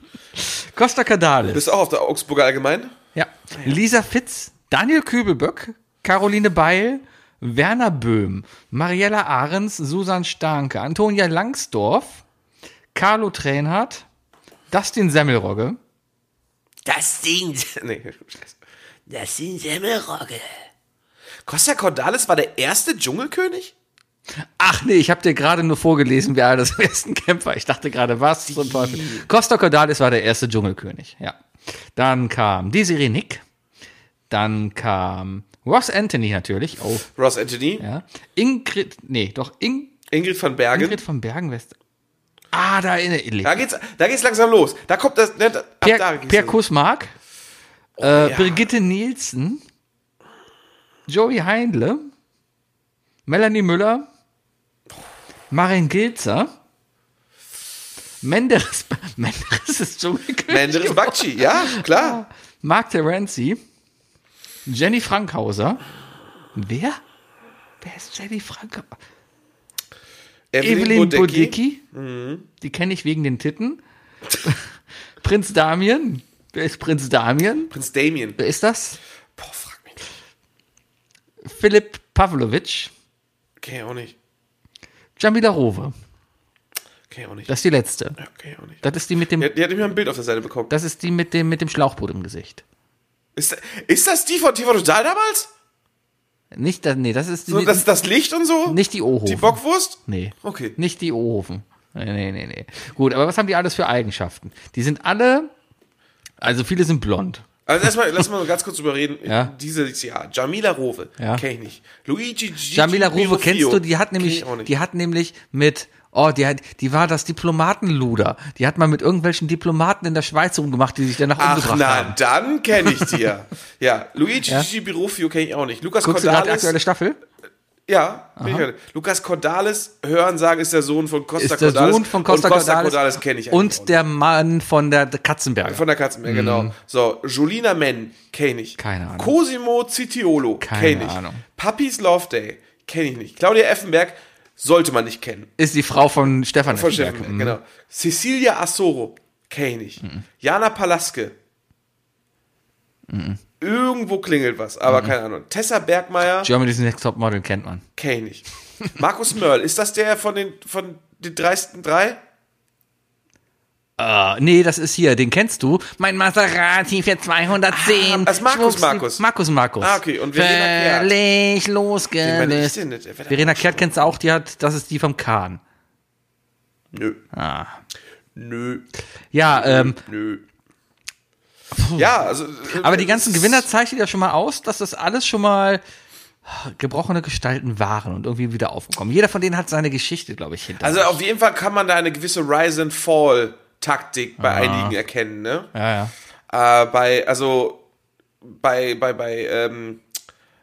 Costa Cordalis. Bist du auch auf der Augsburger Allgemein? Ja. Lisa Fitz, Daniel Kübelböck, Caroline Beil, Werner Böhm, Mariella Ahrens, Susan Starke, Antonia Langsdorf, Carlo Tränhardt, Dustin Semmelrogge. Das sind, Nee. das sind Semmelrogge. Costa Cordalis war der erste Dschungelkönig? Ach nee, ich habe dir gerade nur vorgelesen, wer alles am ersten Camp war. Ich dachte gerade, was zum Teufel. Costa Cordalis war der erste Dschungelkönig, ja. Dann kam Desiree Nick, dann kam Ross Anthony natürlich, oh, Ross Anthony, ja. Ingrid, nee, doch Ingrid. Ingrid van Bergen. Ingrid von Bergenwest. Ah, da erinnere ich. Da geht's, da geht's langsam los. Da kommt das. Ne, da, ab da Per, geht's per los. Kussmark, äh, Oh, ja. Brigitte Nielsen, Joey Heindle, Melanie Müller, Marin Gilzer, Menderes, Menderes ist Dschungelkönig, Menderes Bakci, ja, klar. Mark Terenzi, Jenny Frankhauser. Wer? Wer ist Jenny Frankhauser? Evelyn Bodecki. Mhm. Die kenne ich wegen den Titten. Prinz Damien. Wer ist Prinz Damien? Prinz Damien. Wer ist das? Boah, frag mich. nicht. Philipp Pavlovic. Okay, auch nicht. Jamila Rowe. Okay, auch nicht. Das ist die letzte. Ja, okay, auch nicht. Das ist die mit dem, Die, die hat mir ein Bild auf der Seite bekommen. das ist die mit dem, mit dem Schlauchboot im Gesicht. Ist, ist das die von TV Total damals? Nicht das, nee, das ist die, So, das, das Licht und so? nicht die Ohofen. Die Bockwurst? Nee. Okay. Nicht die Ohofen. Nee, nee, nee, nee. Gut, aber was haben die alles für Eigenschaften? Die sind alle, also viele sind blond. Also erstmal, lass mal ganz kurz drüber reden. Ja. Diese, ja, Jamila Rowe, Ja. kenne ich nicht. Luigi Gigi Jamila Rowe Mirofio. kennst du, die hat nämlich, Kenn ich auch nicht. die hat nämlich mit, oh, die hat, die war das Diplomatenluder. Die hat mal mit irgendwelchen Diplomaten in der Schweiz rumgemacht, die sich danach Ach umgebracht na, haben. dann kenne ich die ja. ja, Luigi Gigi Birofio kenne ich auch nicht. Lukas Guckst du gerade Cordalis, aktuelle Staffel? ja, bin ich gerade. Lukas Cordalis, hören sagen, ist der Sohn von Costa Ist der Cordalis. Sohn von Costa und Costa Cordalis, Cordalis kenne ich eigentlich auch und nicht. der Mann von der Katzenberger. von der Katzenberg, genau. So, Julina Men kenne ich. Mhm. Keine Ahnung. Cosimo Citiolo Keine kenne ich. Ahnung. Puppies Love Day kenne ich nicht. Claudia Effenberg sollte man nicht kennen. ist die Frau von Stefan Von Effenberg. Stefan, genau. Cecilia Assoro, kenne ich nicht. Mhm. Jana Palaske. Mhm. Irgendwo klingelt was, aber keine Ahnung. Tessa Bergmeier, Germany's Next Top Model kennt man. kenne ich nicht. Markus Mörl, ist das der von den, von den dreisten drei? Ah, nee, das ist hier, den kennst du. Mein Maserati für 210. Ah, das ist Markus, Schwupps, Markus. Markus Markus. Ah, okay, und Verena Kehrt. Völlig meine ich losgelöst. denn nicht? Wer da- Äh, Verena Kehrt kennst du auch, die hat, das ist die vom Kahn. Nö. Ah. Nö. Ja, ähm, Nö. Ja, also. aber die ganzen Gewinner zeichnen ja schon mal aus, dass das alles schon mal gebrochene Gestalten waren und irgendwie wieder aufgekommen. Jeder von denen hat seine Geschichte, glaube ich, hinter. Also auf jeden Fall kann man da eine gewisse Rise and Fall Taktik bei einigen erkennen, ne? ja, ja. Äh, bei, also, bei, bei, bei, ähm,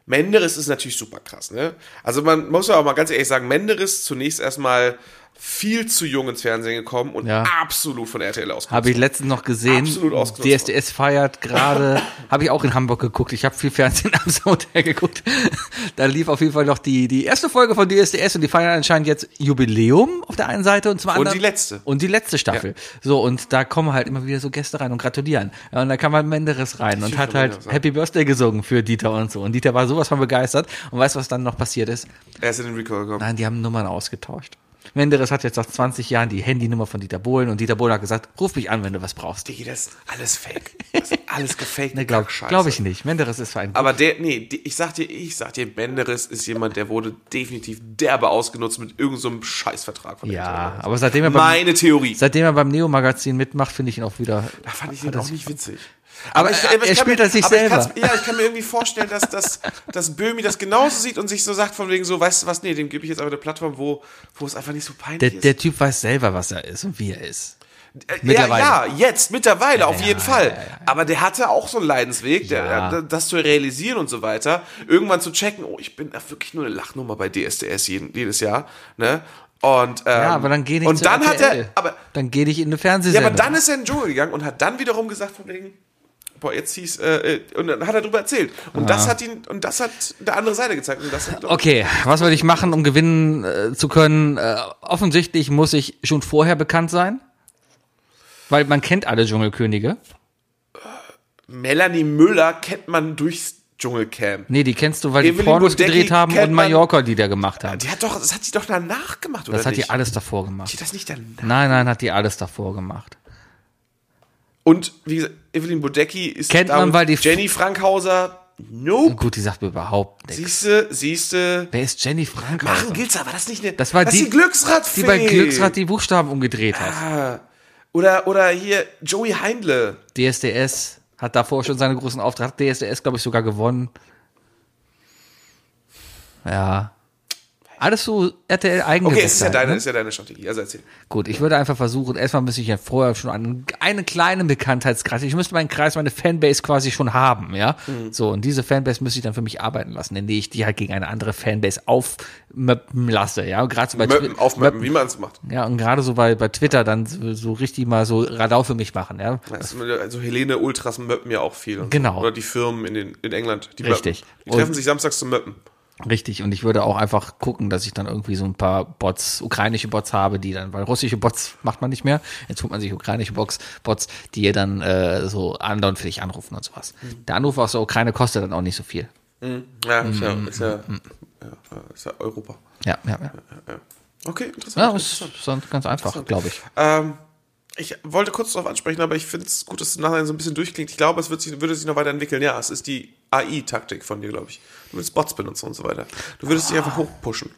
Menderes ist natürlich super krass, ne? Also man muss ja auch mal ganz ehrlich sagen, Menderes zunächst erstmal viel zu jung ins Fernsehen gekommen und Ja. absolut von RTL aus. Habe ich letztens noch gesehen. Absolut ausgenutzt. DSDS feiert gerade. habe ich auch in Hamburg geguckt. Ich habe viel Fernsehen am Hotel geguckt. da lief auf jeden Fall noch die, die erste Folge von DSDS und die feiern anscheinend jetzt Jubiläum auf der einen Seite und zum anderen. die letzte. Und die letzte Staffel. So, und da kommen halt immer wieder so Gäste rein und gratulieren. Ja, und da kam halt Menderes rein und hat schon halt Menderes, ja. Happy Birthday gesungen für Dieter und so. Und Dieter war sowas von begeistert. Und weißt du, was dann noch passiert ist? Er ist in den Recall gekommen. Nein, die haben Nummern ausgetauscht. Menderes hat jetzt nach 20 Jahren die Handynummer von Dieter Bohlen und Dieter Bohlen hat gesagt, ruf mich an, wenn du was brauchst. Diggi, das ist alles fake. Das ist alles gefaked. Ne, glaube Kackscheiße. glaub ich nicht. Menderes ist für ein Aber der, nee, die- ich sag dir, ich sag dir, Menderes ist jemand, der wurde definitiv derbe ausgenutzt mit irgendeinem so einem Scheißvertrag von Ja, RTL. aber seitdem er beim, Meine Theorie. seitdem er beim Neo-Magazin mitmacht, finde ich ihn auch wieder. Da fand ich ihn auch nicht witzig. Aber er- er kann spielt mir, das sich aber ich selber. kann's- ja, ich kann mir irgendwie vorstellen, dass, dass, dass Böhmi das genauso sieht und sich so sagt, von wegen so, weißt du was, nee, dem gebe ich jetzt einfach eine Plattform, wo, wo es einfach nicht so Der, peinlich der Typ weiß selber, was er ist und wie er ist. ist. mittlerweile. Ja, ja, jetzt, mittlerweile, auf ja, jeden ja, Fall. ja, ja. Aber der hatte auch so einen Leidensweg, der, Ja. der- das zu realisieren und so weiter. Irgendwann zu checken, oh, ich bin wirklich nur eine Lachnummer bei DSDS jeden, jedes Jahr, ne? Und, ähm, Ja, aber dann geh nicht Und zu dann hat RTL. er, aber, Dann geh dich in eine Ja, Fernsehsendung. aber dann ist er in den Dschungel gegangen und hat dann wiederum gesagt von wegen, boah, jetzt hieß, äh, äh, und dann hat er darüber erzählt. Und das hat ihn, und das hat der andere Seite gezeigt. Und das hat, Ah. Okay, was soll ich machen, um gewinnen äh, zu können? Äh, offensichtlich muss ich schon vorher bekannt sein. Weil man kennt alle Dschungelkönige. Melanie Müller kennt man durchs Dschungelcamp. Nee, die kennst du, weil die Evelyn Pornos Bodecki gedreht haben kennt und man- Mallorca-Lieder gemacht haben. Die hat doch, das hat sie doch danach gemacht, oder Das hat nicht? die alles davor gemacht. Hat die das nicht danach? Nein, nein, hat die alles davor gemacht. Und wie gesagt, Evelyn Bodecki ist Kennt man, damit- weil die- Oh Jenny Frankhauser, nope. Gut, die sagt mir überhaupt nichts. Siehste, siehste. Wer ist Jenny Frank? Maren Gilzer, war das nicht eine, Das war das ist die- die Glücksradfee. die bei Glücksrad die Buchstaben umgedreht hat. Oder, oder hier Joey Heindle. DSDS hat davor schon seine großen Auftritte. Hat DSDS, glaube ich, sogar gewonnen. Ja. Alles so RTL Okay, eigentlich. es ist ja deine, ist ja deine Strategie. Also erzähl. ne? Gut, ich würde einfach versuchen, erstmal müsste ich ja vorher schon einen, einen kleinen Bekanntheitskreis, ich müsste meinen Kreis, meine Fanbase quasi schon haben, ja. Mhm. So, und diese Fanbase müsste ich dann für mich arbeiten lassen, indem ich die halt gegen eine andere Fanbase aufmöppen lasse, ja. Und Gerade so bei Möppen, Twi- aufmöppen, wie man es macht. Ja, und gerade so bei, bei Twitter dann so, so richtig mal so Radau für mich machen, ja. Das- Also Helene Ultras möppen ja auch viel. und so. Genau. Oder die Firmen in, den, in England. Die Richtig. Möppen. Die treffen Und- sich samstags zum Möppen. Richtig, und ich würde auch einfach gucken, dass ich dann irgendwie so ein paar Bots, ukrainische Bots habe, die dann, weil russische Bots macht man nicht mehr, jetzt holt man sich ukrainische Box, Bots, die ihr dann äh, so andauernd für dich anrufen und sowas. Der Anruf aus der Ukraine kostet dann auch nicht so viel. Ja, Mhm. ist ja, ist ja, ja, ist ja Europa. Ja, ja, ja. Okay, interessant. Ja, ist sonst ganz einfach, glaube ich. Ähm, ich wollte kurz darauf ansprechen, aber ich finde es gut, dass es im Nachhinein so ein bisschen durchklingt. Ich glaube, es wird sich, würde sich noch weiterentwickeln. Ja, es ist die AI-Taktik von dir, glaube ich. Du würdest Bots benutzen und so weiter. Du würdest dich einfach hochpushen.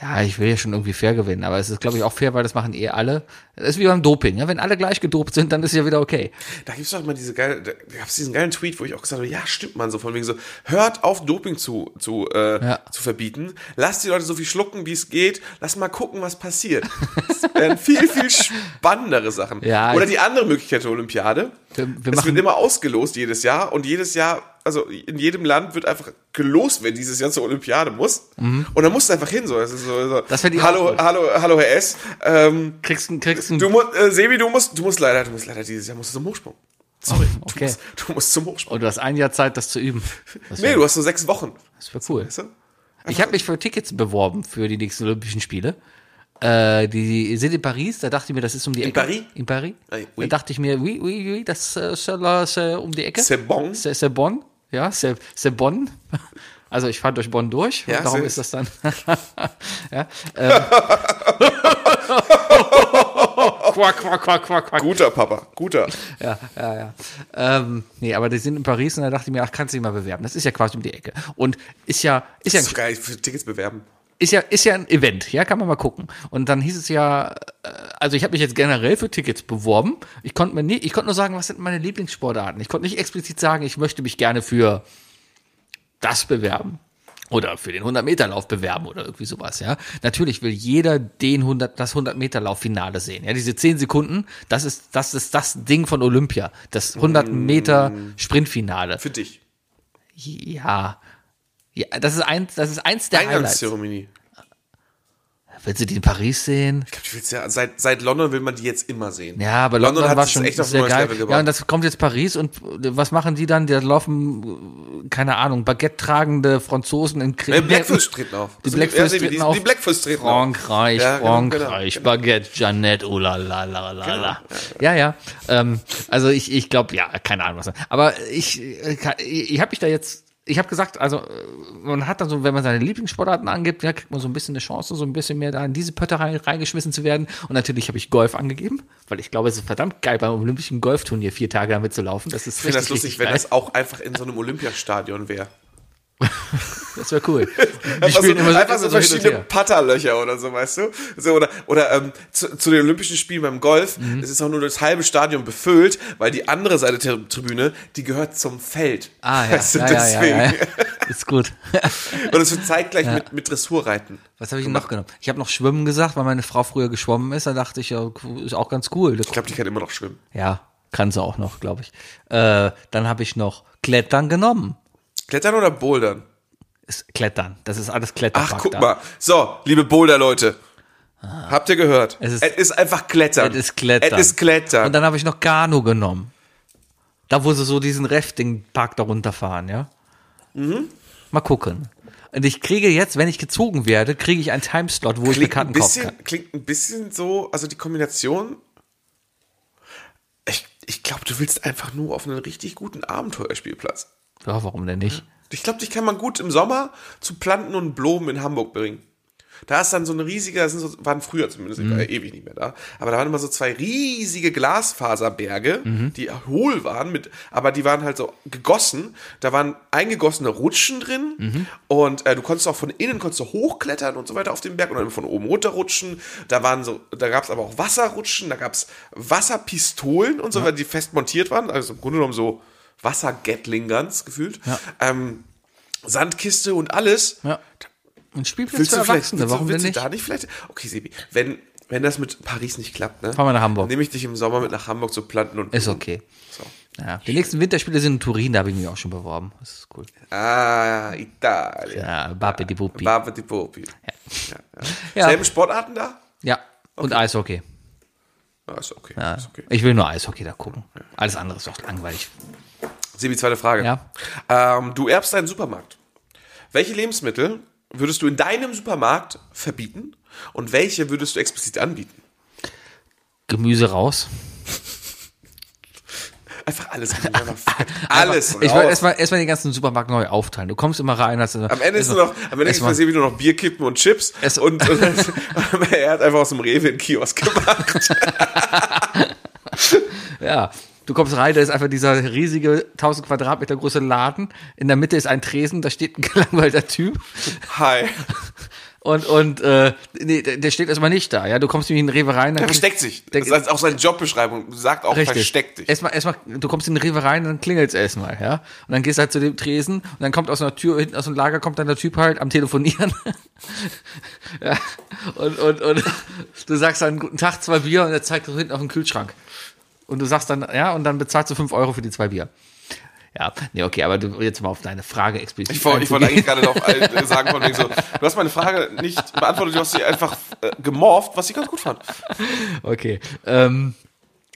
Ja, ich will ja schon irgendwie fair gewinnen, aber es ist, glaube ich, auch fair, weil das machen eh alle. Das ist wie beim Doping, ja? wenn alle gleich gedopt sind, dann ist ja wieder okay. Da gibt es doch immer diese geile, da gab es diesen geilen Tweet, wo ich auch gesagt habe, ja, stimmt man so, von wegen so, hört auf, Doping zu, zu, äh, Ja. zu verbieten. Lasst die Leute so viel schlucken, wie es geht. Lass mal gucken, was passiert. Das wären viel, viel spannendere Sachen. Ja, Oder ich- die andere Möglichkeit der Olympiade. Wir- wir es machen- wird immer ausgelost jedes Jahr und jedes Jahr, also in jedem Land wird einfach gelost, wer dieses Jahr zur Olympiade muss. Und dann musst du einfach hin. So. Das, ist so, so. Mhm. Das wär die hallo, Auswahl. hallo, hallo, Herr S. Ähm, Kriegst du kriegst einen Du musst, äh, Sebi, du musst, du musst leider, du musst leider dieses Jahr musst du zum Hochsprung. Sorry, Oh, du, okay. musst, du musst zum Hochsprung. und du hast ein Jahr Zeit, das zu üben. Das Nee, wäre du hast so sechs Wochen. wär cool. Weißt du? Ich habe mich für Tickets beworben für die nächsten Olympischen Spiele. Äh, die sind in Paris, da dachte ich mir, das ist um die Ecke. Paris? In Paris? Ah, oui. Da dachte ich mir, oui, oui, oui, das äh, c'est là, c'est um die Ecke. C'est bon. C'est, c'est bon. Ja, c'est, c'est bon. Also ich fahre durch Bonn durch, Ja, und darum c'est- ist das dann. ja, ähm. quack, quack, quack, quack, quack. Guter Papa, guter. Ja, ja, ja. Ähm, nee, aber die sind in Paris und da dachte ich mir, ach, kannst du dich mal bewerben. Das ist ja quasi um die Ecke. Und ist ja, ist ja Ist doch geil, für Tickets bewerben. ist ja, ist ja ein Event, ja, kann man mal gucken. Und dann hieß es ja, äh, also ich habe mich jetzt generell für Tickets beworben. Ich konnte mir nie, ich konnte nur sagen, was sind meine Lieblingssportarten. Ich konnte nicht explizit sagen, ich möchte mich gerne für das bewerben oder für den 100-Meter-Lauf bewerben oder irgendwie sowas, ja. Natürlich will jeder den 100, das 100-Meter-Lauf-Finale sehen, ja. Diese 10 Sekunden, das ist, das ist das Ding von Olympia, das 100-Meter-Sprintfinale. Für dich. Ja. Ja, das ist eins, das ist eins der Highlights. Eingangszeremonie. Willst du die in Paris sehen? Ich glaube, die willst du ja, seit, seit London will man die jetzt immer sehen. Ja, aber London, London hat war sich schon echt auf ein sehr neues geil. Level gebracht. ja, und das kommt jetzt Paris und was machen die dann? Die laufen, äh, keine Ahnung, Baguette tragende Franzosen in Nee, Krieg. Blackfoot Äh, treten auf. Die Das sind- ja, Blackfoot Sebi, treten die- auf. die Blackfoot treten auf. Frankreich, Ja, genau, Frankreich, genau, genau. Baguette, Jeannette, oh la la la la la. Ja, ja. Ähm, also ich, ich glaube, ja, keine Ahnung was. Aber ich, äh, kann- ich, ich habe mich da jetzt, ich habe gesagt, also äh, man hat dann so, wenn man seine Lieblingssportarten angibt, ja, kriegt man so ein bisschen eine Chance, so ein bisschen mehr da in diese Pötterei reingeschmissen zu werden. Und natürlich habe ich Golf angegeben, weil ich glaube, es ist verdammt geil, beim Olympischen Golfturnier vier Tage damit zu laufen. Das ist Ich finde richtig, das lustig, richtig wenn geil. das auch einfach in so einem Olympiastadion wäre. Das wäre cool. Die Einfach so, spielen immer so, einfach so hin und verschiedene her. Patterlöcher oder so, weißt du? So, oder oder ähm, zu, zu den Olympischen Spielen beim Golf, Mhm. es ist auch nur das halbe Stadion befüllt, weil die andere Seite der Tribüne, die gehört zum Feld. Ah, ja, Weißt du, ja, ja, ja, deswegen. ja. Ist gut. Und es wird zeitgleich mit, mit Dressurreiten. Was habe ich denn noch genommen? Ich habe noch Schwimmen gesagt, weil meine Frau früher geschwommen ist. Da dachte ich, ja, ist auch ganz cool. Das, Ich glaube, die kann immer noch schwimmen. ja, kann sie auch noch, glaube ich. Äh, dann habe ich noch Klettern genommen. Klettern oder Bouldern? Ist Klettern. Das ist alles Ach, Kletterfaktor. guck mal. So, liebe Boulder-Leute. Habt ihr gehört? Ah. Es Es ist- ist, einfach Klettern. Es ist Klettern. Es ist Klettern. Und dann habe ich noch Kanu genommen. Da, wo sie so diesen Rafting-Park da runterfahren, ja? Mhm. Mal gucken. Und ich kriege jetzt, wenn ich gezogen werde, kriege ich einen Timeslot, wo ich mir klingt Karten ein kaufen kann. bisschen, klingt ein bisschen so, also die Kombination. Ich, ich glaube, du willst einfach nur auf einen richtig guten Abenteuerspielplatz. Ja, warum denn nicht? Ich glaube, dich kann man gut im Sommer zu Planten und Blumen in Hamburg bringen. Da ist dann so ein riesiger, das sind so, waren früher zumindest, ich war ja ewig nicht mehr da, aber da waren immer so zwei riesige Glasfaserberge, die hohl waren, mit, aber die waren halt so gegossen. Da waren eingegossene Rutschen drin und äh, du konntest auch von innen konntest du hochklettern und so weiter auf den Berg und dann von oben runterrutschen. Da waren so, da gab es aber auch Wasserrutschen, da gab es Wasserpistolen und so weiter, die fest montiert waren, also im Grunde genommen so Wasser-Gatling-Guns gefühlt. Ähm, Sandkiste und alles. Ja. Ein Spielplatz Willst für du vielleicht, Erwachsene, willst warum du, denn willst du nicht? da nicht vielleicht? Okay, Sebi, wenn, wenn das mit Paris nicht klappt, ne? Fahren wir nach Hamburg. dann Nehme ich dich im Sommer mit nach Hamburg zu Planten und. Ist okay. So. Ja. Die nächsten Winterspiele sind in Turin, da habe ich mich auch schon beworben. Das ist cool. Ah, Italien. Ja, Bappe die Bupi. Ja. Baba di Popi. Ja. Ja, Ja. Selben Sportarten da? Und Eishockey. Ja, ist okay. Ja. Ist okay. Ich will nur Eishockey da gucken. Alles andere ist doch langweilig. Sebi, zweite Frage. Ja. Ähm, du erbst einen Supermarkt. Welche Lebensmittel würdest du in deinem Supermarkt verbieten und welche würdest du explizit anbieten? Gemüse raus. Einfach alles. Einfach fett. alles. Ich raus. wollte erstmal erstmal den ganzen Supermarkt neu aufteilen. Du kommst immer rein, hast Am Ende ist nur noch, am Ende ist Also, erstmal- passiert nur noch Bierkippen und Chips Es- und, und er hat einfach aus dem Rewe einen Kiosk gemacht. Ja. Du kommst rein, da ist einfach dieser riesige 1000 Quadratmeter große Laden. In der Mitte ist ein Tresen, da steht ein gelangweilter Typ. Hi. Und, und äh, nee, der der steht erstmal nicht da. Ja, du kommst nämlich in den Rewe rein. Er Dann versteckt sich. Der- Das ist also auch seine Jobbeschreibung. Sagt auch, Richtig. versteckt dich. Erstmal, erstmal, du kommst in den Rewe rein, dann klingelt's erstmal, ja. Und dann gehst du halt zu dem Tresen und dann kommt aus einer Tür, hinten aus dem Lager kommt dann der Typ halt am Telefonieren. ja. Und, und, und du sagst dann guten Tag, zwei Bier und er zeigt so hinten auf den Kühlschrank. Und du sagst dann, ja, und dann bezahlst du fünf Euro für die zwei Bier. Ja, nee, okay, aber du, jetzt mal auf deine Frage explizit. Ich wollte, ich wollte eigentlich einzugehen. gerade noch äh, sagen, von wegen so, du hast meine Frage nicht beantwortet, du hast sie einfach äh, gemorpht, was ich ganz gut fand. Okay. Ähm,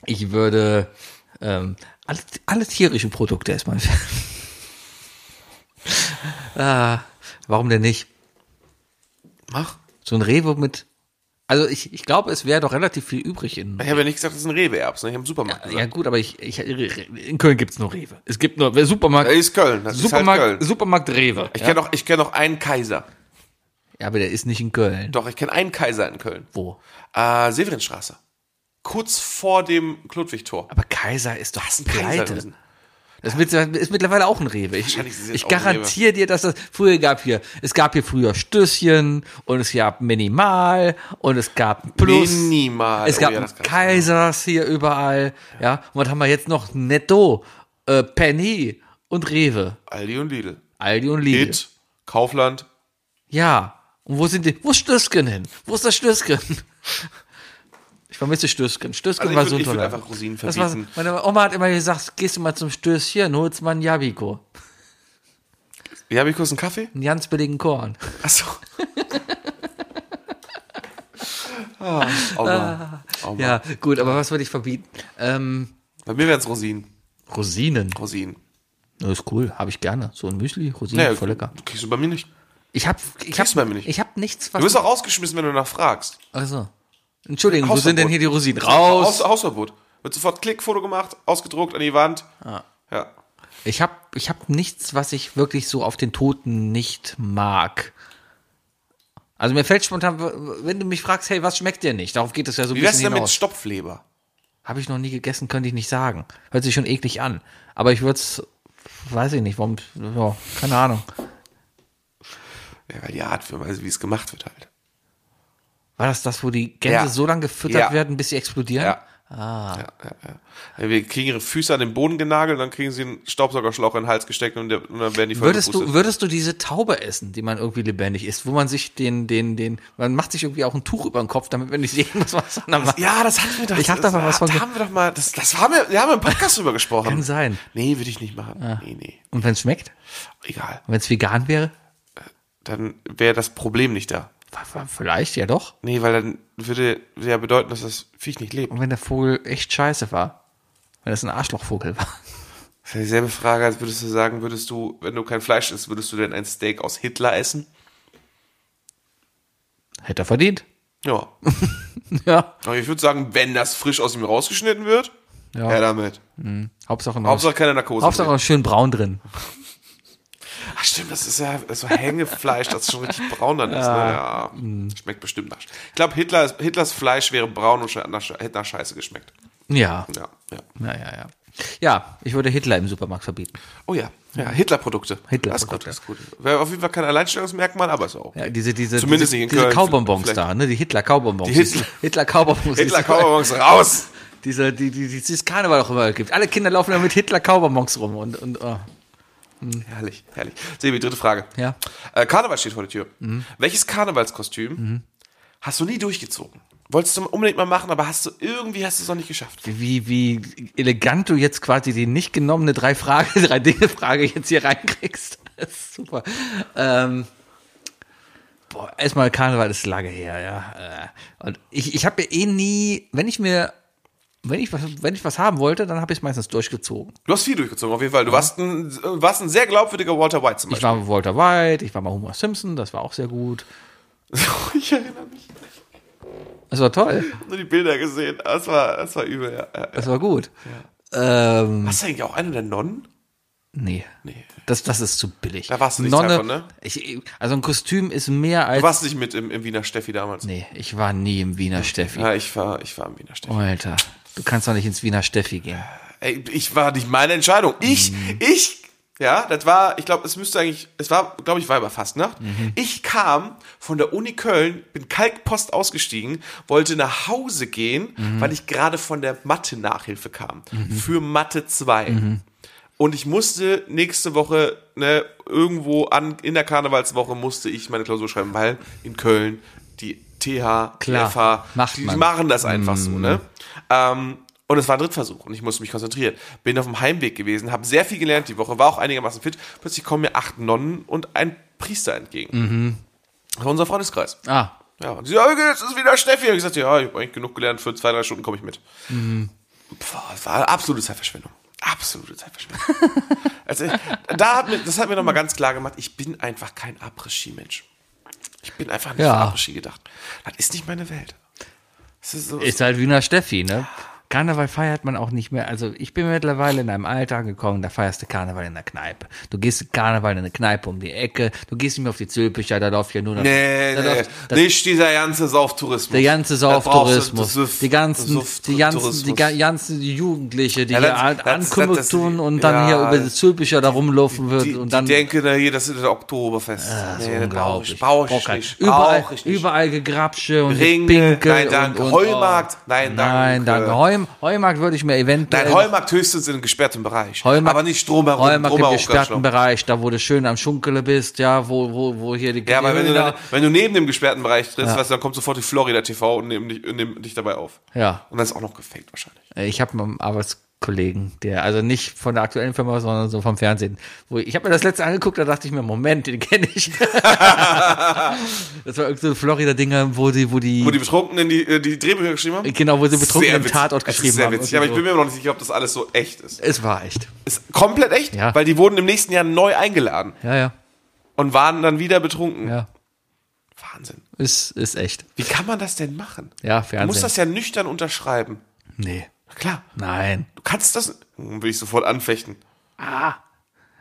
ich würde ähm, alle, alle tierischen Produkte erstmal. ah, warum denn nicht? Mach. So ein Rewe mit. Also ich, ich glaube, es wäre doch relativ viel übrig in. Ich habe ja nicht gesagt, dass es ein Rewe erbst, ne? ich habe einen Supermarkt Ja gesagt. gut, aber ich, ich in Köln gibt's nur Rewe. Es gibt nur Supermarkt. Ja, ist Köln, das ist halt Supermarkt, Köln. Supermarkt Rewe. Ich ja? kenne noch, ich kenn noch einen Kaiser. ja, aber der ist nicht in Köln. Doch, ich kenne einen Kaiser in Köln. Wo? Äh, Severinstraße. Kurz vor dem Klodwigtor. Aber Kaiser ist doch ein Kaiser Pleite. gewesen. Das ist mittlerweile- ist mittlerweile auch ein Rewe. Ich, Wahrscheinlich ist es jetzt ich auch ein garantiere dir, dass das früher gab hier, es gab hier früher Stößchen und es gab Minimal und es gab Plus. Minimal. Es Oh gab ja, das kann ich Kaisers hier überall. Ja. Und was haben wir jetzt noch? Netto, äh, Penny und Rewe. Aldi und Lidl. Aldi und Lidl. Hit, Kaufland. Ja. Und wo sind die, wo ist Stößchen hin? Wo ist das Stößchen? Ich vermisse Stößchen. Stößchen Also ich war würd- so ein ich würd toller. einfach Rosinen Das war, verbieten. meine Oma hat immer gesagt, gehst du mal zum Stößchen, holst mal ein Jabiko. Wie habe ich kurz einen Kaffee? Einen ganz billigen Korn. Achso. oh, Ah. Mann. oh Mann. Ja, gut, aber was würde ich verbieten? Ähm, Bei mir wären es Rosinen. Rosinen. Rosinen. Das ist cool, habe ich gerne. So ein Müsli, Rosinen, Naja, voll lecker. Kriegst du bei mir nicht. Ich habe ich Kriegst du bei hab, mir nicht. ich hab nichts, Du was... wirst auch rausgeschmissen, wenn du danach fragst. Also, Entschuldigung, wo Hausverbot. sind denn hier die Rosinen? Raus! Haus, Hausverbot. Wird sofort Klick, Foto gemacht, ausgedruckt an die Wand. Ah. Ja. Ich habe ich hab nichts, was ich wirklich so auf den Toten nicht mag. Also mir fällt spontan, wenn du mich fragst, hey, was schmeckt dir nicht? Darauf geht es ja so ein Wie wär's bisschen denn mit hinaus. Stopfleber? Habe ich noch nie gegessen, könnte ich nicht sagen. Hört sich schon eklig an. Aber ich würde es, weiß ich nicht, warum, ja, keine Ahnung. Ja, weil die Art, für- also wie es gemacht wird halt. War das das, wo die Gänse Ja. so lange gefüttert Ja. werden, bis sie explodieren? Ja. Ja, ja, ja. Ja, Wir kriegen ihre Füße an den Boden genagelt, dann kriegen sie einen Staubsaugerschlauch in den Hals gesteckt und, der, und dann werden die voll Würdest gepustet. du, würdest du diese Taube essen, die man irgendwie lebendig isst, wo man sich den, den, den, man macht sich irgendwie auch ein Tuch über den Kopf, damit wir nicht sehen, was man da macht. Ja, das hatten wir doch. Ich hab da mal was von Da ge- haben wir doch mal, das, das haben wir, da haben wir im Podcast drüber gesprochen. Kann sein. Ah. Nee, würde ich nicht machen. Nee, nee. Und wenn es schmeckt, Egal. wenn es vegan wäre, Dann wäre das Problem nicht da. w- w- vielleicht ja doch. Nee, weil dann würde würde ja bedeuten, dass das Viech nicht lebt. Und wenn der Vogel echt scheiße war, wenn das ein Arschlochvogel war. Das ist ja dieselbe Frage, als würdest du sagen, würdest du, wenn du kein Fleisch isst, würdest du denn ein Steak aus Hitler essen? Hätte er verdient. Ja. Ja. Aber ich würde sagen, wenn das frisch aus ihm rausgeschnitten wird, ja, her damit. Hauptsache noch, Hauptsache keine Narkose. Hauptsache noch schön braun drin. Ach stimmt, das ist ja so Hängefleisch, das schon richtig braun dann ist. Ne? Mhm. Ja, schmeckt bestimmt nach. Ich glaube, Hitler, ist- Hitlers Fleisch wäre braun und sche- nach, Sche- hätte nach Scheiße geschmeckt. Ja. Ja, ja. Ja, ja, ja. Ja, ich würde Hitler im Supermarkt verbieten. Oh ja, ja Hitler-Produkte. Hitler-Produkte. Das ist gut, das ist gut. Wäre auf jeden Fall kein Alleinstellungsmerkmal, aber ist auch. Ja, diese, diese, Zumindest diese, nicht in diese Köln, Kaubonbons vielleicht. da, ne? Die Hitler-Kaubonbons. Die Hitler- Hitler-Kaubonbons. Hitler-Kaubonbons raus! Diese, die, die, die, dieses Karneval auch immer gibt. Alle Kinder laufen da mit Hitler-Kaubonbons rum und, und, oh. Herrlich, herrlich. Sebi, dritte Frage. Ja. Mhm. Äh, Karneval steht vor der Tür. Welches Karnevalskostüm hast du nie durchgezogen? Wolltest du unbedingt mal machen, aber hast du irgendwie hast du es noch nicht geschafft. Wie, wie elegant du jetzt quasi die nicht genommene drei Frage, drei Dinge Frage jetzt hier reinkriegst. Das ist super. Ähm, boah, erstmal Karneval ist lange her, ja. Äh, Und ich, ich habe ja eh nie, wenn ich mir, wenn ich was, wenn ich was haben wollte, dann habe ich es meistens durchgezogen. Du hast viel durchgezogen, auf jeden Fall. Du warst, ein, äh, warst ein sehr glaubwürdiger Walter White zum Ich Beispiel. war mal Walter White, ich war mal Homer Simpson, das war auch sehr gut. Ich, erinnere mich. Das war toll, Ich hab nur die Bilder gesehen. Das war, das war übel, ja. ja. das war gut. Ähm, Hast du eigentlich auch eine der Nonnen? nee. Das, das ist zu billig. Da warst du nichts davon, ne? Ich, also ein Kostüm ist mehr als. Du warst nicht mit im, im Wiener Steffi damals. Nee, ich war nie im Wiener Steffi. Ja, ich war, ich war im Wiener Steffi. Alter, du kannst doch nicht ins Wiener Steffi gehen. Ey, ich war nicht meine Entscheidung. Ich, ich, ja, das war, ich glaube, es müsste eigentlich, es war, glaube ich, Weiberfastnacht. Ich kam von der Uni Köln, bin Kalkpost ausgestiegen, wollte nach Hause gehen, weil ich gerade von der Mathe-Nachhilfe kam. Für Mathe 2. Und ich musste nächste Woche, ne, irgendwo an, in der Karnevalswoche musste ich meine Klausur schreiben, weil in Köln die TH, Klar, FH, macht die man. Mhm. machen das einfach so, ne? Ähm, und es war ein Drittversuch und ich musste mich konzentrieren. Bin auf dem Heimweg gewesen, habe sehr viel gelernt die Woche, war auch einigermaßen fit. Plötzlich kommen mir acht Nonnen und ein Priester entgegen. Mhm. Das war unser Freundeskreis. Ah, Ja, und sie sagen, jetzt ist wieder Steffi. Und ich sagte, ja, ich habe eigentlich genug gelernt, für zwei, drei Stunden komme ich mit. Mhm. Pff, das war absolute Zeitverschwendung. Absolute Zeitverschwendung. also, da hat mir, das hat mir nochmal ganz klar gemacht, ich bin einfach kein Après-Ski-Mensch. Ich bin einfach nicht Ja. für Après-Ski gedacht. Das ist nicht meine Welt. Das ist so, ist halt Wiener Steffi, ne? Karneval feiert man auch nicht mehr. Also ich bin mittlerweile in einem Alter angekommen, da feierst du Karneval in der Kneipe. Du gehst Karneval in eine Kneipe um die Ecke, du gehst nicht mehr auf die Zülpicher, da läuft ja nur noch... nee, da nee, läuft- da- nicht dieser ganze Sauftourismus. Der ganze Da brauchst du Sauftourismus, das Suff- die ganzen, Suff- die ganzen, Tourismus. die ga- ganzen die Jugendliche, die Ja, hier das- an- das- das- Ankunft das- tun und dann ja, hier über die Zülpicher da rumlaufen wird Die, und die dann denken da hier, das ist das Oktoberfest. Das ist nee, das brauche unglaublich. ich, brauche Brauch ich kein- nicht. Überall, brauche ich nicht. überall Gegrapsche und Ringe, Pinke. nein, danke. Und, und, Heumarkt, nein, danke. Nein, danke. Heum, Heumarkt würde ich mir eventuell... Nein, Heumarkt höchstens in einem gesperrten Bereich. Heumarkt- aber nicht drumherum. Heumarkt im drumherum gesperrten Arschloch. Bereich, da wo du schön am Schunkele bist, ja, wo, wo, wo hier die... Ja, aber wenn du, dann, wenn du neben dem gesperrten Bereich trittst, Ja. weißt du, dann kommt sofort die Florida TV und nimmt dich, und nimmt dich dabei auf. Ja. Und dann ist auch noch gefaked wahrscheinlich. Äh, Ich habe einen Arbeitskollegen, der, also nicht von der aktuellen Firma, sondern so vom Fernsehen. Wo ich ich habe mir das letzte angeguckt, da dachte ich mir, Moment, den kenne ich. das war irgendein so Florida-Dinger, wo die, wo die, Wo die Betrunkenen die, äh, die Drehbücher geschrieben haben? genau, wo sie betrunken Sehr im witzig. Tatort Es ist geschrieben sehr haben. Also Witzig. Und Aber ich so. bin mir immer noch nicht sicher, ob das alles so echt ist. es war echt. Ist komplett echt, Ja. weil die wurden im nächsten Jahr neu eingeladen Ja, ja, und waren dann wieder betrunken. ja. Wahnsinn. Ist, ist echt. Wie kann man das denn machen? Ja, Du Fernsehen. musst das ja nüchtern unterschreiben. nee. Na klar. Nein. Du kannst das. Hm, Will ich sofort anfechten. Ah.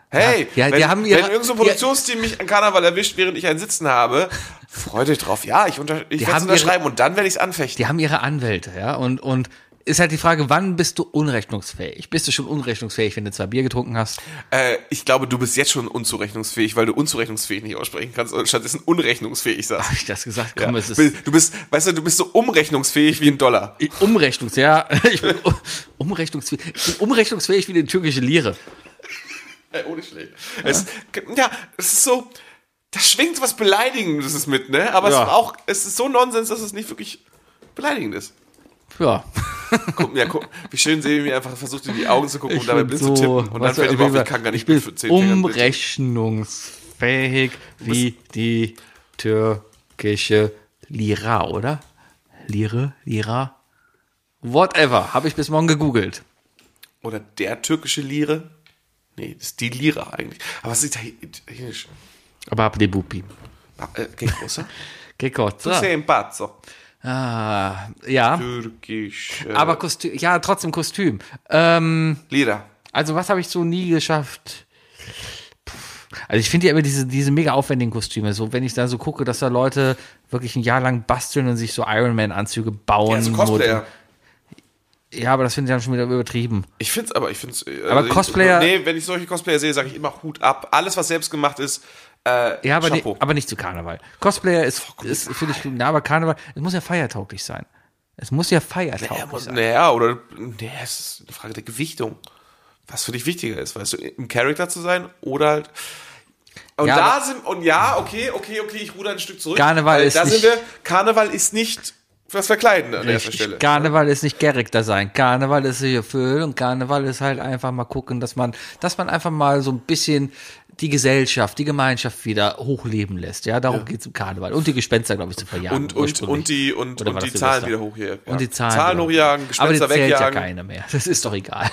Hey, Ja, ja, wenn, die haben wenn ihre- irgendein so ein die- Produktionsteam mich an Karneval erwischt, während ich einen Sitzen habe, freut euch drauf. Ja, ich, unter, ich werde haben unterschreiben und dann werde ich es anfechten. Die haben ihre Anwälte, ja, und, und ist halt die Frage, wann bist du unrechnungsfähig? Bist du schon unrechnungsfähig, wenn du zwei Bier getrunken hast? Äh, ich glaube, du bist jetzt schon unzurechnungsfähig, weil du unzurechnungsfähig nicht aussprechen kannst und stattdessen unrechnungsfähig sagst. Habe ich das gesagt? Ja. Komm, es ist Du bist, weißt du, du bist so umrechnungsfähig wie ein Dollar. umrechnungs, ja. Ich bin um- umrechnungsfähig. Ich bin umrechnungsfähig wie die türkische Lire. Ey, ohne schlecht. Es, ja, es ist so, da schwingt was Beleidigendes mit, ne? Aber es Ja. ist auch, es ist so Nonsens, dass es nicht wirklich beleidigend ist. Ja. Guck, ja, guck, wie schön Sebi mir einfach versucht, in die Augen zu gucken und dabei bin blind zu tippen. Und dann weißt du, fällt ihm auf auf, jeden ich Fall, kann gar nicht ich bin blind für 10 Fingern blind tippen. umrechnungsfähig wie die türkische Lira, oder? Lire, Lira. Whatever. Habe ich bis morgen gegoogelt. Oder der türkische Lire. Nee, das ist die Lira eigentlich. Aber es ist italienisch. Aber ab die Bupi. Ah, äh, Che cosa? Gekotzt. Sei un pazzo. Ah, ja. Türkisch. Äh, Aber Kostüm, ja, trotzdem Kostüm. Ähm, Lira. also was habe ich so nie geschafft? Puh. Also ich finde ja immer diese, diese mega aufwendigen Kostüme, so wenn ich da so gucke, dass da Leute wirklich ein Jahr lang basteln und sich so Iron Man Anzüge bauen. Ja, also Cosplayer. Oder- ja aber das finde ich dann schon wieder übertrieben. Ich find's aber, ich find's. äh, Aber ich- Cosplayer- Nee, wenn ich solche Cosplayer sehe, sage ich immer Hut ab. Alles, was selbst gemacht ist, äh, Ja, aber, nee, Chapeau. aber nicht zu Karneval. Cosplayer ist, ist finde ich, na, aber Karneval, es muss ja feiertauglich sein. Es muss ja feiertauglich Ja, muss- sein. naja, oder nee, es ist eine Frage der Gewichtung. was für dich wichtiger ist, weißt du, im Charakter zu sein oder halt. Und Ja, da aber- sind, und ja, okay, okay, okay, ich ruder ein Stück zurück. Karneval weil ist da sind nicht- wir, Karneval ist nicht das Verkleiden an der Stelle. Karneval ist nicht Charakter sein. Karneval ist sich erfüllen und Karneval ist halt einfach mal gucken, dass man, dass man einfach mal so ein bisschen die Gesellschaft, die Gemeinschaft wieder hochleben lässt. Ja, darum geht's im Karneval. Und die Gespenster, glaube ich, zu verjagen. Und, und, ursprünglich. und die, und, Oder war und die das Zahlen Silvester? wieder hochjagen. Und die Zahlen. wieder. hochjagen, Gespenster Aber die zählt ja wegjagen. keine mehr. Das ist doch egal.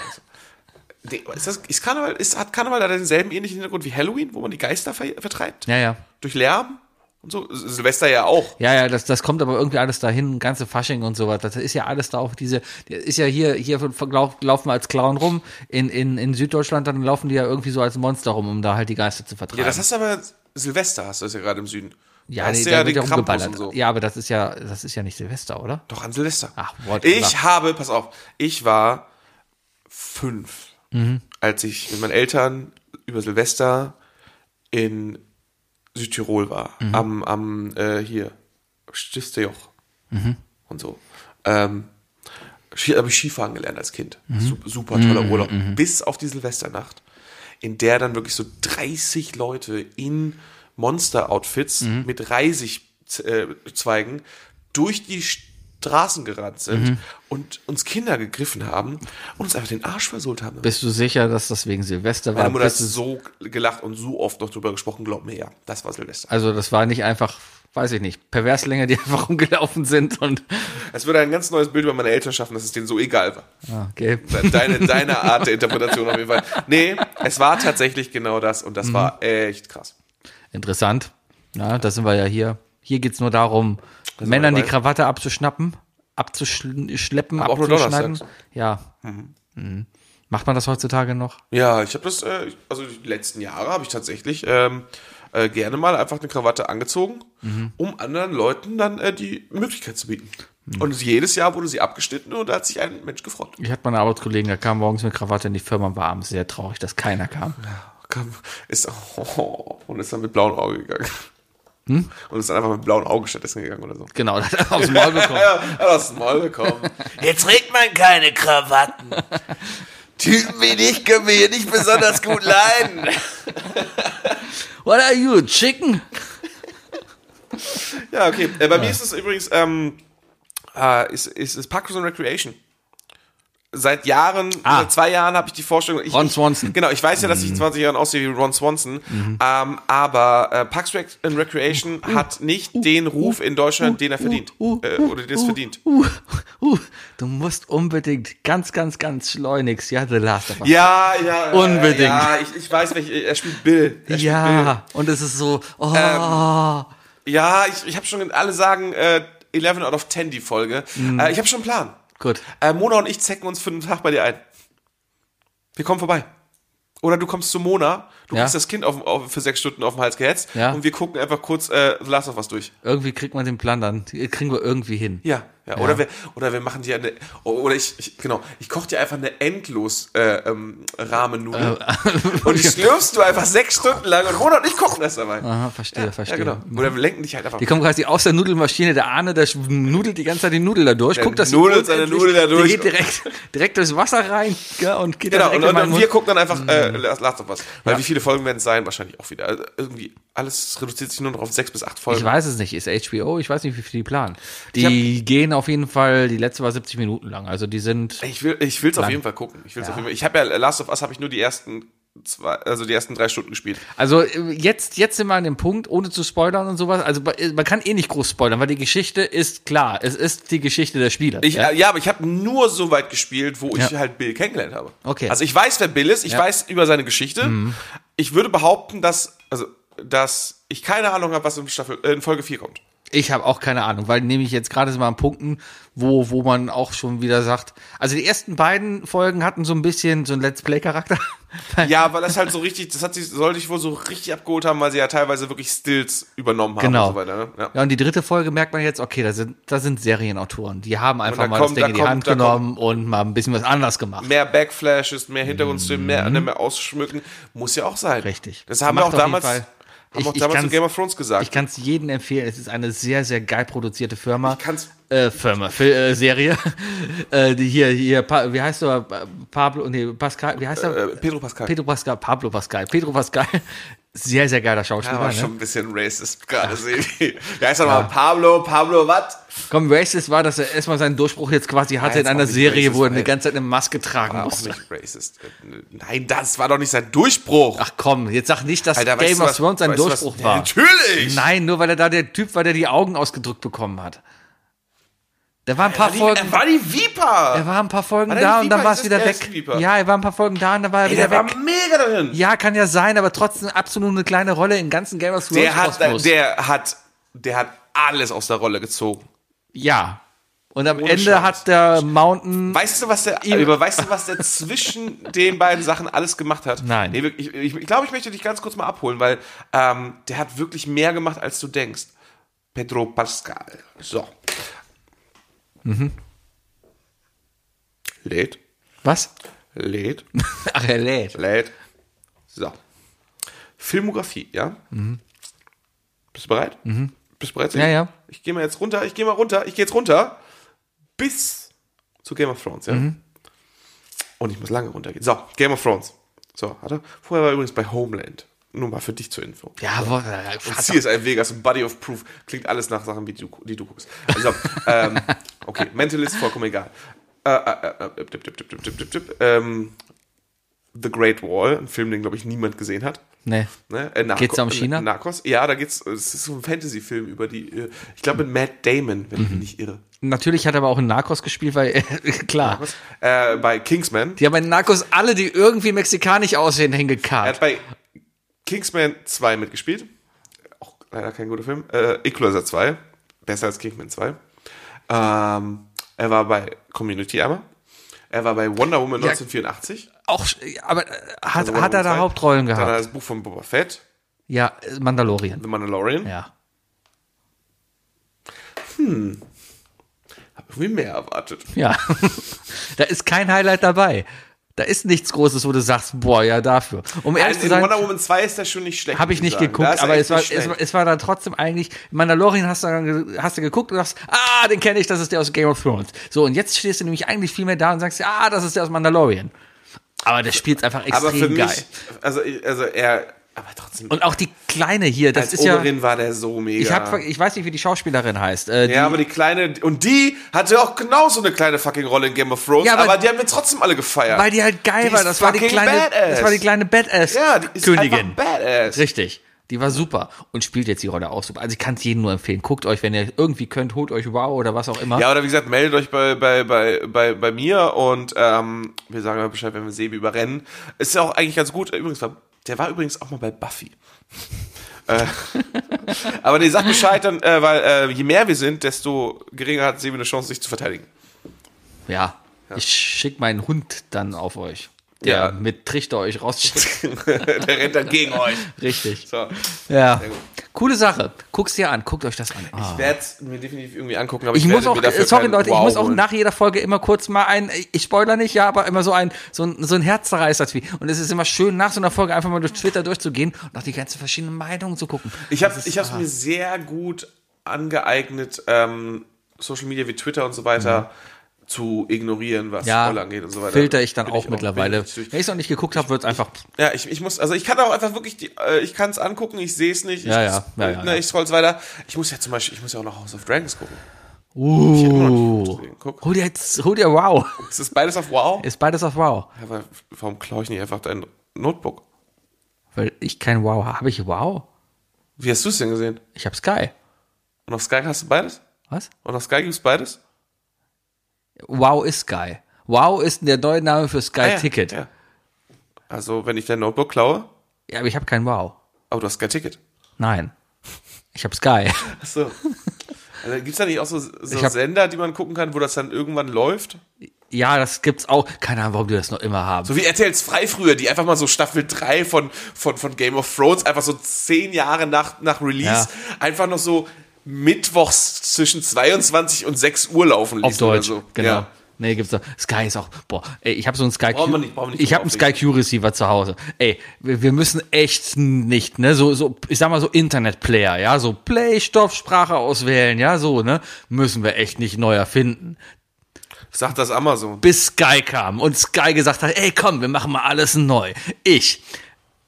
Nee, Ist, das, ist Karneval, ist, hat Karneval da denselben ähnlichen Hintergrund wie Halloween, wo man die Geister ver vertreibt? Ja, ja. Durch Lärm und so? S- Silvester ja auch. Ja, ja, das, das kommt aber irgendwie alles dahin, ganze Fasching und sowas. Das ist ja alles da auf diese, ist ja hier, hier von- lauf, laufen wir als Clown rum. In, in, in Süddeutschland, dann laufen die ja irgendwie so als Monster rum, um da halt die Geister zu vertreiben. Ja, das hast du aber, Silvester hast du das ja gerade im Süden. Ja, da nee, hast du da ja wird den ja Krampus rumgeballert. und so. Ja, aber das ist ja, das ist ja nicht Silvester, oder? Doch, an Silvester. Ach, whatever. ich habe, pass auf, ich war fünf, Mhm. als ich mit meinen Eltern über Silvester in Südtirol war. Am, am äh, hier, Stiftejoch und so. Ähm, Ski- habe ich Skifahren gelernt als Kind. Sup- Super toller Urlaub. Bis auf die Silvesternacht, in der dann wirklich so 30 Leute in Monster-Outfits mit Reisigzweigen durch die Straßen gerannt sind und uns Kinder gegriffen haben und uns einfach den Arsch versohlt haben. Bist du sicher, dass das wegen Silvester war? Meine Mutter hat Bist du- so gelacht und so oft noch drüber gesprochen, glaub mir, ja, das war Silvester. also, das war nicht einfach, weiß ich nicht, Perverslinge, die einfach rumgelaufen sind und, Es würde ein ganz neues Bild über meine Eltern schaffen, dass es denen so egal war. Ah, okay. Deine, deine Art der Interpretation auf jeden Fall. Nee, es war tatsächlich genau das und das war echt krass. Interessant. Na, da sind wir ja hier. Hier geht's nur darum, Männern die dabei. Krawatte abzuschnappen, abzuschleppen, Aber auch nur abzuschneiden. donnerstags. Ja. Mhm. Macht man das heutzutage noch? Ja, ich habe das, äh, also die letzten Jahre habe ich tatsächlich ähm, äh, gerne mal einfach eine Krawatte angezogen, um anderen Leuten dann äh, die Möglichkeit zu bieten. Und jedes Jahr wurde sie abgeschnitten und da hat sich ein Mensch gefreut. Ich hatte meine Arbeitskollegen, der kam morgens mit Krawatte in die Firma und war abends sehr traurig, dass keiner kam. Kam- Ist, oh, und ist dann mit blauem Auge gegangen. Und ist dann einfach mit blauem Auge stattdessen gegangen oder so. Genau, das hat er aufs Maul bekommen. Ja, hat das Maul bekommen. Jetzt trägt man keine Krawatten. Typen wie dich können wir hier nicht besonders gut leiden. What are you, chicken? Ja, okay. Äh, bei mir ist es übrigens, ähm, äh, ist, ist, ist Parks and Recreation. Seit Jahren, Ah. seit zwei Jahren habe ich die Vorstellung. Ich, Ron Swanson. Mhm. Ich, genau, ich weiß ja, dass ich in 20 Jahren aussehe wie Ron Swanson. Ähm, aber äh, Parks Rec and Recreation hat nicht den Ruf in Deutschland, den er verdient. uh, äh, oder den es verdient. Uh, uh, du musst unbedingt ganz, ganz, ganz schleunigst, ja, The Last of Us. Ja, ja. Unbedingt. Äh, ja, ich, ich weiß, welch, er spielt Bill. Er spielt Bill. Ja, und es ist so, oh, Ähm. Ja, ich, ich habe schon, alle sagen, äh, 11 out of 10 die Folge. Äh, ich habe schon einen Plan. Mhm. gut. Äh, Mona und ich zecken uns für einen Tag bei dir ein. Wir kommen vorbei. Oder du kommst zu Mona, du Ja. kriegst das Kind auf, auf, für sechs Stunden auf den Hals gehetzt Ja. und wir gucken einfach kurz äh, The Last of Us durch. Irgendwie kriegt man den Plan dann, kriegen wir irgendwie hin. Ja, ja. Oder, wir, oder wir machen dir eine, oder ich, ich genau, ich koche dir einfach eine endlos äh, ähm, Rahmennudel Äh, und die schlürfst du einfach sechs Stunden lang und Mona und ich kochen das dabei. Aha, verstehe, ja, verstehe. genau. Oder wir lenken dich halt einfach. Die kommen quasi aus der Nudelmaschine, der Arne, der sch- nudelt die ganze Zeit die Nudel da durch, guckt das nudelt seine Nudel da durch. Der geht direkt, direkt durchs Wasser rein ja, und geht Genau, dann und, direkt und, in meinen und wir Mund. gucken dann einfach äh, Last Last of Us. Weil wie viele Folgen werden es sein? Wahrscheinlich auch wieder. Also irgendwie, alles reduziert sich nur noch auf sechs bis acht Folgen. Ich weiß es nicht, ist HBO, ich weiß nicht, wie viel die planen. Ähm. Die gehen auf jeden Fall, die letzte war 70 Minuten lang, also die sind Ich will ich will's auf jeden Fall gucken. Ich will's auf jeden Fall. Ich habe ja Last of Us habe ich nur die ersten zwei, also die ersten drei Stunden gespielt. Also äh, jetzt, jetzt sind wir an dem Punkt, ohne zu spoilern und sowas. Also äh, man kann eh nicht groß spoilern, weil die Geschichte ist klar. Es ist die Geschichte der Spieler. Ich, ja? ja. ja, aber ich habe nur so weit gespielt, wo ich Ja. halt Bill kennengelernt habe. Okay. Also ich weiß, wer Bill ist, ich weiß über seine Geschichte. Ich würde behaupten, dass, also, dass ich keine Ahnung habe, was in, Staffel, äh, in Folge 4 kommt. Ich habe auch keine Ahnung, weil nämlich jetzt gerade sind wir an Punkten, wo, wo man auch schon wieder sagt. Also die ersten beiden Folgen hatten so ein bisschen so einen Let's Play-Charakter. Ja, weil das halt so richtig, das hat sich, soll dich wohl so richtig abgeholt haben, weil sie ja teilweise wirklich Stills übernommen haben Genau. und so weiter. Ne? Ja. Ja, und die dritte Folge merkt man jetzt, okay, da sind, da sind Serienautoren. Die haben einfach da mal das kommt- Ding da in die kommt- Hand da genommen und mal ein bisschen was anders gemacht. Mehr Backflashes, mehr Hintergrundstimmen, mehr, mehr ausschmücken, muss ja auch sein. Richtig. Das haben Macht wir auch auf jeden damals, Fall- haben Haben Ich- auch ich damals zu kann's- Game of Thrones gesagt. Ich kann es jedem empfehlen. Es ist eine sehr, sehr geil produzierte Firma. Ich kann's- äh, Firma, Fil äh, Serie. äh, die hier, hier, pa wie heißt der? Pa- Pablo, nee, Pascal, wie heißt der? äh, Pedro Pascal. Pedro Pascal, Pablo Pascal, Pedro Pascal. Sehr, sehr geiler Ja, Schauspieler. war ne? schon ein bisschen racist gerade, Sebi. Ja, ist doch mal Pablo, Pablo, was? Komm, racist war, dass er erstmal seinen Durchbruch jetzt quasi hatte jetzt in einer auch nicht Serie, wo er racist, eine ey. ganze Zeit eine Maske tragen War auch musste. nicht racist. Äh, Nein, das war doch nicht sein Durchbruch. Ach komm, jetzt sag nicht, dass Alter, weißt Game du of was- Thrones sein weißt du was- Durchbruch Ja, war. Natürlich! Nein, nur weil er da der Typ war, der die Augen ausgedrückt bekommen hat. Da waren ein paar Er war die- Folgen. Er war die Viper! Er war ein paar Folgen War der da nicht und dann Viper? war es Ist wieder das- er weg. ist Viper. Ja, er war ein paar Folgen da und dann war er Ey, wieder der war weg. mega darin! Ja, kann ja sein, aber trotzdem absolut eine kleine Rolle im ganzen Game of Thrones. der, hat, Kosmos. der, hat, der hat alles aus der Rolle gezogen. ja. Und am Ende Scheiß. hat der Mountain. Weißt du, was der, über, weißt du, was der zwischen den beiden Sachen alles gemacht hat? Nein. Nee, wirklich, ich, ich, ich glaube, ich möchte dich ganz kurz mal abholen, weil ähm, der hat wirklich mehr gemacht, als du denkst. Pedro Pascal. So. Lädt, Was? lädt, Ach, er lädt. lädt. So. Filmografie, ja? Bist du bereit? Bist du bereit? Mhm. Ja, ja. Ich gehe mal jetzt runter, ich gehe mal runter, ich gehe jetzt runter. Bis zu Game of Thrones, ja? Mhm. Und ich muss lange runtergehen. So, Game of Thrones. So, hatte. Vorher war er übrigens bei Homeland. Nur mal für dich zur Info. Ja, wo, äh, Und CSI Vegas und Body of Proof klingt alles nach Sachen, die du, die du guckst. Also, ähm, okay, Mentalist, vollkommen egal. Äh, äh, äh, äh, dip, dip, dip, dip, dip, dip, dip. Ähm, The Great Wall, ein Film, den, glaube ich, niemand gesehen hat. nee. Ne? Äh, Narco- Geht's da um China? äh, Narcos? Ja, da geht's. Es ist so ein Fantasy-Film über die. äh, Ich glaube mit Matt Damon, wenn ich Mhm. mich nicht irre. Natürlich hat er aber auch in Narcos gespielt, weil, klar. Äh, bei Kingsman. Die haben in Narcos alle, die irgendwie mexikanisch aussehen, Er hingekarrt. hat bei Kingsman 2 mitgespielt. Auch leider kein guter Film. Äh, Equalizer 2. Besser als Kingsman 2. Ähm, er war bei Community einmal. Er war bei Wonder Woman 1984. Auch, sch- aber äh, Also hat, Wonder hat er Woman da 2. Hauptrollen Dann Also hat gehabt? er das Buch von Boba Fett, Ja, äh, Mandalorian. The Mandalorian. Ja. Hab irgendwie mehr erwartet. Ja. da ist kein Highlight dabei. Da ist nichts Großes, wo du sagst, boah, ja, dafür. Um ehrlich Also zu in sein, Wonder Woman 2 ist das schon nicht schlecht. Habe muss ich nicht sagen. Da geguckt, ist er aber echt es war, nicht es, schlecht. war- es war dann trotzdem eigentlich, Mandalorian hast du, dann, hast du geguckt und sagst, ah, den kenne ich, das ist der aus Game of Thrones. So, und jetzt stehst du nämlich eigentlich viel mehr da und sagst, ah, das ist der aus Mandalorian. Aber der spielt einfach extrem aber für mich, geil. also, ich- also er, aber trotzdem, Und auch die Kleine hier, das als ist ja, Oberin war der so mega. ich, hab, ver- ich weiß nicht, wie die Schauspielerin heißt. Äh, die, ja, aber die kleine, und die hatte auch genauso eine kleine fucking Rolle in Game of Thrones, Ja, aber- aber, die haben wir trotzdem alle gefeiert. weil die halt geil die war, ist das war die fucking kleine, badass. das war die kleine ja, die ist Badass-Königin. einfach badass. Richtig. Die war super und spielt jetzt die Rolle auch super. Also ich kann es jedem nur empfehlen. Guckt euch, wenn ihr irgendwie könnt, holt euch Wow oder was auch immer. Ja, oder wie gesagt, meldet euch bei, bei, bei, bei, bei mir und ähm, wir sagen mal Bescheid, wenn wir Sebi überrennen. Ist ja auch eigentlich ganz gut. Übrigens, war, der war übrigens auch mal bei Buffy. Äh, aber nee, sagt Bescheid dann, äh, weil äh, je mehr wir sind, desto geringer hat Sebi eine Chance, sich zu verteidigen. Ja, ich schick meinen Hund dann auf euch. Der Ja. mit Trichter euch rausschickt. der rennt dann gegen euch. Richtig. So. Ja. gut. Coole Sache. Guck's dir an, guckt euch das an. Ah. Ich werde es mir definitiv irgendwie angucken, aber Ich, ich, muss werde auch, mir dafür sorry keinen Leute, ich Wow muss auch holen. nach jeder Folge immer kurz mal ein, ich spoiler nicht, ja, aber immer so ein, so ein, so ein Herzerreißer-Tweet. Und es ist immer schön, nach so einer Folge einfach mal durch Twitter durchzugehen und nach die ganzen verschiedenen Meinungen zu gucken. Ich habe es ah. mir sehr gut angeeignet, ähm, Social Media wie Twitter und so weiter zu ignorieren, was Mhm. Ja, Rolle angeht und so weiter. filter ich dann Bin auch mittlerweile. bin ich Wenn durch. ich es noch nicht geguckt habe, wird's einfach, Ja, ich, ich muss, also ich kann auch einfach wirklich, die, äh, ich kann es angucken, ich sehe es nicht. Ja, ich, ja, ja, ja, ne, ja. Ich scroll's weiter. Ich muss ja zum Beispiel, ich muss ja auch noch House of Dragons gucken. uh, Guck, hol dir jetzt, hol dir wow. es ist beides auf Wow. Ist beides auf wow. Ja, aber warum klaue ich nicht einfach dein Notebook? Weil ich kein Wow habe. Habe ich Wow? Wie hast du es denn gesehen? Ich habe Sky. Und auf Sky hast du beides? Was? Und auf Sky gibt's beides? Wow ist Sky. Wow ist der neue Name für Sky Ah, ja, Äh, Ticket. Ja. Ja. Also, wenn ich dein Notebook klaue, aber ich habe kein Wow. aber du hast Sky Ticket. Nein. Ich habe Sky. Ach so. Also, Gibt es da nicht auch so, so Ich hab- Sender, die man gucken kann, wo das dann irgendwann läuft? ja, das gibt's auch. Keine Ahnung, warum die das noch immer haben. So wie RTLs frei früher, die einfach mal so Staffel 3 von, von, von Game of Thrones, einfach so zehn Jahre nach, nach Release, einfach noch so mittwochs zwischen 22 und 6 Uhr laufen ließen. auf Deutsch. Oder so. Genau. Ja. Nee, gibt's doch. Sky ist auch. Boah, ey, ich habe so einen Sky Brauchen Q- wir nicht, brauchen wir nicht Ich habe einen Sky Q Receiver zu Hause. Ey, wir, wir müssen echt nicht, ne, so so ich sag mal so Internet Player, ja, so Play-Stoffsprache auswählen, ja, so, ne, müssen wir echt nicht neu erfinden. Sagt das Amazon. Bis Sky kam und Sky gesagt hat, ey, komm, wir machen mal alles neu. Ich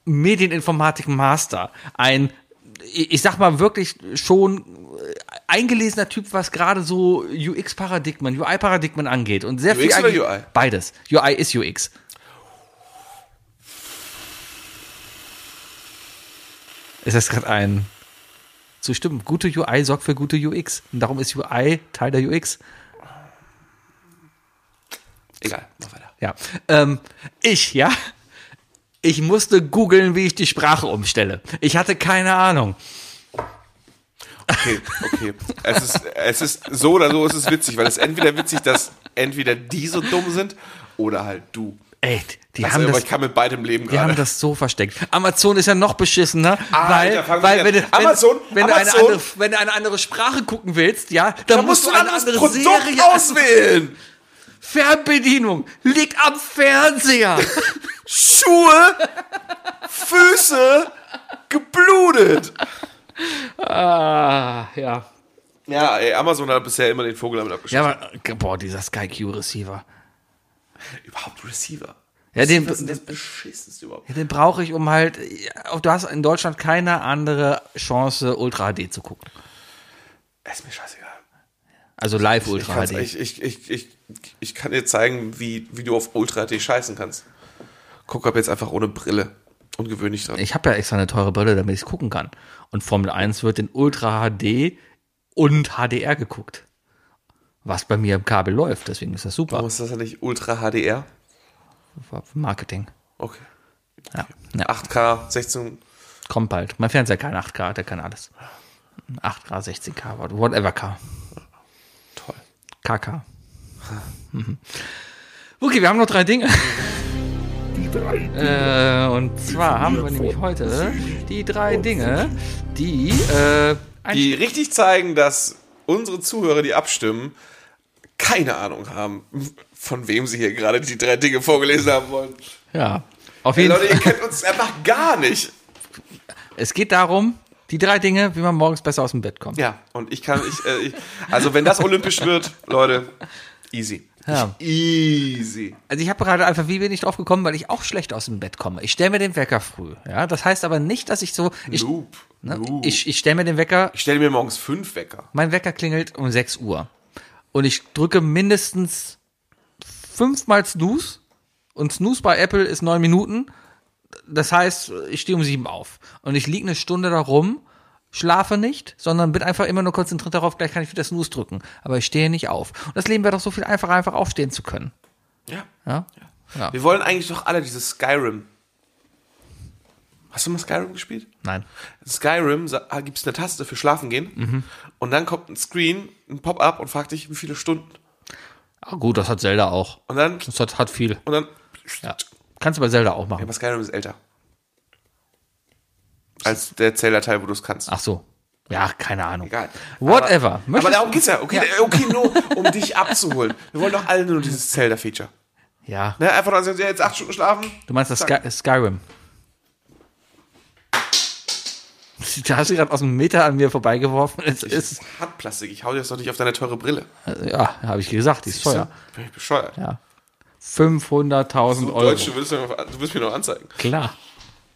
Medieninformatik Master, ein ich ich sag mal wirklich schon äh, eingelesener Typ, was gerade so UX-Paradigmen, UI-Paradigmen angeht. Und sehr UX viel oder eigentlich- UI? Beides. UI ist UX. Ist das gerade ein Zustimmen? Gute UI sorgt für gute UX. Und darum ist UI Teil der UX. Egal, mach weiter. Ja. Ähm, ich, ja. Ich musste googeln, wie ich die Sprache umstelle. Ich hatte keine Ahnung. Okay, okay. Es ist, es ist so oder so, es ist witzig, weil es ist entweder witzig, dass entweder die so dumm sind oder halt du. Ey, die Also, haben aber das ich kann mit beidem leben Die haben gerade. das so versteckt. Amazon ist ja noch beschissener, Ah, weil, Alter, fang weil nicht wenn, du- an. wenn, Amazon, wenn, du eine Amazon. andere, wenn du eine andere Sprache gucken willst, ja, dann, Da musst du ein eine anderes andere Produkt Serie auswählen. Fernbedienung liegt am Fernseher. Schuhe, Füße, geblutet. ah, ja. Ja, ey, Amazon hat bisher immer den Vogel damit Ja, abgeschossen. aber, boah, dieser Sky Q Receiver. Überhaupt Receiver. Ja, den, Was ist denn das Beschissenste überhaupt? den brauche ich, um halt, ja, du hast in Deutschland keine andere Chance, Ultra HD zu gucken. Ist mir scheißegal. Also live Ich, Ultra kann's- HD. ich, ich, ich, ich, ich kann dir zeigen, wie, wie du auf Ultra HD scheißen kannst. Guck ab jetzt einfach ohne Brille. Ungewöhnlich dran. Ich habe ja extra eine teure Brille, damit ich gucken kann. Und Formel 1 wird in Ultra HD und HDR geguckt. Was bei mir im Kabel läuft, deswegen ist das Warum super. ist das ja nicht Ultra HDR? Marketing. Okay. Ja, ja 8K, 16. kommt bald. Mein Fernseher kann 8K, der kann alles. 8K, 16K, whatever K. Toll. KK. Mhm. Okay, wir haben noch drei Dinge. Äh, und zwar haben wir nämlich heute die drei Dinge, die äh, ein Die richtig zeigen, dass unsere Zuhörer, die abstimmen, keine Ahnung haben, von wem sie hier gerade die drei Dinge vorgelesen haben wollen. Ja. Auf Hey, jeden Leute, Fall. ihr kennt uns einfach gar nicht. Es geht darum, die drei Dinge, wie man morgens besser aus dem Bett kommt. Ja, und ich kann, ich, äh, ich also wenn das olympisch wird, Leute, easy. Ja. Easy. Also ich habe gerade einfach wie wenig drauf gekommen, weil ich auch schlecht aus dem Bett komme. Ich stelle mir den Wecker früh. Ja, das heißt aber nicht, dass ich so ich Noob. ne, Noob. ich, ich stelle mir den Wecker. Ich stelle mir morgens fünf Wecker. Mein Wecker klingelt um 6 Uhr und ich drücke mindestens fünfmal Snooze und Snooze bei Apple ist neun Minuten. Das heißt, ich stehe um sieben auf und ich liege eine Stunde da rum, schlafe nicht, sondern bin einfach immer nur konzentriert darauf, gleich kann ich wieder Snooze drücken. Aber ich stehe nicht auf. Und das Leben wäre doch so viel einfacher, einfach aufstehen zu können. Ja. Ja? Ja. Wir wollen eigentlich doch alle dieses Skyrim. Hast du mal Skyrim gespielt? Nein. Skyrim gibt es eine Taste für Schlafen gehen Mhm. und dann kommt ein Screen, ein Pop-up und fragt dich, wie viele Stunden. Ah, gut, das hat Zelda auch. Und dann, Das hat, hat viel. und dann, Ja. Kannst du bei Zelda auch machen. aber Skyrim ist älter. Als der Zelda-Teil, wo du es kannst. Ach so. Ja, keine Ahnung. Egal. Whatever. Aber, aber Möchtest- darum geht's ja. Okay, okay nur um dich abzuholen. Wir wollen doch alle nur dieses Zelda-Feature. Ja. Ne? Einfach nur sagen, ja, jetzt acht Stunden schlafen. Du meinst das Sky äh, Skyrim? Da hast du gerade aus einem Meter an mir vorbeigeworfen. Es ist, äh, Hat Plastik. Ich hau dir das doch nicht auf deine teure Brille. ja, habe ich gesagt, die ist teuer. Bin ich bescheuert. Ja. 500.000 Du Euro. Deutsche willst du, mir noch- du willst mir noch anzeigen. Klar.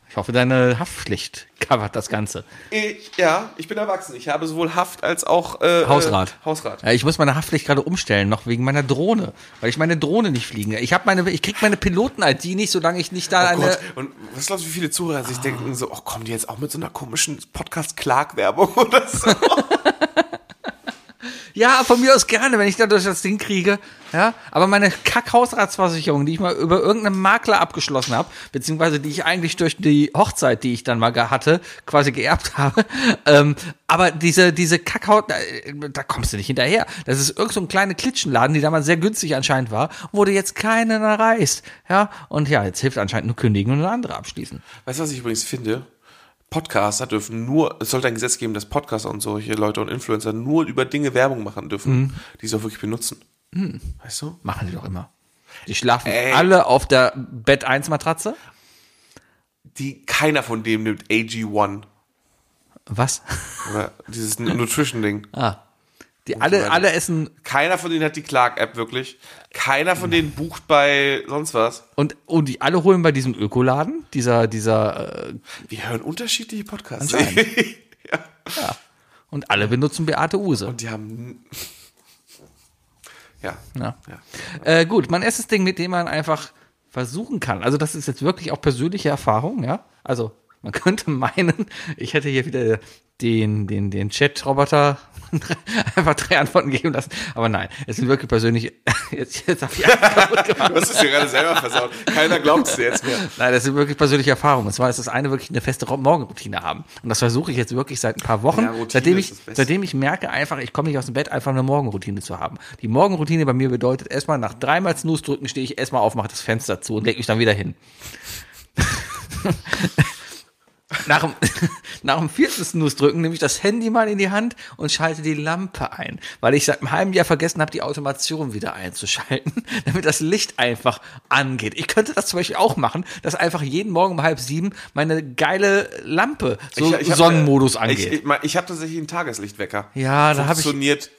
Ich hoffe, deine Haftpflicht covert das Ganze. Ich, ja, ich bin erwachsen. Ich habe sowohl Haft als auch äh, Hausrat. Äh, Hausrat. Ja, ich muss meine Haftpflicht gerade umstellen, noch wegen meiner Drohne, weil ich meine Drohne nicht fliegen. Ich habe meine, ich krieg meine Piloten-ID nicht, solange ich nicht da Oh eine. Gott. Und was glaubst du, wie viele Zuhörer sich denken so, oh, kommen die jetzt auch mit so einer komischen Podcast-Klagwerbung oder so? Ja, von mir aus gerne, wenn ich dadurch das Ding kriege. Ja, aber meine Kack-Hausratsversicherung, die ich mal über irgendeinen Makler abgeschlossen habe, beziehungsweise die ich eigentlich durch die Hochzeit, die ich dann mal ge- hatte, quasi geerbt habe. Ähm, aber diese, diese Kackhaut, da, da kommst du nicht hinterher. Das ist irgend so ein kleiner Klitschenladen, die damals sehr günstig anscheinend war, wurde jetzt keinen erreicht. Ja, und ja, jetzt hilft anscheinend nur kündigen und eine andere abschließen. weißt du, was ich übrigens finde? Podcaster dürfen nur, es sollte ein Gesetz geben, dass Podcaster und solche Leute und Influencer nur über Dinge Werbung machen dürfen, die sie auch wirklich benutzen. Weißt du? Machen die doch immer. Die schlafen Ey. alle auf der Bett 1 Matratze. Die, keiner von dem nimmt AG1. Was? Oder dieses Nutrition-Ding. Die alle, weiter. alle essen Keiner von denen hat die Clark-App wirklich. Keiner von denen bucht bei sonst was. und, und die alle holen bei diesem Ökoladen, dieser, dieser, äh, Wir hören unterschiedliche Podcasts. Anscheinend. ja. und alle benutzen Beate Use. Und die haben. Ja. Ja. ja. Äh, gut, mein erstes Ding, mit dem man einfach versuchen kann. Also das ist jetzt wirklich auch persönliche Erfahrung, ja. Also man könnte meinen, ich hätte hier wieder den, den, den Chat-Roboter einfach drei Antworten geben lassen. Aber nein, es sind wirklich persönliche. Jetzt, jetzt hab ich kaputt gemacht. Du hast es dir gerade selber versaut. Keiner glaubt es dir jetzt mehr. Nein, das sind wirklich persönliche Erfahrungen. Und zwar ist das eine wirklich eine feste Ro- Morgenroutine haben. Und das versuche ich jetzt wirklich seit ein paar Wochen, Ja, Routine seitdem, ist ich, das Beste. seitdem ich merke einfach, ich komme nicht aus dem Bett, einfach eine Morgenroutine zu haben. Die Morgenroutine bei mir bedeutet erstmal nach dreimal Snooze drücken, stehe ich erstmal auf, mache das Fenster zu und lege mich dann wieder hin. Nach dem, nach dem vierten Snooze drücken nehme ich das Handy mal in die Hand und schalte die Lampe ein, weil ich seit einem halben Jahr vergessen habe, die Automation wieder einzuschalten, damit das Licht einfach angeht. Ich könnte das zum Beispiel auch machen, dass einfach jeden Morgen um halb sieben meine geile Lampe so Ich- ich hab- äh, Sonnenmodus ich- angeht. Ich, ich, ich habe tatsächlich einen Tageslichtwecker. Ja, da hab ich- Funktioniert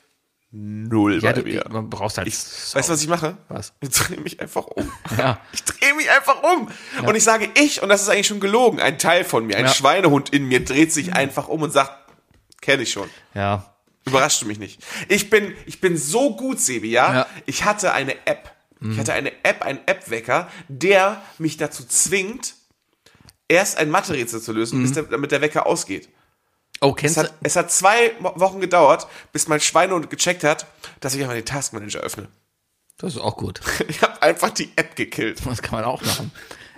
null ja, bei du, mir. man braucht halt. Ich, weißt du, was ich mache? Was? Ich drehe mich einfach um. Ja. Ich drehe mich einfach um. Und ich sage ich, und das ist eigentlich schon gelogen, ein Teil von mir, ein Ja. Schweinehund in mir dreht sich einfach um und sagt, kenne ich schon. ja. Überrascht du mich nicht. Ich bin, ich bin so gut, Sebi, ja? Ja. Ich hatte eine App. Ich hatte eine App, einen App-Wecker, der mich dazu zwingt, erst ein Mathe-Rätsel zu Mhm. lösen, bis der, damit der Wecker ausgeht. Oh, Es kennst du? hat, es hat zwei Mo- Wochen gedauert, bis mein Schweinehund gecheckt hat, dass ich einfach den Taskmanager öffne. Das ist auch gut. Ich habe einfach die App gekillt. Das kann man auch machen.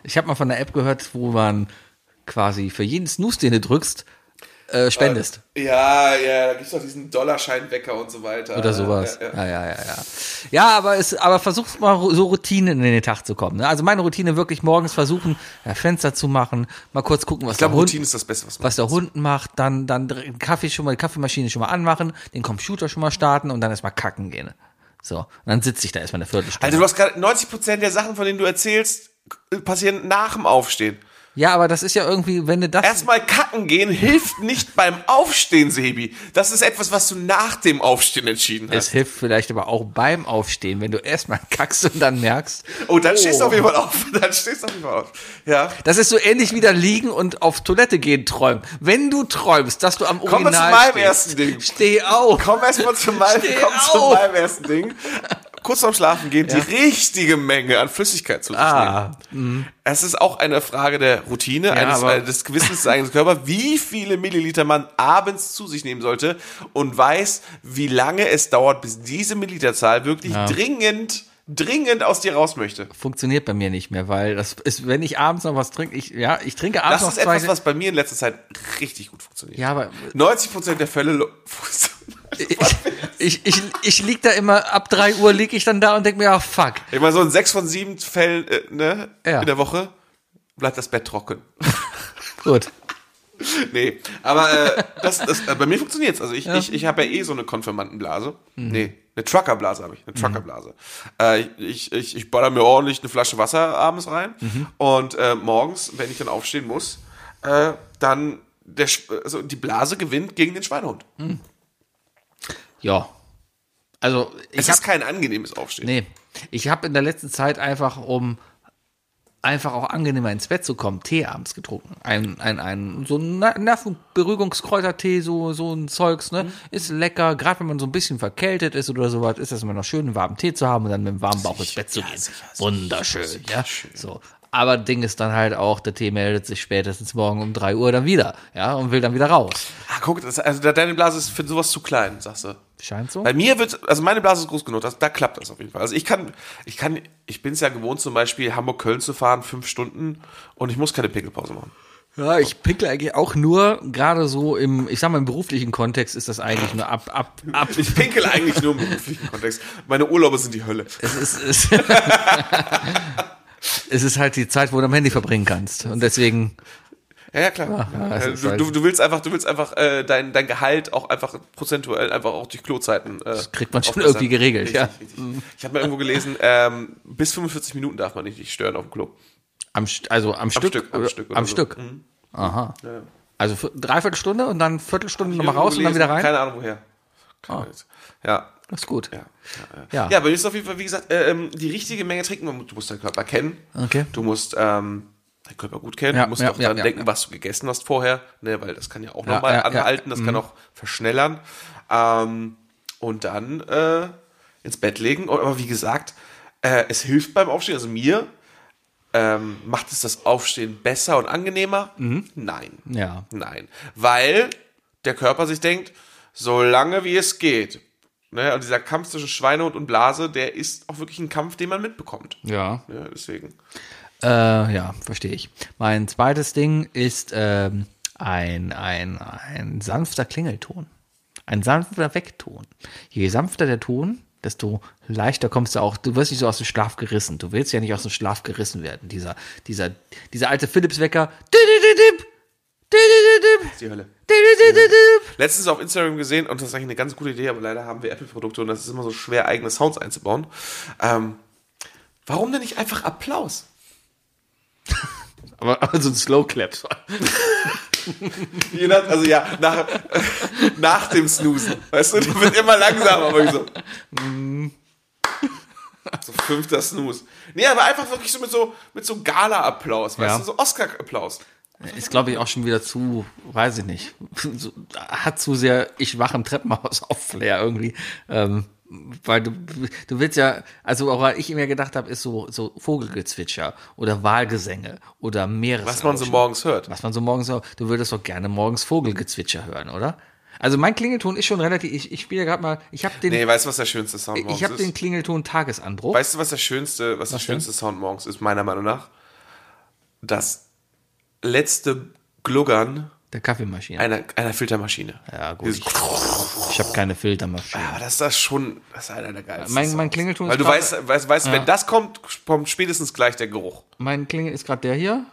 Ich habe mal von einer App gehört, wo man quasi für jeden Snooze, den du drückst, äh, spendest. Ja, ja, da gibt's doch diesen Dollarscheinwecker und so weiter. Oder sowas. Ja, ja, ja, ja. Ja, aber es, aber versuch's mal ru- so Routinen in den Tag zu kommen. Ne? Also meine Routine wirklich morgens versuchen, ja, Fenster zu machen, mal kurz gucken, was Ich glaube, der Hund, Routine ist das Beste, was man was der Hund macht, dann dann dr- den Kaffee schon mal, die Kaffeemaschine schon mal anmachen, den Computer schon mal starten und dann erstmal kacken gehen. So, und dann sitze ich da erstmal eine Viertelstunde. Also du hast gerade 90% der Sachen, von denen du erzählst, äh, passieren nach dem Aufstehen. ja, aber das ist ja irgendwie, wenn du das Erstmal kacken gehen hilft nicht beim Aufstehen, Sebi. Das ist etwas, was du nach dem Aufstehen entschieden Es hast. hilft vielleicht aber auch beim Aufstehen, wenn du erstmal kackst und dann merkst. Oh, dann stehst du auf jeden Fall auf. Dann stehst du auf jeden Fall auf. Ja. Das ist so ähnlich wie da liegen und auf Toilette gehen träumen. Wenn du träumst, dass du am Kommen wir zu Urinal meinem stehst, ersten Ding. Steh auf. Komm erstmal zu meinem, Steh komm zu auf. meinem ersten Ding. Kurz vorm Schlafen gehen, die richtige Menge an Flüssigkeit zu sich Ah, nehmen. Es ist auch eine Frage der Routine, eines, aber- äh, des Gewissens des eigenen Körpers, wie viele Milliliter man abends zu sich nehmen sollte und weiß, wie lange es dauert, bis diese Milliliterzahl wirklich dringend, dringend aus dir raus möchte. Funktioniert bei mir nicht mehr, weil das ist, wenn ich abends noch was trinke, ich, ja, ich trinke abends Das ist noch zwei. etwas, was bei mir in letzter Zeit richtig gut funktioniert. ja, aber 90% der Fälle lo- ich, ich, ich, ich lieg da immer, ab drei Uhr lieg ich dann da und denk mir, ah, fuck. Ich meine, so in sechs von sieben Fällen äh, ne, Ja. in der Woche bleibt das Bett trocken. Gut. nee, aber äh, das, das, äh, bei mir funktioniert's. Also ich, ich, ich habe ja eh so eine Konfirmandenblase. Nee, eine Truckerblase habe ich, eine Truckerblase. Äh, ich, ich, ich baller mir ordentlich eine Flasche Wasser abends rein und äh, morgens, wenn ich dann aufstehen muss, äh, dann der, Sch- also die Blase gewinnt gegen den Schweinehund. Ja. Also, Es ich hab, ist kein angenehmes Aufstehen. Nee, ich habe in der letzten Zeit einfach, um einfach auch angenehmer ins Bett zu kommen, Tee abends getrunken. Ein, ein, ein, so ein Na- Nervenberuhigungskräutertee, so, so ein Zeugs, ne? Ist lecker, gerade wenn man so ein bisschen verkältet ist oder sowas, ist das immer noch schön, einen warmen Tee zu haben und dann mit einem warmen Bauch ins Bett zu gehen. Wunderschön, ja. So. Aber Ding ist dann halt auch, der Tee meldet sich spätestens morgen um 3 Uhr dann wieder, ja, und will dann wieder raus. Ah, guck, das, also de- deine Blase ist für sowas zu klein, sagst du. Scheint so. Bei mir wird, also meine Blase ist groß genug, das, da klappt das auf jeden Fall. Also ich kann, ich kann, ich bin es ja gewohnt, zum Beispiel Hamburg-Köln zu fahren, fünf Stunden und ich muss keine Pinkelpause machen. Ja, ich pickle eigentlich auch nur, gerade so im, ich sag mal, im beruflichen Kontext ist das eigentlich nur ab, ab, ab. Ich pinkel eigentlich nur im beruflichen Kontext. Meine Urlaube sind die Hölle. Es ist, es, es ist halt die Zeit, wo du am Handy verbringen kannst. Und deswegen, Ja, ja, klar. Also Ja, das ist du, scheiße. du, du willst einfach, du willst einfach äh, dein, dein Gehalt auch einfach prozentuell einfach auch durch Klozeiten. Äh, das kriegt man schon irgendwie geregelt, richtig, ja. Richtig. Ich habe mal irgendwo gelesen, ähm, bis 45 Minuten darf man nicht, nicht stören auf dem Klo. Am, St- also am Stück? Stück, am oder- Stück oder Am so. Mhm. Stück. Aha. Also für- dreiviertel Stunde und dann Viertelstunde nochmal raus und dann Irgendwo wieder gelesen, rein? Ah. Keine Ahnung woher. Keine Ahnung. Ja. Das ist gut. Ja. Ja. Ja, aber das ist auf jeden Fall, wie gesagt, äh, ähm, die richtige Menge trinken. Du musst deinen Körper kennen. Okay. Du musst ähm, deinen Körper gut kennen. Ja, du musst ja, auch ja, daran ja, denken, ja. was du gegessen hast vorher. Ne, weil das kann ja auch Ja, nochmal ja, Mhm. ja. anhalten. Das kann auch verschnellern. Ähm, und dann äh, ins Bett legen. Und, aber wie gesagt, äh, es hilft beim Aufstehen. Also mir ähm, macht es das Aufstehen besser und angenehmer? Mhm. Nein. Ja. Nein. Weil der Körper sich denkt, so lange wie es geht. Ne, und dieser Kampf zwischen Schweinehund und Blase, der ist auch wirklich ein Kampf, den man mitbekommt. Ja. Ja, deswegen. Äh, ja, verstehe ich. Mein zweites Ding ist ähm, ein, ein, ein sanfter Klingelton. Ein sanfter Weckton. Je sanfter der Ton, desto leichter kommst du auch, du wirst nicht so aus dem Schlaf gerissen. Du willst ja nicht aus dem Schlaf gerissen werden. Dieser, dieser, dieser alte Philips-Wecker. Dü-dü-dü-düp. Dü-dü-dü-düp. Die Hölle. Dü-dü-dü-düp. Letztens auf Instagram gesehen, und das ist eigentlich eine ganz gute Idee, aber leider haben wir Apple-Produkte und das ist immer so schwer, eigene Sounds einzubauen. Ähm, warum denn nicht einfach Applaus? Aber, aber so ein Slow Clap. Je nach, also ja, nach, nach dem Snoosen. Weißt du, der wird immer langsamer, aber so. So fünfter Snooze. Nee, aber einfach wirklich so mit so, mit so Gala-Applaus, weißt Ja. du, so Oscar-Applaus. Ist, glaube ich, auch schon wieder zu, weiß ich nicht, so, hat zu sehr ich wach im Treppenhaus auf Flair irgendwie. Ähm, weil du, du willst ja, also auch was ich mir gedacht habe, ist so, so Vogelgezwitscher oder Wahlgesänge oder Meeres. Was man so morgens hört. Was man so morgens auch, du würdest doch gerne morgens Vogelgezwitscher hören, oder? Also mein Klingelton ist schon relativ, ich, ich spiele ja gerade mal, ich habe den, Nee, weißt du, was der schönste Sound morgens ich habe ist? den Klingelton Tagesanbruch. weißt du, was der schönste, was, der denn? schönste Sound morgens ist, meiner Meinung nach? Das letzte Gluggern der Kaffeemaschine. einer, einer Filtermaschine. ja gut, Dieses- ich, ich habe keine Filtermaschine. Aber das ist das schon, das ist einer der geilsten. Mein- Sounds. mein Klingelton ist Weil du gerade- weißt, weißt, weißt wenn das kommt, kommt spätestens gleich der Geruch. Mein Klingel ist gerade der hier.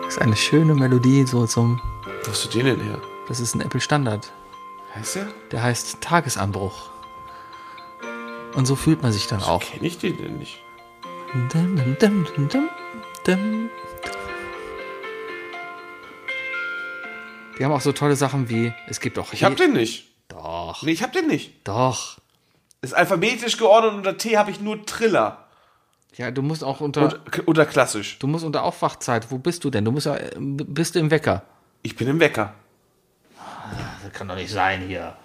Das ist eine schöne Melodie, so zum. Wo hast du den denn her? Das ist ein Apple Standard. Heißt der? Der heißt Tagesanbruch. Und so fühlt man sich dann auch. Kenne ich den denn nicht? Dum, dum, dum, dum, dum, dum. Die haben auch so tolle Sachen wie. Es gibt auch. Ich hab den nicht. Doch. Nee, ich hab den nicht. Doch. Ist alphabetisch geordnet und unter T habe ich nur Triller. Ja, du musst auch unter. Und, oder klassisch. Du musst unter Aufwachzeit. Wo bist du denn? Du musst ja, äh, b- bist du im Wecker? Ich bin im Wecker. Das kann doch nicht sein hier.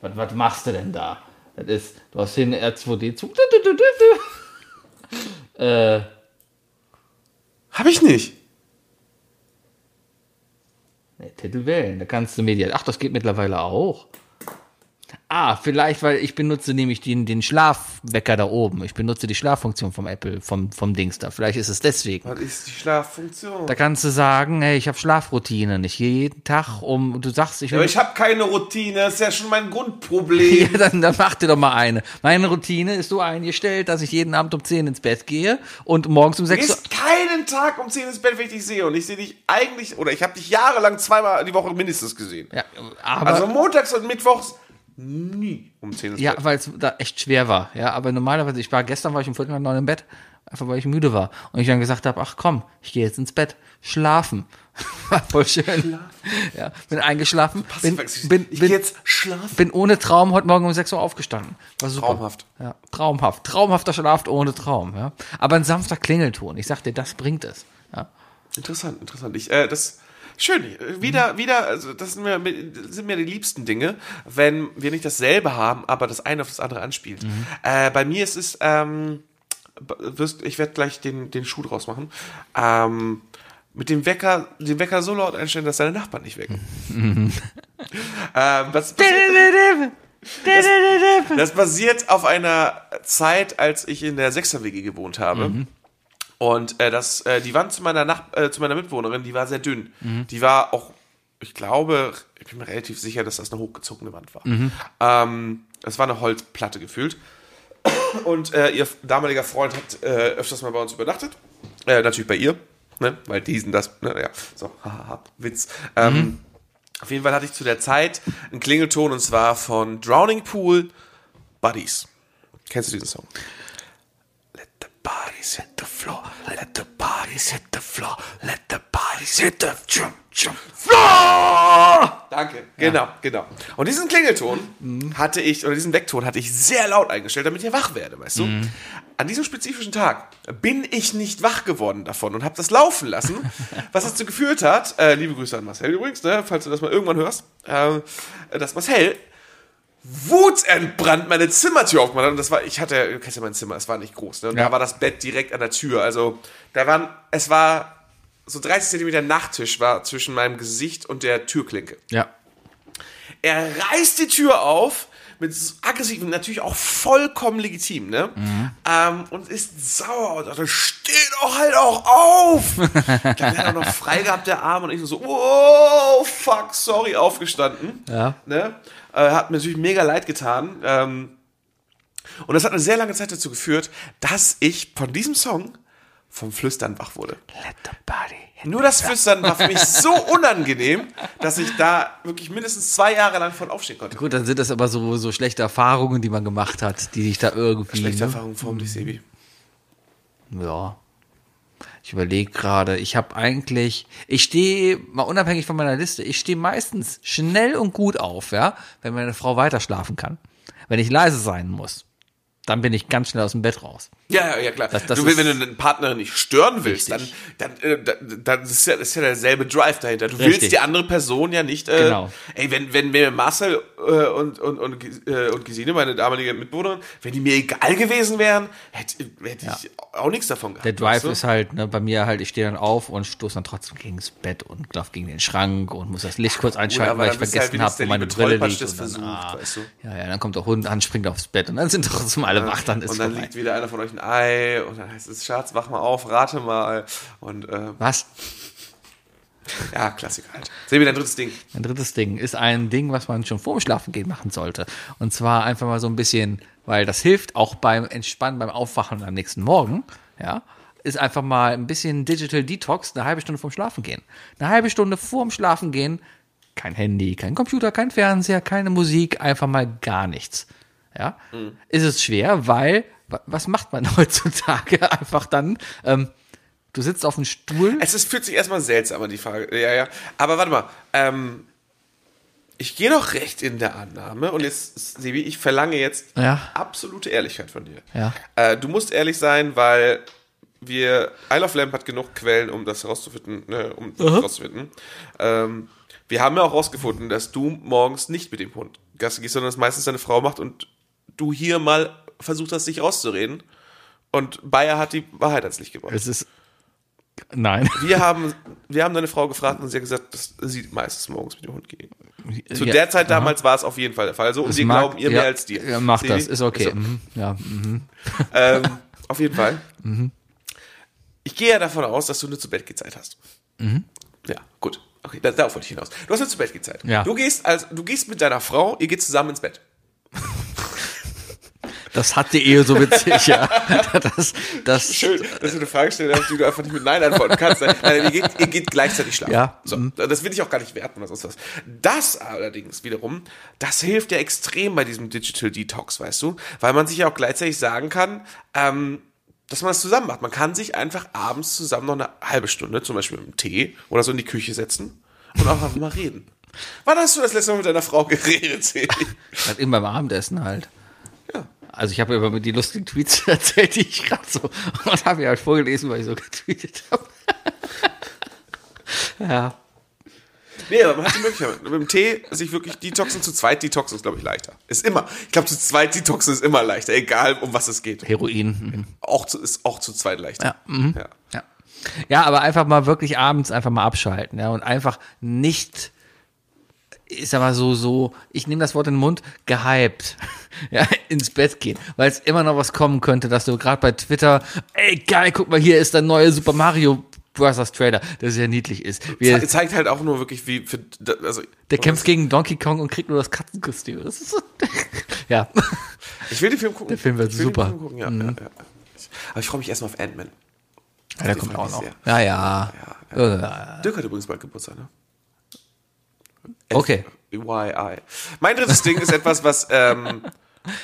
Was, was machst du denn da? Das ist, du hast hier einen R2D zu. äh, Hab ich nicht. nee, Titel wählen, da kannst du Media. Ach, das geht mittlerweile auch. Ah, vielleicht, weil ich benutze nämlich den, den Schlafwecker da oben. Ich benutze die Schlaffunktion vom Apple, vom, vom Dings da. Vielleicht ist es deswegen. Was ist die Schlaffunktion? Da kannst du sagen, hey, ich habe Schlafroutinen. Ich gehe jeden Tag um. Du sagst, ich will Aber ich habe keine Routine, das ist ja schon mein Grundproblem. Ja, dann, dann mach dir doch mal eine. Meine Routine ist so eingestellt, dass ich jeden Abend um 10 ins Bett gehe und morgens um Du 6 Uhr. gehst keinen Tag um 10 ins Bett, wenn ich dich sehe. Und ich sehe dich eigentlich, oder ich habe dich jahrelang zweimal die Woche mindestens gesehen. Ja, aber, Also montags und mittwochs nie um 10 ins ja, Bett. weil es da echt schwer war. Ja, aber normalerweise, ich war gestern war ich um Viertel nach neun im Bett, einfach weil ich müde war. Und ich dann gesagt habe, ach komm, ich gehe jetzt ins Bett. Schlafen. War voll schön. Ja, bin eingeschlafen. Bin, Ich- bin, ich bin, geh jetzt schlafen. bin ohne Traum heute Morgen um 6 Uhr aufgestanden. War super. Traumhaft. Ja, traumhaft. Traumhafter Schlaf ohne Traum. Ja. Aber ein sanfter Klingelton. Ich sag dir, das bringt es. Ja. Interessant, interessant. Ich, äh, das schön. Äh, Wieder, wieder. Also das sind mir, sind mir die liebsten Dinge, wenn wir nicht dasselbe haben, aber das eine auf das andere anspielt. Äh, bei mir ist es. Ähm, b- wirst- ich werde gleich den, den Schuh draus machen. Ähm, mit dem Wecker, den Wecker so laut einstellen, dass deine Nachbarn nicht wecken. ähm, das, das, das basiert auf einer Zeit, als ich in der Sechser-WG gewohnt habe. Und äh, das, äh, die Wand zu meiner, Nach äh, zu meiner Mitbewohnerin, die war sehr dünn. Die war auch, ich glaube, ich bin mir relativ sicher, dass das eine hochgezogene Wand war. Ähm, das war eine Holzplatte gefühlt. Und äh, ihr damaliger Freund hat äh, öfters mal bei uns übernachtet. Äh, natürlich bei ihr, ne? weil diesen, das, ne? ja, so, haha, Witz. Ähm, Auf jeden Fall hatte ich zu der Zeit einen Klingelton und zwar von Drowning Pool Buddies. Kennst du diesen Song? Let the bodies hit the floor, let the bodies hit the floor, let the bodies hit the chum, chum, floor! Mhm. Danke, genau, genau. Und diesen Klingelton hatte ich, oder diesen Weckton hatte ich sehr laut eingestellt, damit ich wach werde, weißt du? An diesem spezifischen Tag bin ich nicht wach geworden davon und habe das laufen lassen, was dazu geführt hat, äh, liebe Grüße an Marcel übrigens, ne, falls du das mal irgendwann hörst, äh, dass Marcel wutentbrannt meine Zimmertür aufgemacht hat. Und das war, ich hatte, du kennst ja mein Zimmer, es war nicht groß. Ne? Und Ja. da war das Bett direkt an der Tür. Also da waren, es war so 30 Zentimeter Nachttisch war zwischen meinem Gesicht und der Türklinke. Ja. Er reißt die Tür auf mit so aggressiven, natürlich auch vollkommen legitim, ne? Ähm, und ist sauer und sagt, steh doch halt auch auf! ich glaube, er hat auch noch frei gehabt, der Arm, und ich so, wow, fuck, sorry, aufgestanden. Ja. Ne? Äh, hat mir natürlich mega leid getan. Ähm, und das hat eine sehr lange Zeit dazu geführt, dass ich von diesem Song vom Flüstern wach wurde. Let the body Nur das Flüstern war für mich so unangenehm, dass ich da wirklich mindestens zwei Jahre lang von aufstehen konnte. Gut, dann sind das aber so, so schlechte Erfahrungen, die man gemacht hat, die dich da irgendwie. Schlechte ne? Erfahrung formt dich, Sebi. Ja. Ich überlege gerade, ich habe eigentlich, ich stehe, mal unabhängig von meiner Liste, ich stehe meistens schnell und gut auf, ja, wenn meine Frau weiter schlafen kann. Wenn ich leise sein muss, dann bin ich ganz schnell aus dem Bett raus. Ja, ja, ja, klar. Das- das du, willst, ist- wenn du eine Partnerin nicht stören willst, dann, Richtig. dann, äh, dann, dann ist, ja, ist ja derselbe Drive dahinter. Du Richtig. willst die andere Person ja nicht. Äh, Genau. Ey, wenn, wenn mir Marcel äh, und, und, und, Gis- äh, und Gesine, meine damalige Mitbewohnerin, wenn die mir egal gewesen wären, hätte, hätte ich auch nichts davon gehabt. Der Drive weißt du? ist halt, ne, bei mir halt, ich stehe dann auf und stoße dann trotzdem gegen das Bett und laufe gegen den Schrank und muss das Licht kurz einschalten, aber weil dann ich bist du vergessen halt habe, wenigstens wo meine der Brille liebe liegt. Tollpatsch, Und das dann, ah, versucht, weißt du. Ja, ja, dann kommt der Hund an, springt aufs Bett und dann sind trotzdem alle wach, dann ist und dann vorbei. liegt wieder einer von euch ein Ei und dann heißt es, Schatz, wach mal auf, rate mal. Und äh, Was? ja, Klassiker halt. Sehen wir dein drittes Ding. Ein drittes Ding ist ein Ding, was man schon vorm Schlafen gehen machen sollte. Und zwar einfach mal so ein bisschen, weil das hilft auch beim Entspannen, beim Aufwachen am nächsten Morgen, ja, ist einfach mal ein bisschen Digital Detox, eine halbe Stunde vorm Schlafen gehen. Eine halbe Stunde vorm Schlafen gehen, kein Handy, kein Computer, kein Fernseher, keine Musik, einfach mal gar nichts. Ja, ist es schwer, weil wa- was macht man heutzutage einfach dann? Ähm, du sitzt auf dem Stuhl. Es ist, fühlt sich erstmal seltsam an, die Frage. Ja, ja. Aber warte mal. Ähm, ich gehe doch recht in der Annahme und jetzt, Sebi, ich verlange jetzt Ja. absolute Ehrlichkeit von dir. Ja. Äh, du musst ehrlich sein, weil wir, Isle of Lamp hat genug Quellen, um das rauszufinden. Ne, um das rauszufinden. Ähm, wir haben ja auch rausgefunden, dass du morgens nicht mit dem Hund Gassi gehst, sondern das meistens deine Frau macht und du hier mal versucht hast, dich rauszureden. Und Bayer hat die Wahrheit ans Licht gebracht. Es ist nein. Wir haben, wir haben deine Frau gefragt und sie hat gesagt, dass sie meistens morgens mit dem Hund geht. Zu Äh, Ja. der Zeit damals war es auf jeden Fall der Fall. So, und Das sie mag- glauben ihr ja, mehr als dir. Also Ja, mach Sie- das, ist okay. So, Mhm. Ja, mhm. ähm, auf jeden Fall. Ich gehe ja davon aus, dass du eine zu bett zeit hast. Mhm. Ja, gut. Okay, da, darauf wollte ich hinaus. Du hast eine zu bett zeit Ja. Du gehst als, du gehst mit deiner Frau, ihr geht zusammen ins Bett. Das hat die Ehe so witzig, ja. Das, das, Schön, dass du eine Frage stellen darfst, die du einfach nicht mit Nein antworten kannst. Nein, ihr, geht, ihr geht gleichzeitig schlafen. Ja. So, Das will ich auch gar nicht werten oder sonst was. Das allerdings wiederum, das hilft ja extrem bei diesem Digital Detox, weißt du? Weil man sich ja auch gleichzeitig sagen kann, ähm, dass man das zusammen macht. Man kann sich einfach abends zusammen noch eine halbe Stunde, zum Beispiel mit einem Tee oder so in die Küche setzen und auch einfach mal reden. Wann hast du das letzte Mal mit deiner Frau geredet, Sebi? halt eben beim Abendessen halt. Ja. Also ich habe über die lustigen Tweets erzählt, die ich gerade so und habe ihr halt vorgelesen, weil ich so getweetet habe. ja. Nee, aber man hat die Möglichkeit. Mit dem Tee sich wirklich detoxen. Zu zweit detoxen ist, glaube ich, leichter. Ist immer. Ich glaube, zu zweit detoxen ist immer leichter, egal um was es geht. Heroin. Mhm. Auch zu, ist auch zu zweit leichter. Ja. ja. Ja. mhm. ja, aber einfach mal wirklich abends einfach mal abschalten, ja, und einfach nicht, ich sag mal so, so, ich nehme das Wort in den Mund, gehypt, ja, ins Bett gehen, weil es immer noch was kommen könnte, dass du gerade bei Twitter, ey, geil, guck mal, hier ist der neue Super Mario Bros. Trailer, der sehr niedlich ist. Wie Ze- er, Zeigt halt auch nur wirklich, wie. Für, also, der kämpft gegen Donkey Kong und kriegt nur das Katzenkostüm. Das ist so, ja. Ich will den Film gucken. Der Film wird Ich will den super. Mhm. Film gucken, ja, ja, ja. Aber ich freue mich erstmal auf Ant-Man. Ja, der Die kommt freu auch ich noch. sehr. Ja, ja. Äh, Ja, ja. Dirk hat übrigens bald Geburtstag, ne? Okay. YI. Mein drittes Ding ist etwas, was, ähm,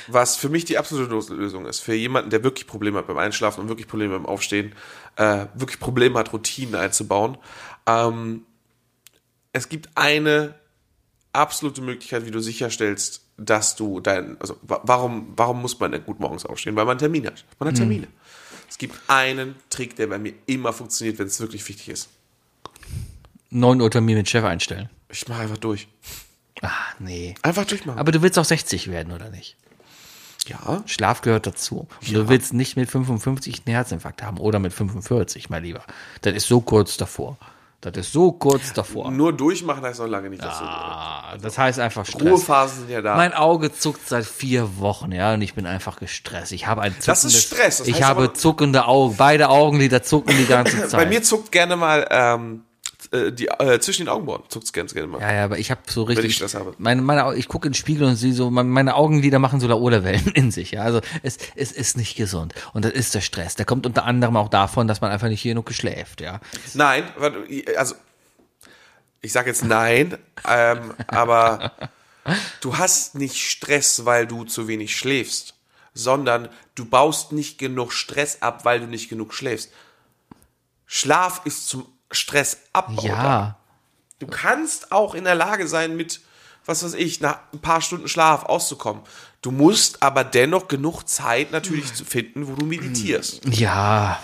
was für mich die absolute Los- Lösung ist. Für jemanden, der wirklich Probleme hat beim Einschlafen und wirklich Probleme beim Aufstehen, äh, wirklich Probleme hat, Routinen einzubauen. Ähm, es gibt eine absolute Möglichkeit, wie du sicherstellst, dass du dein, also wa- warum, warum muss man denn gut morgens aufstehen? Weil man einen Termin hat. Man hat Termine. Es gibt einen Trick, der bei mir immer funktioniert, wenn es wirklich wichtig ist. 9 Uhr Termin mit Chef einstellen. Ich mache einfach durch. Ah, nee. Einfach durchmachen. Aber du willst auch 60 werden, oder nicht? ja. Schlaf gehört dazu. Und du willst nicht mit 55 einen Herzinfarkt haben oder mit 45, mein Lieber. Das ist so kurz davor. Das ist so kurz davor. Nur durchmachen heißt noch lange nicht, dass Ah, das heißt einfach du. Stress. Ruhephasen sind ja da. Mein Auge zuckt seit vier Wochen, ja, und ich bin einfach gestresst. Ich habe ein zuckendes, Das ist Stress, das ich heißt habe aber- zuckende Augen. Beide Augenlider zucken die ganze Zeit. Bei mir zuckt gerne mal ähm, äh, die, äh, zwischen den Augenbrauen. Zuckt ganz gerne mal. Ja, ja, aber ich habe so richtig. ich Stress habe. Meine, meine, Au- ich gucke in den Spiegel und sehe so, meine, meine Augenlider machen so Laola-Wellen in sich. Ja, also es, es ist nicht gesund und das ist der Stress. Der kommt unter anderem auch davon, dass man einfach nicht hier genug geschläft. Ja, Nein, warte, also ich sage jetzt nein, ähm, aber du hast nicht Stress, weil du zu wenig schläfst, sondern du baust nicht genug Stress ab, weil du nicht genug schläfst. Schlaf ist zum Stressabbau. da. ja, Du kannst auch in der Lage sein, mit, was weiß ich, nach ein paar Stunden Schlaf auszukommen. Du musst aber dennoch genug Zeit natürlich zu finden, wo du meditierst. ja.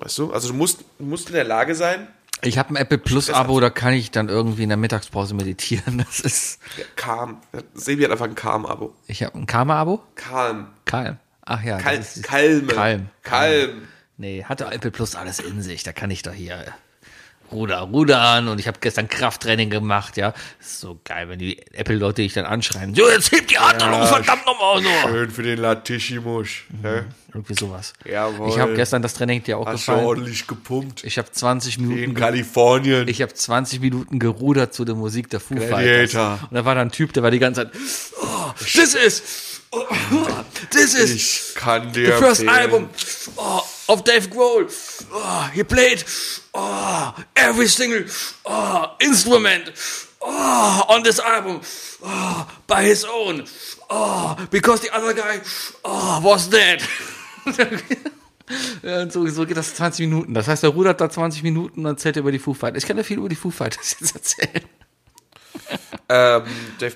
Weißt du? Also du musst, du musst in der Lage sein, Ich habe ein Apple Plus Abo, da kann ich dann irgendwie in der Mittagspause meditieren. Das ist, Calm. Sebi hat einfach ein Calm-Abo. ich habe ein Karma Abo. Calm. Kalm. Ach ja. Kal das ist- Kalme. Kalm. Kalm. Nee, hatte Apple Plus alles in sich. Da kann ich doch hier äh, Ruder, rudern und ich habe gestern Krafttraining gemacht, ja. Ist so geil, wenn die Apple-Leute dich dann anschreien. So, jetzt hebt die Hand hoch, verdammt nochmal so. Schön für den Latischimusch. Mhm. Irgendwie sowas. Jawohl. Ich habe gestern das Training dir auch gefallen. ordentlich gepumpt. Ich habe 20 Minuten ge- Kalifornien. ich habe 20 Minuten gerudert zu der Musik der Foo Fighters. Gladiator. Und da war da ein Typ, der war die ganze Zeit, oh, this is, oh, this is, kann dir The first empfehlen. album oh, of Dave Grohl. Oh, he played oh, every single oh, instrument oh, on this album oh, by his own. Oh, because the other guy oh, was dead. Ja, und so, so geht das 20 Minuten. Das heißt, er rudert da 20 Minuten und dann erzählt er über die Foo Fighters. Ich kann ja viel über die Foo Fighters jetzt erzählen. Ähm, Dave,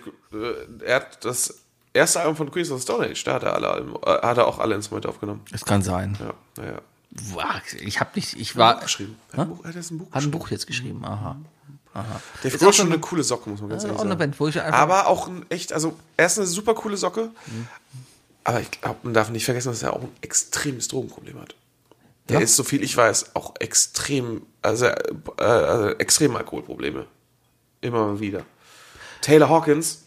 äh, er hat das erste Album von Queens of the Stone Age. Da hat er, alle, Alben- äh, hat er auch alle Instrumente aufgenommen. Das kann sein. Ja, naja. Ich habe nicht, ich war, Geschrieben. Er hat ein Buch- er hat jetzt ein Buch Ah, hat ein geschrieben. Buch jetzt geschrieben. Aha. Dave Grohl ist schon eine coole Socke, muss man ganz Auch ehrlich eine sagen. Band, wo ich einfach Mhm. Aber auch ein echt, also er ist eine super coole Socke. Aber ich glaube, man darf nicht vergessen, dass er auch ein extremes Drogenproblem hat. Der Ja. ist, so viel ich weiß, auch extrem, also, äh, also extreme Alkoholprobleme. Immer mal wieder. Taylor Hawkins,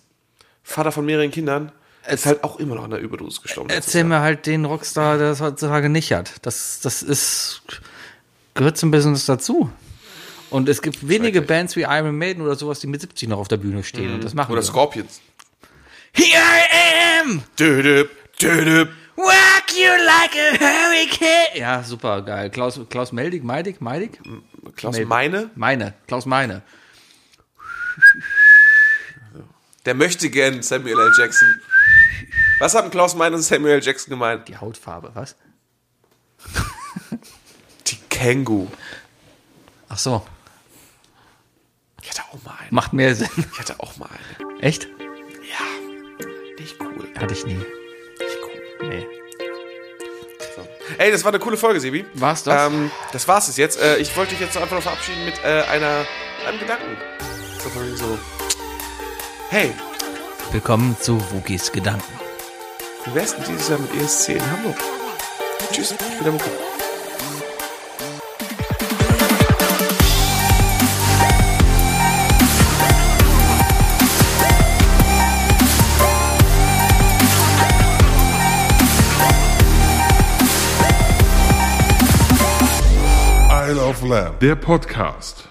Vater von mehreren Kindern, ist halt auch immer noch an der Überdosis gestorben. Erzähl mir halt den Rockstar, der das heutzutage nicht hat. Das, das ist, gehört zum Business dazu. Und es gibt wenige Bands wie Iron Maiden oder sowas, die mit 70 noch auf der Bühne stehen und das machen. Mhm. Oder würden. Scorpions. Here I am! Dödöp, dödöp. Rock you like a hurricane! Ja, super geil. Klaus, Klaus Meldig, Meidig, Meidig? Klaus Meldig. Meine, Meine. Klaus Meine. der möchte gern Samuel L. Jackson. Was haben Klaus Meine und Samuel L. Jackson gemeint? Die Hautfarbe, was? Die Känguru. Ach so. Ich hatte auch mal eine. Macht mehr Sinn. Ich hatte auch mal eine. Echt? Ja. Nicht cool. Hatte ich nie. Nicht cool. Nee. So. Ey, das war eine coole Folge, Sebi. War's das? Ähm, das war's es jetzt. Äh, ich wollte dich jetzt einfach noch verabschieden mit äh, einer, einem Gedanken. So von wegen so. Hey, Willkommen zu Wookies Gedanken. wie wär's denn dieses Jahr mit ESC in Hamburg? Tschüss, ich bin der Mucke. Der Podcast.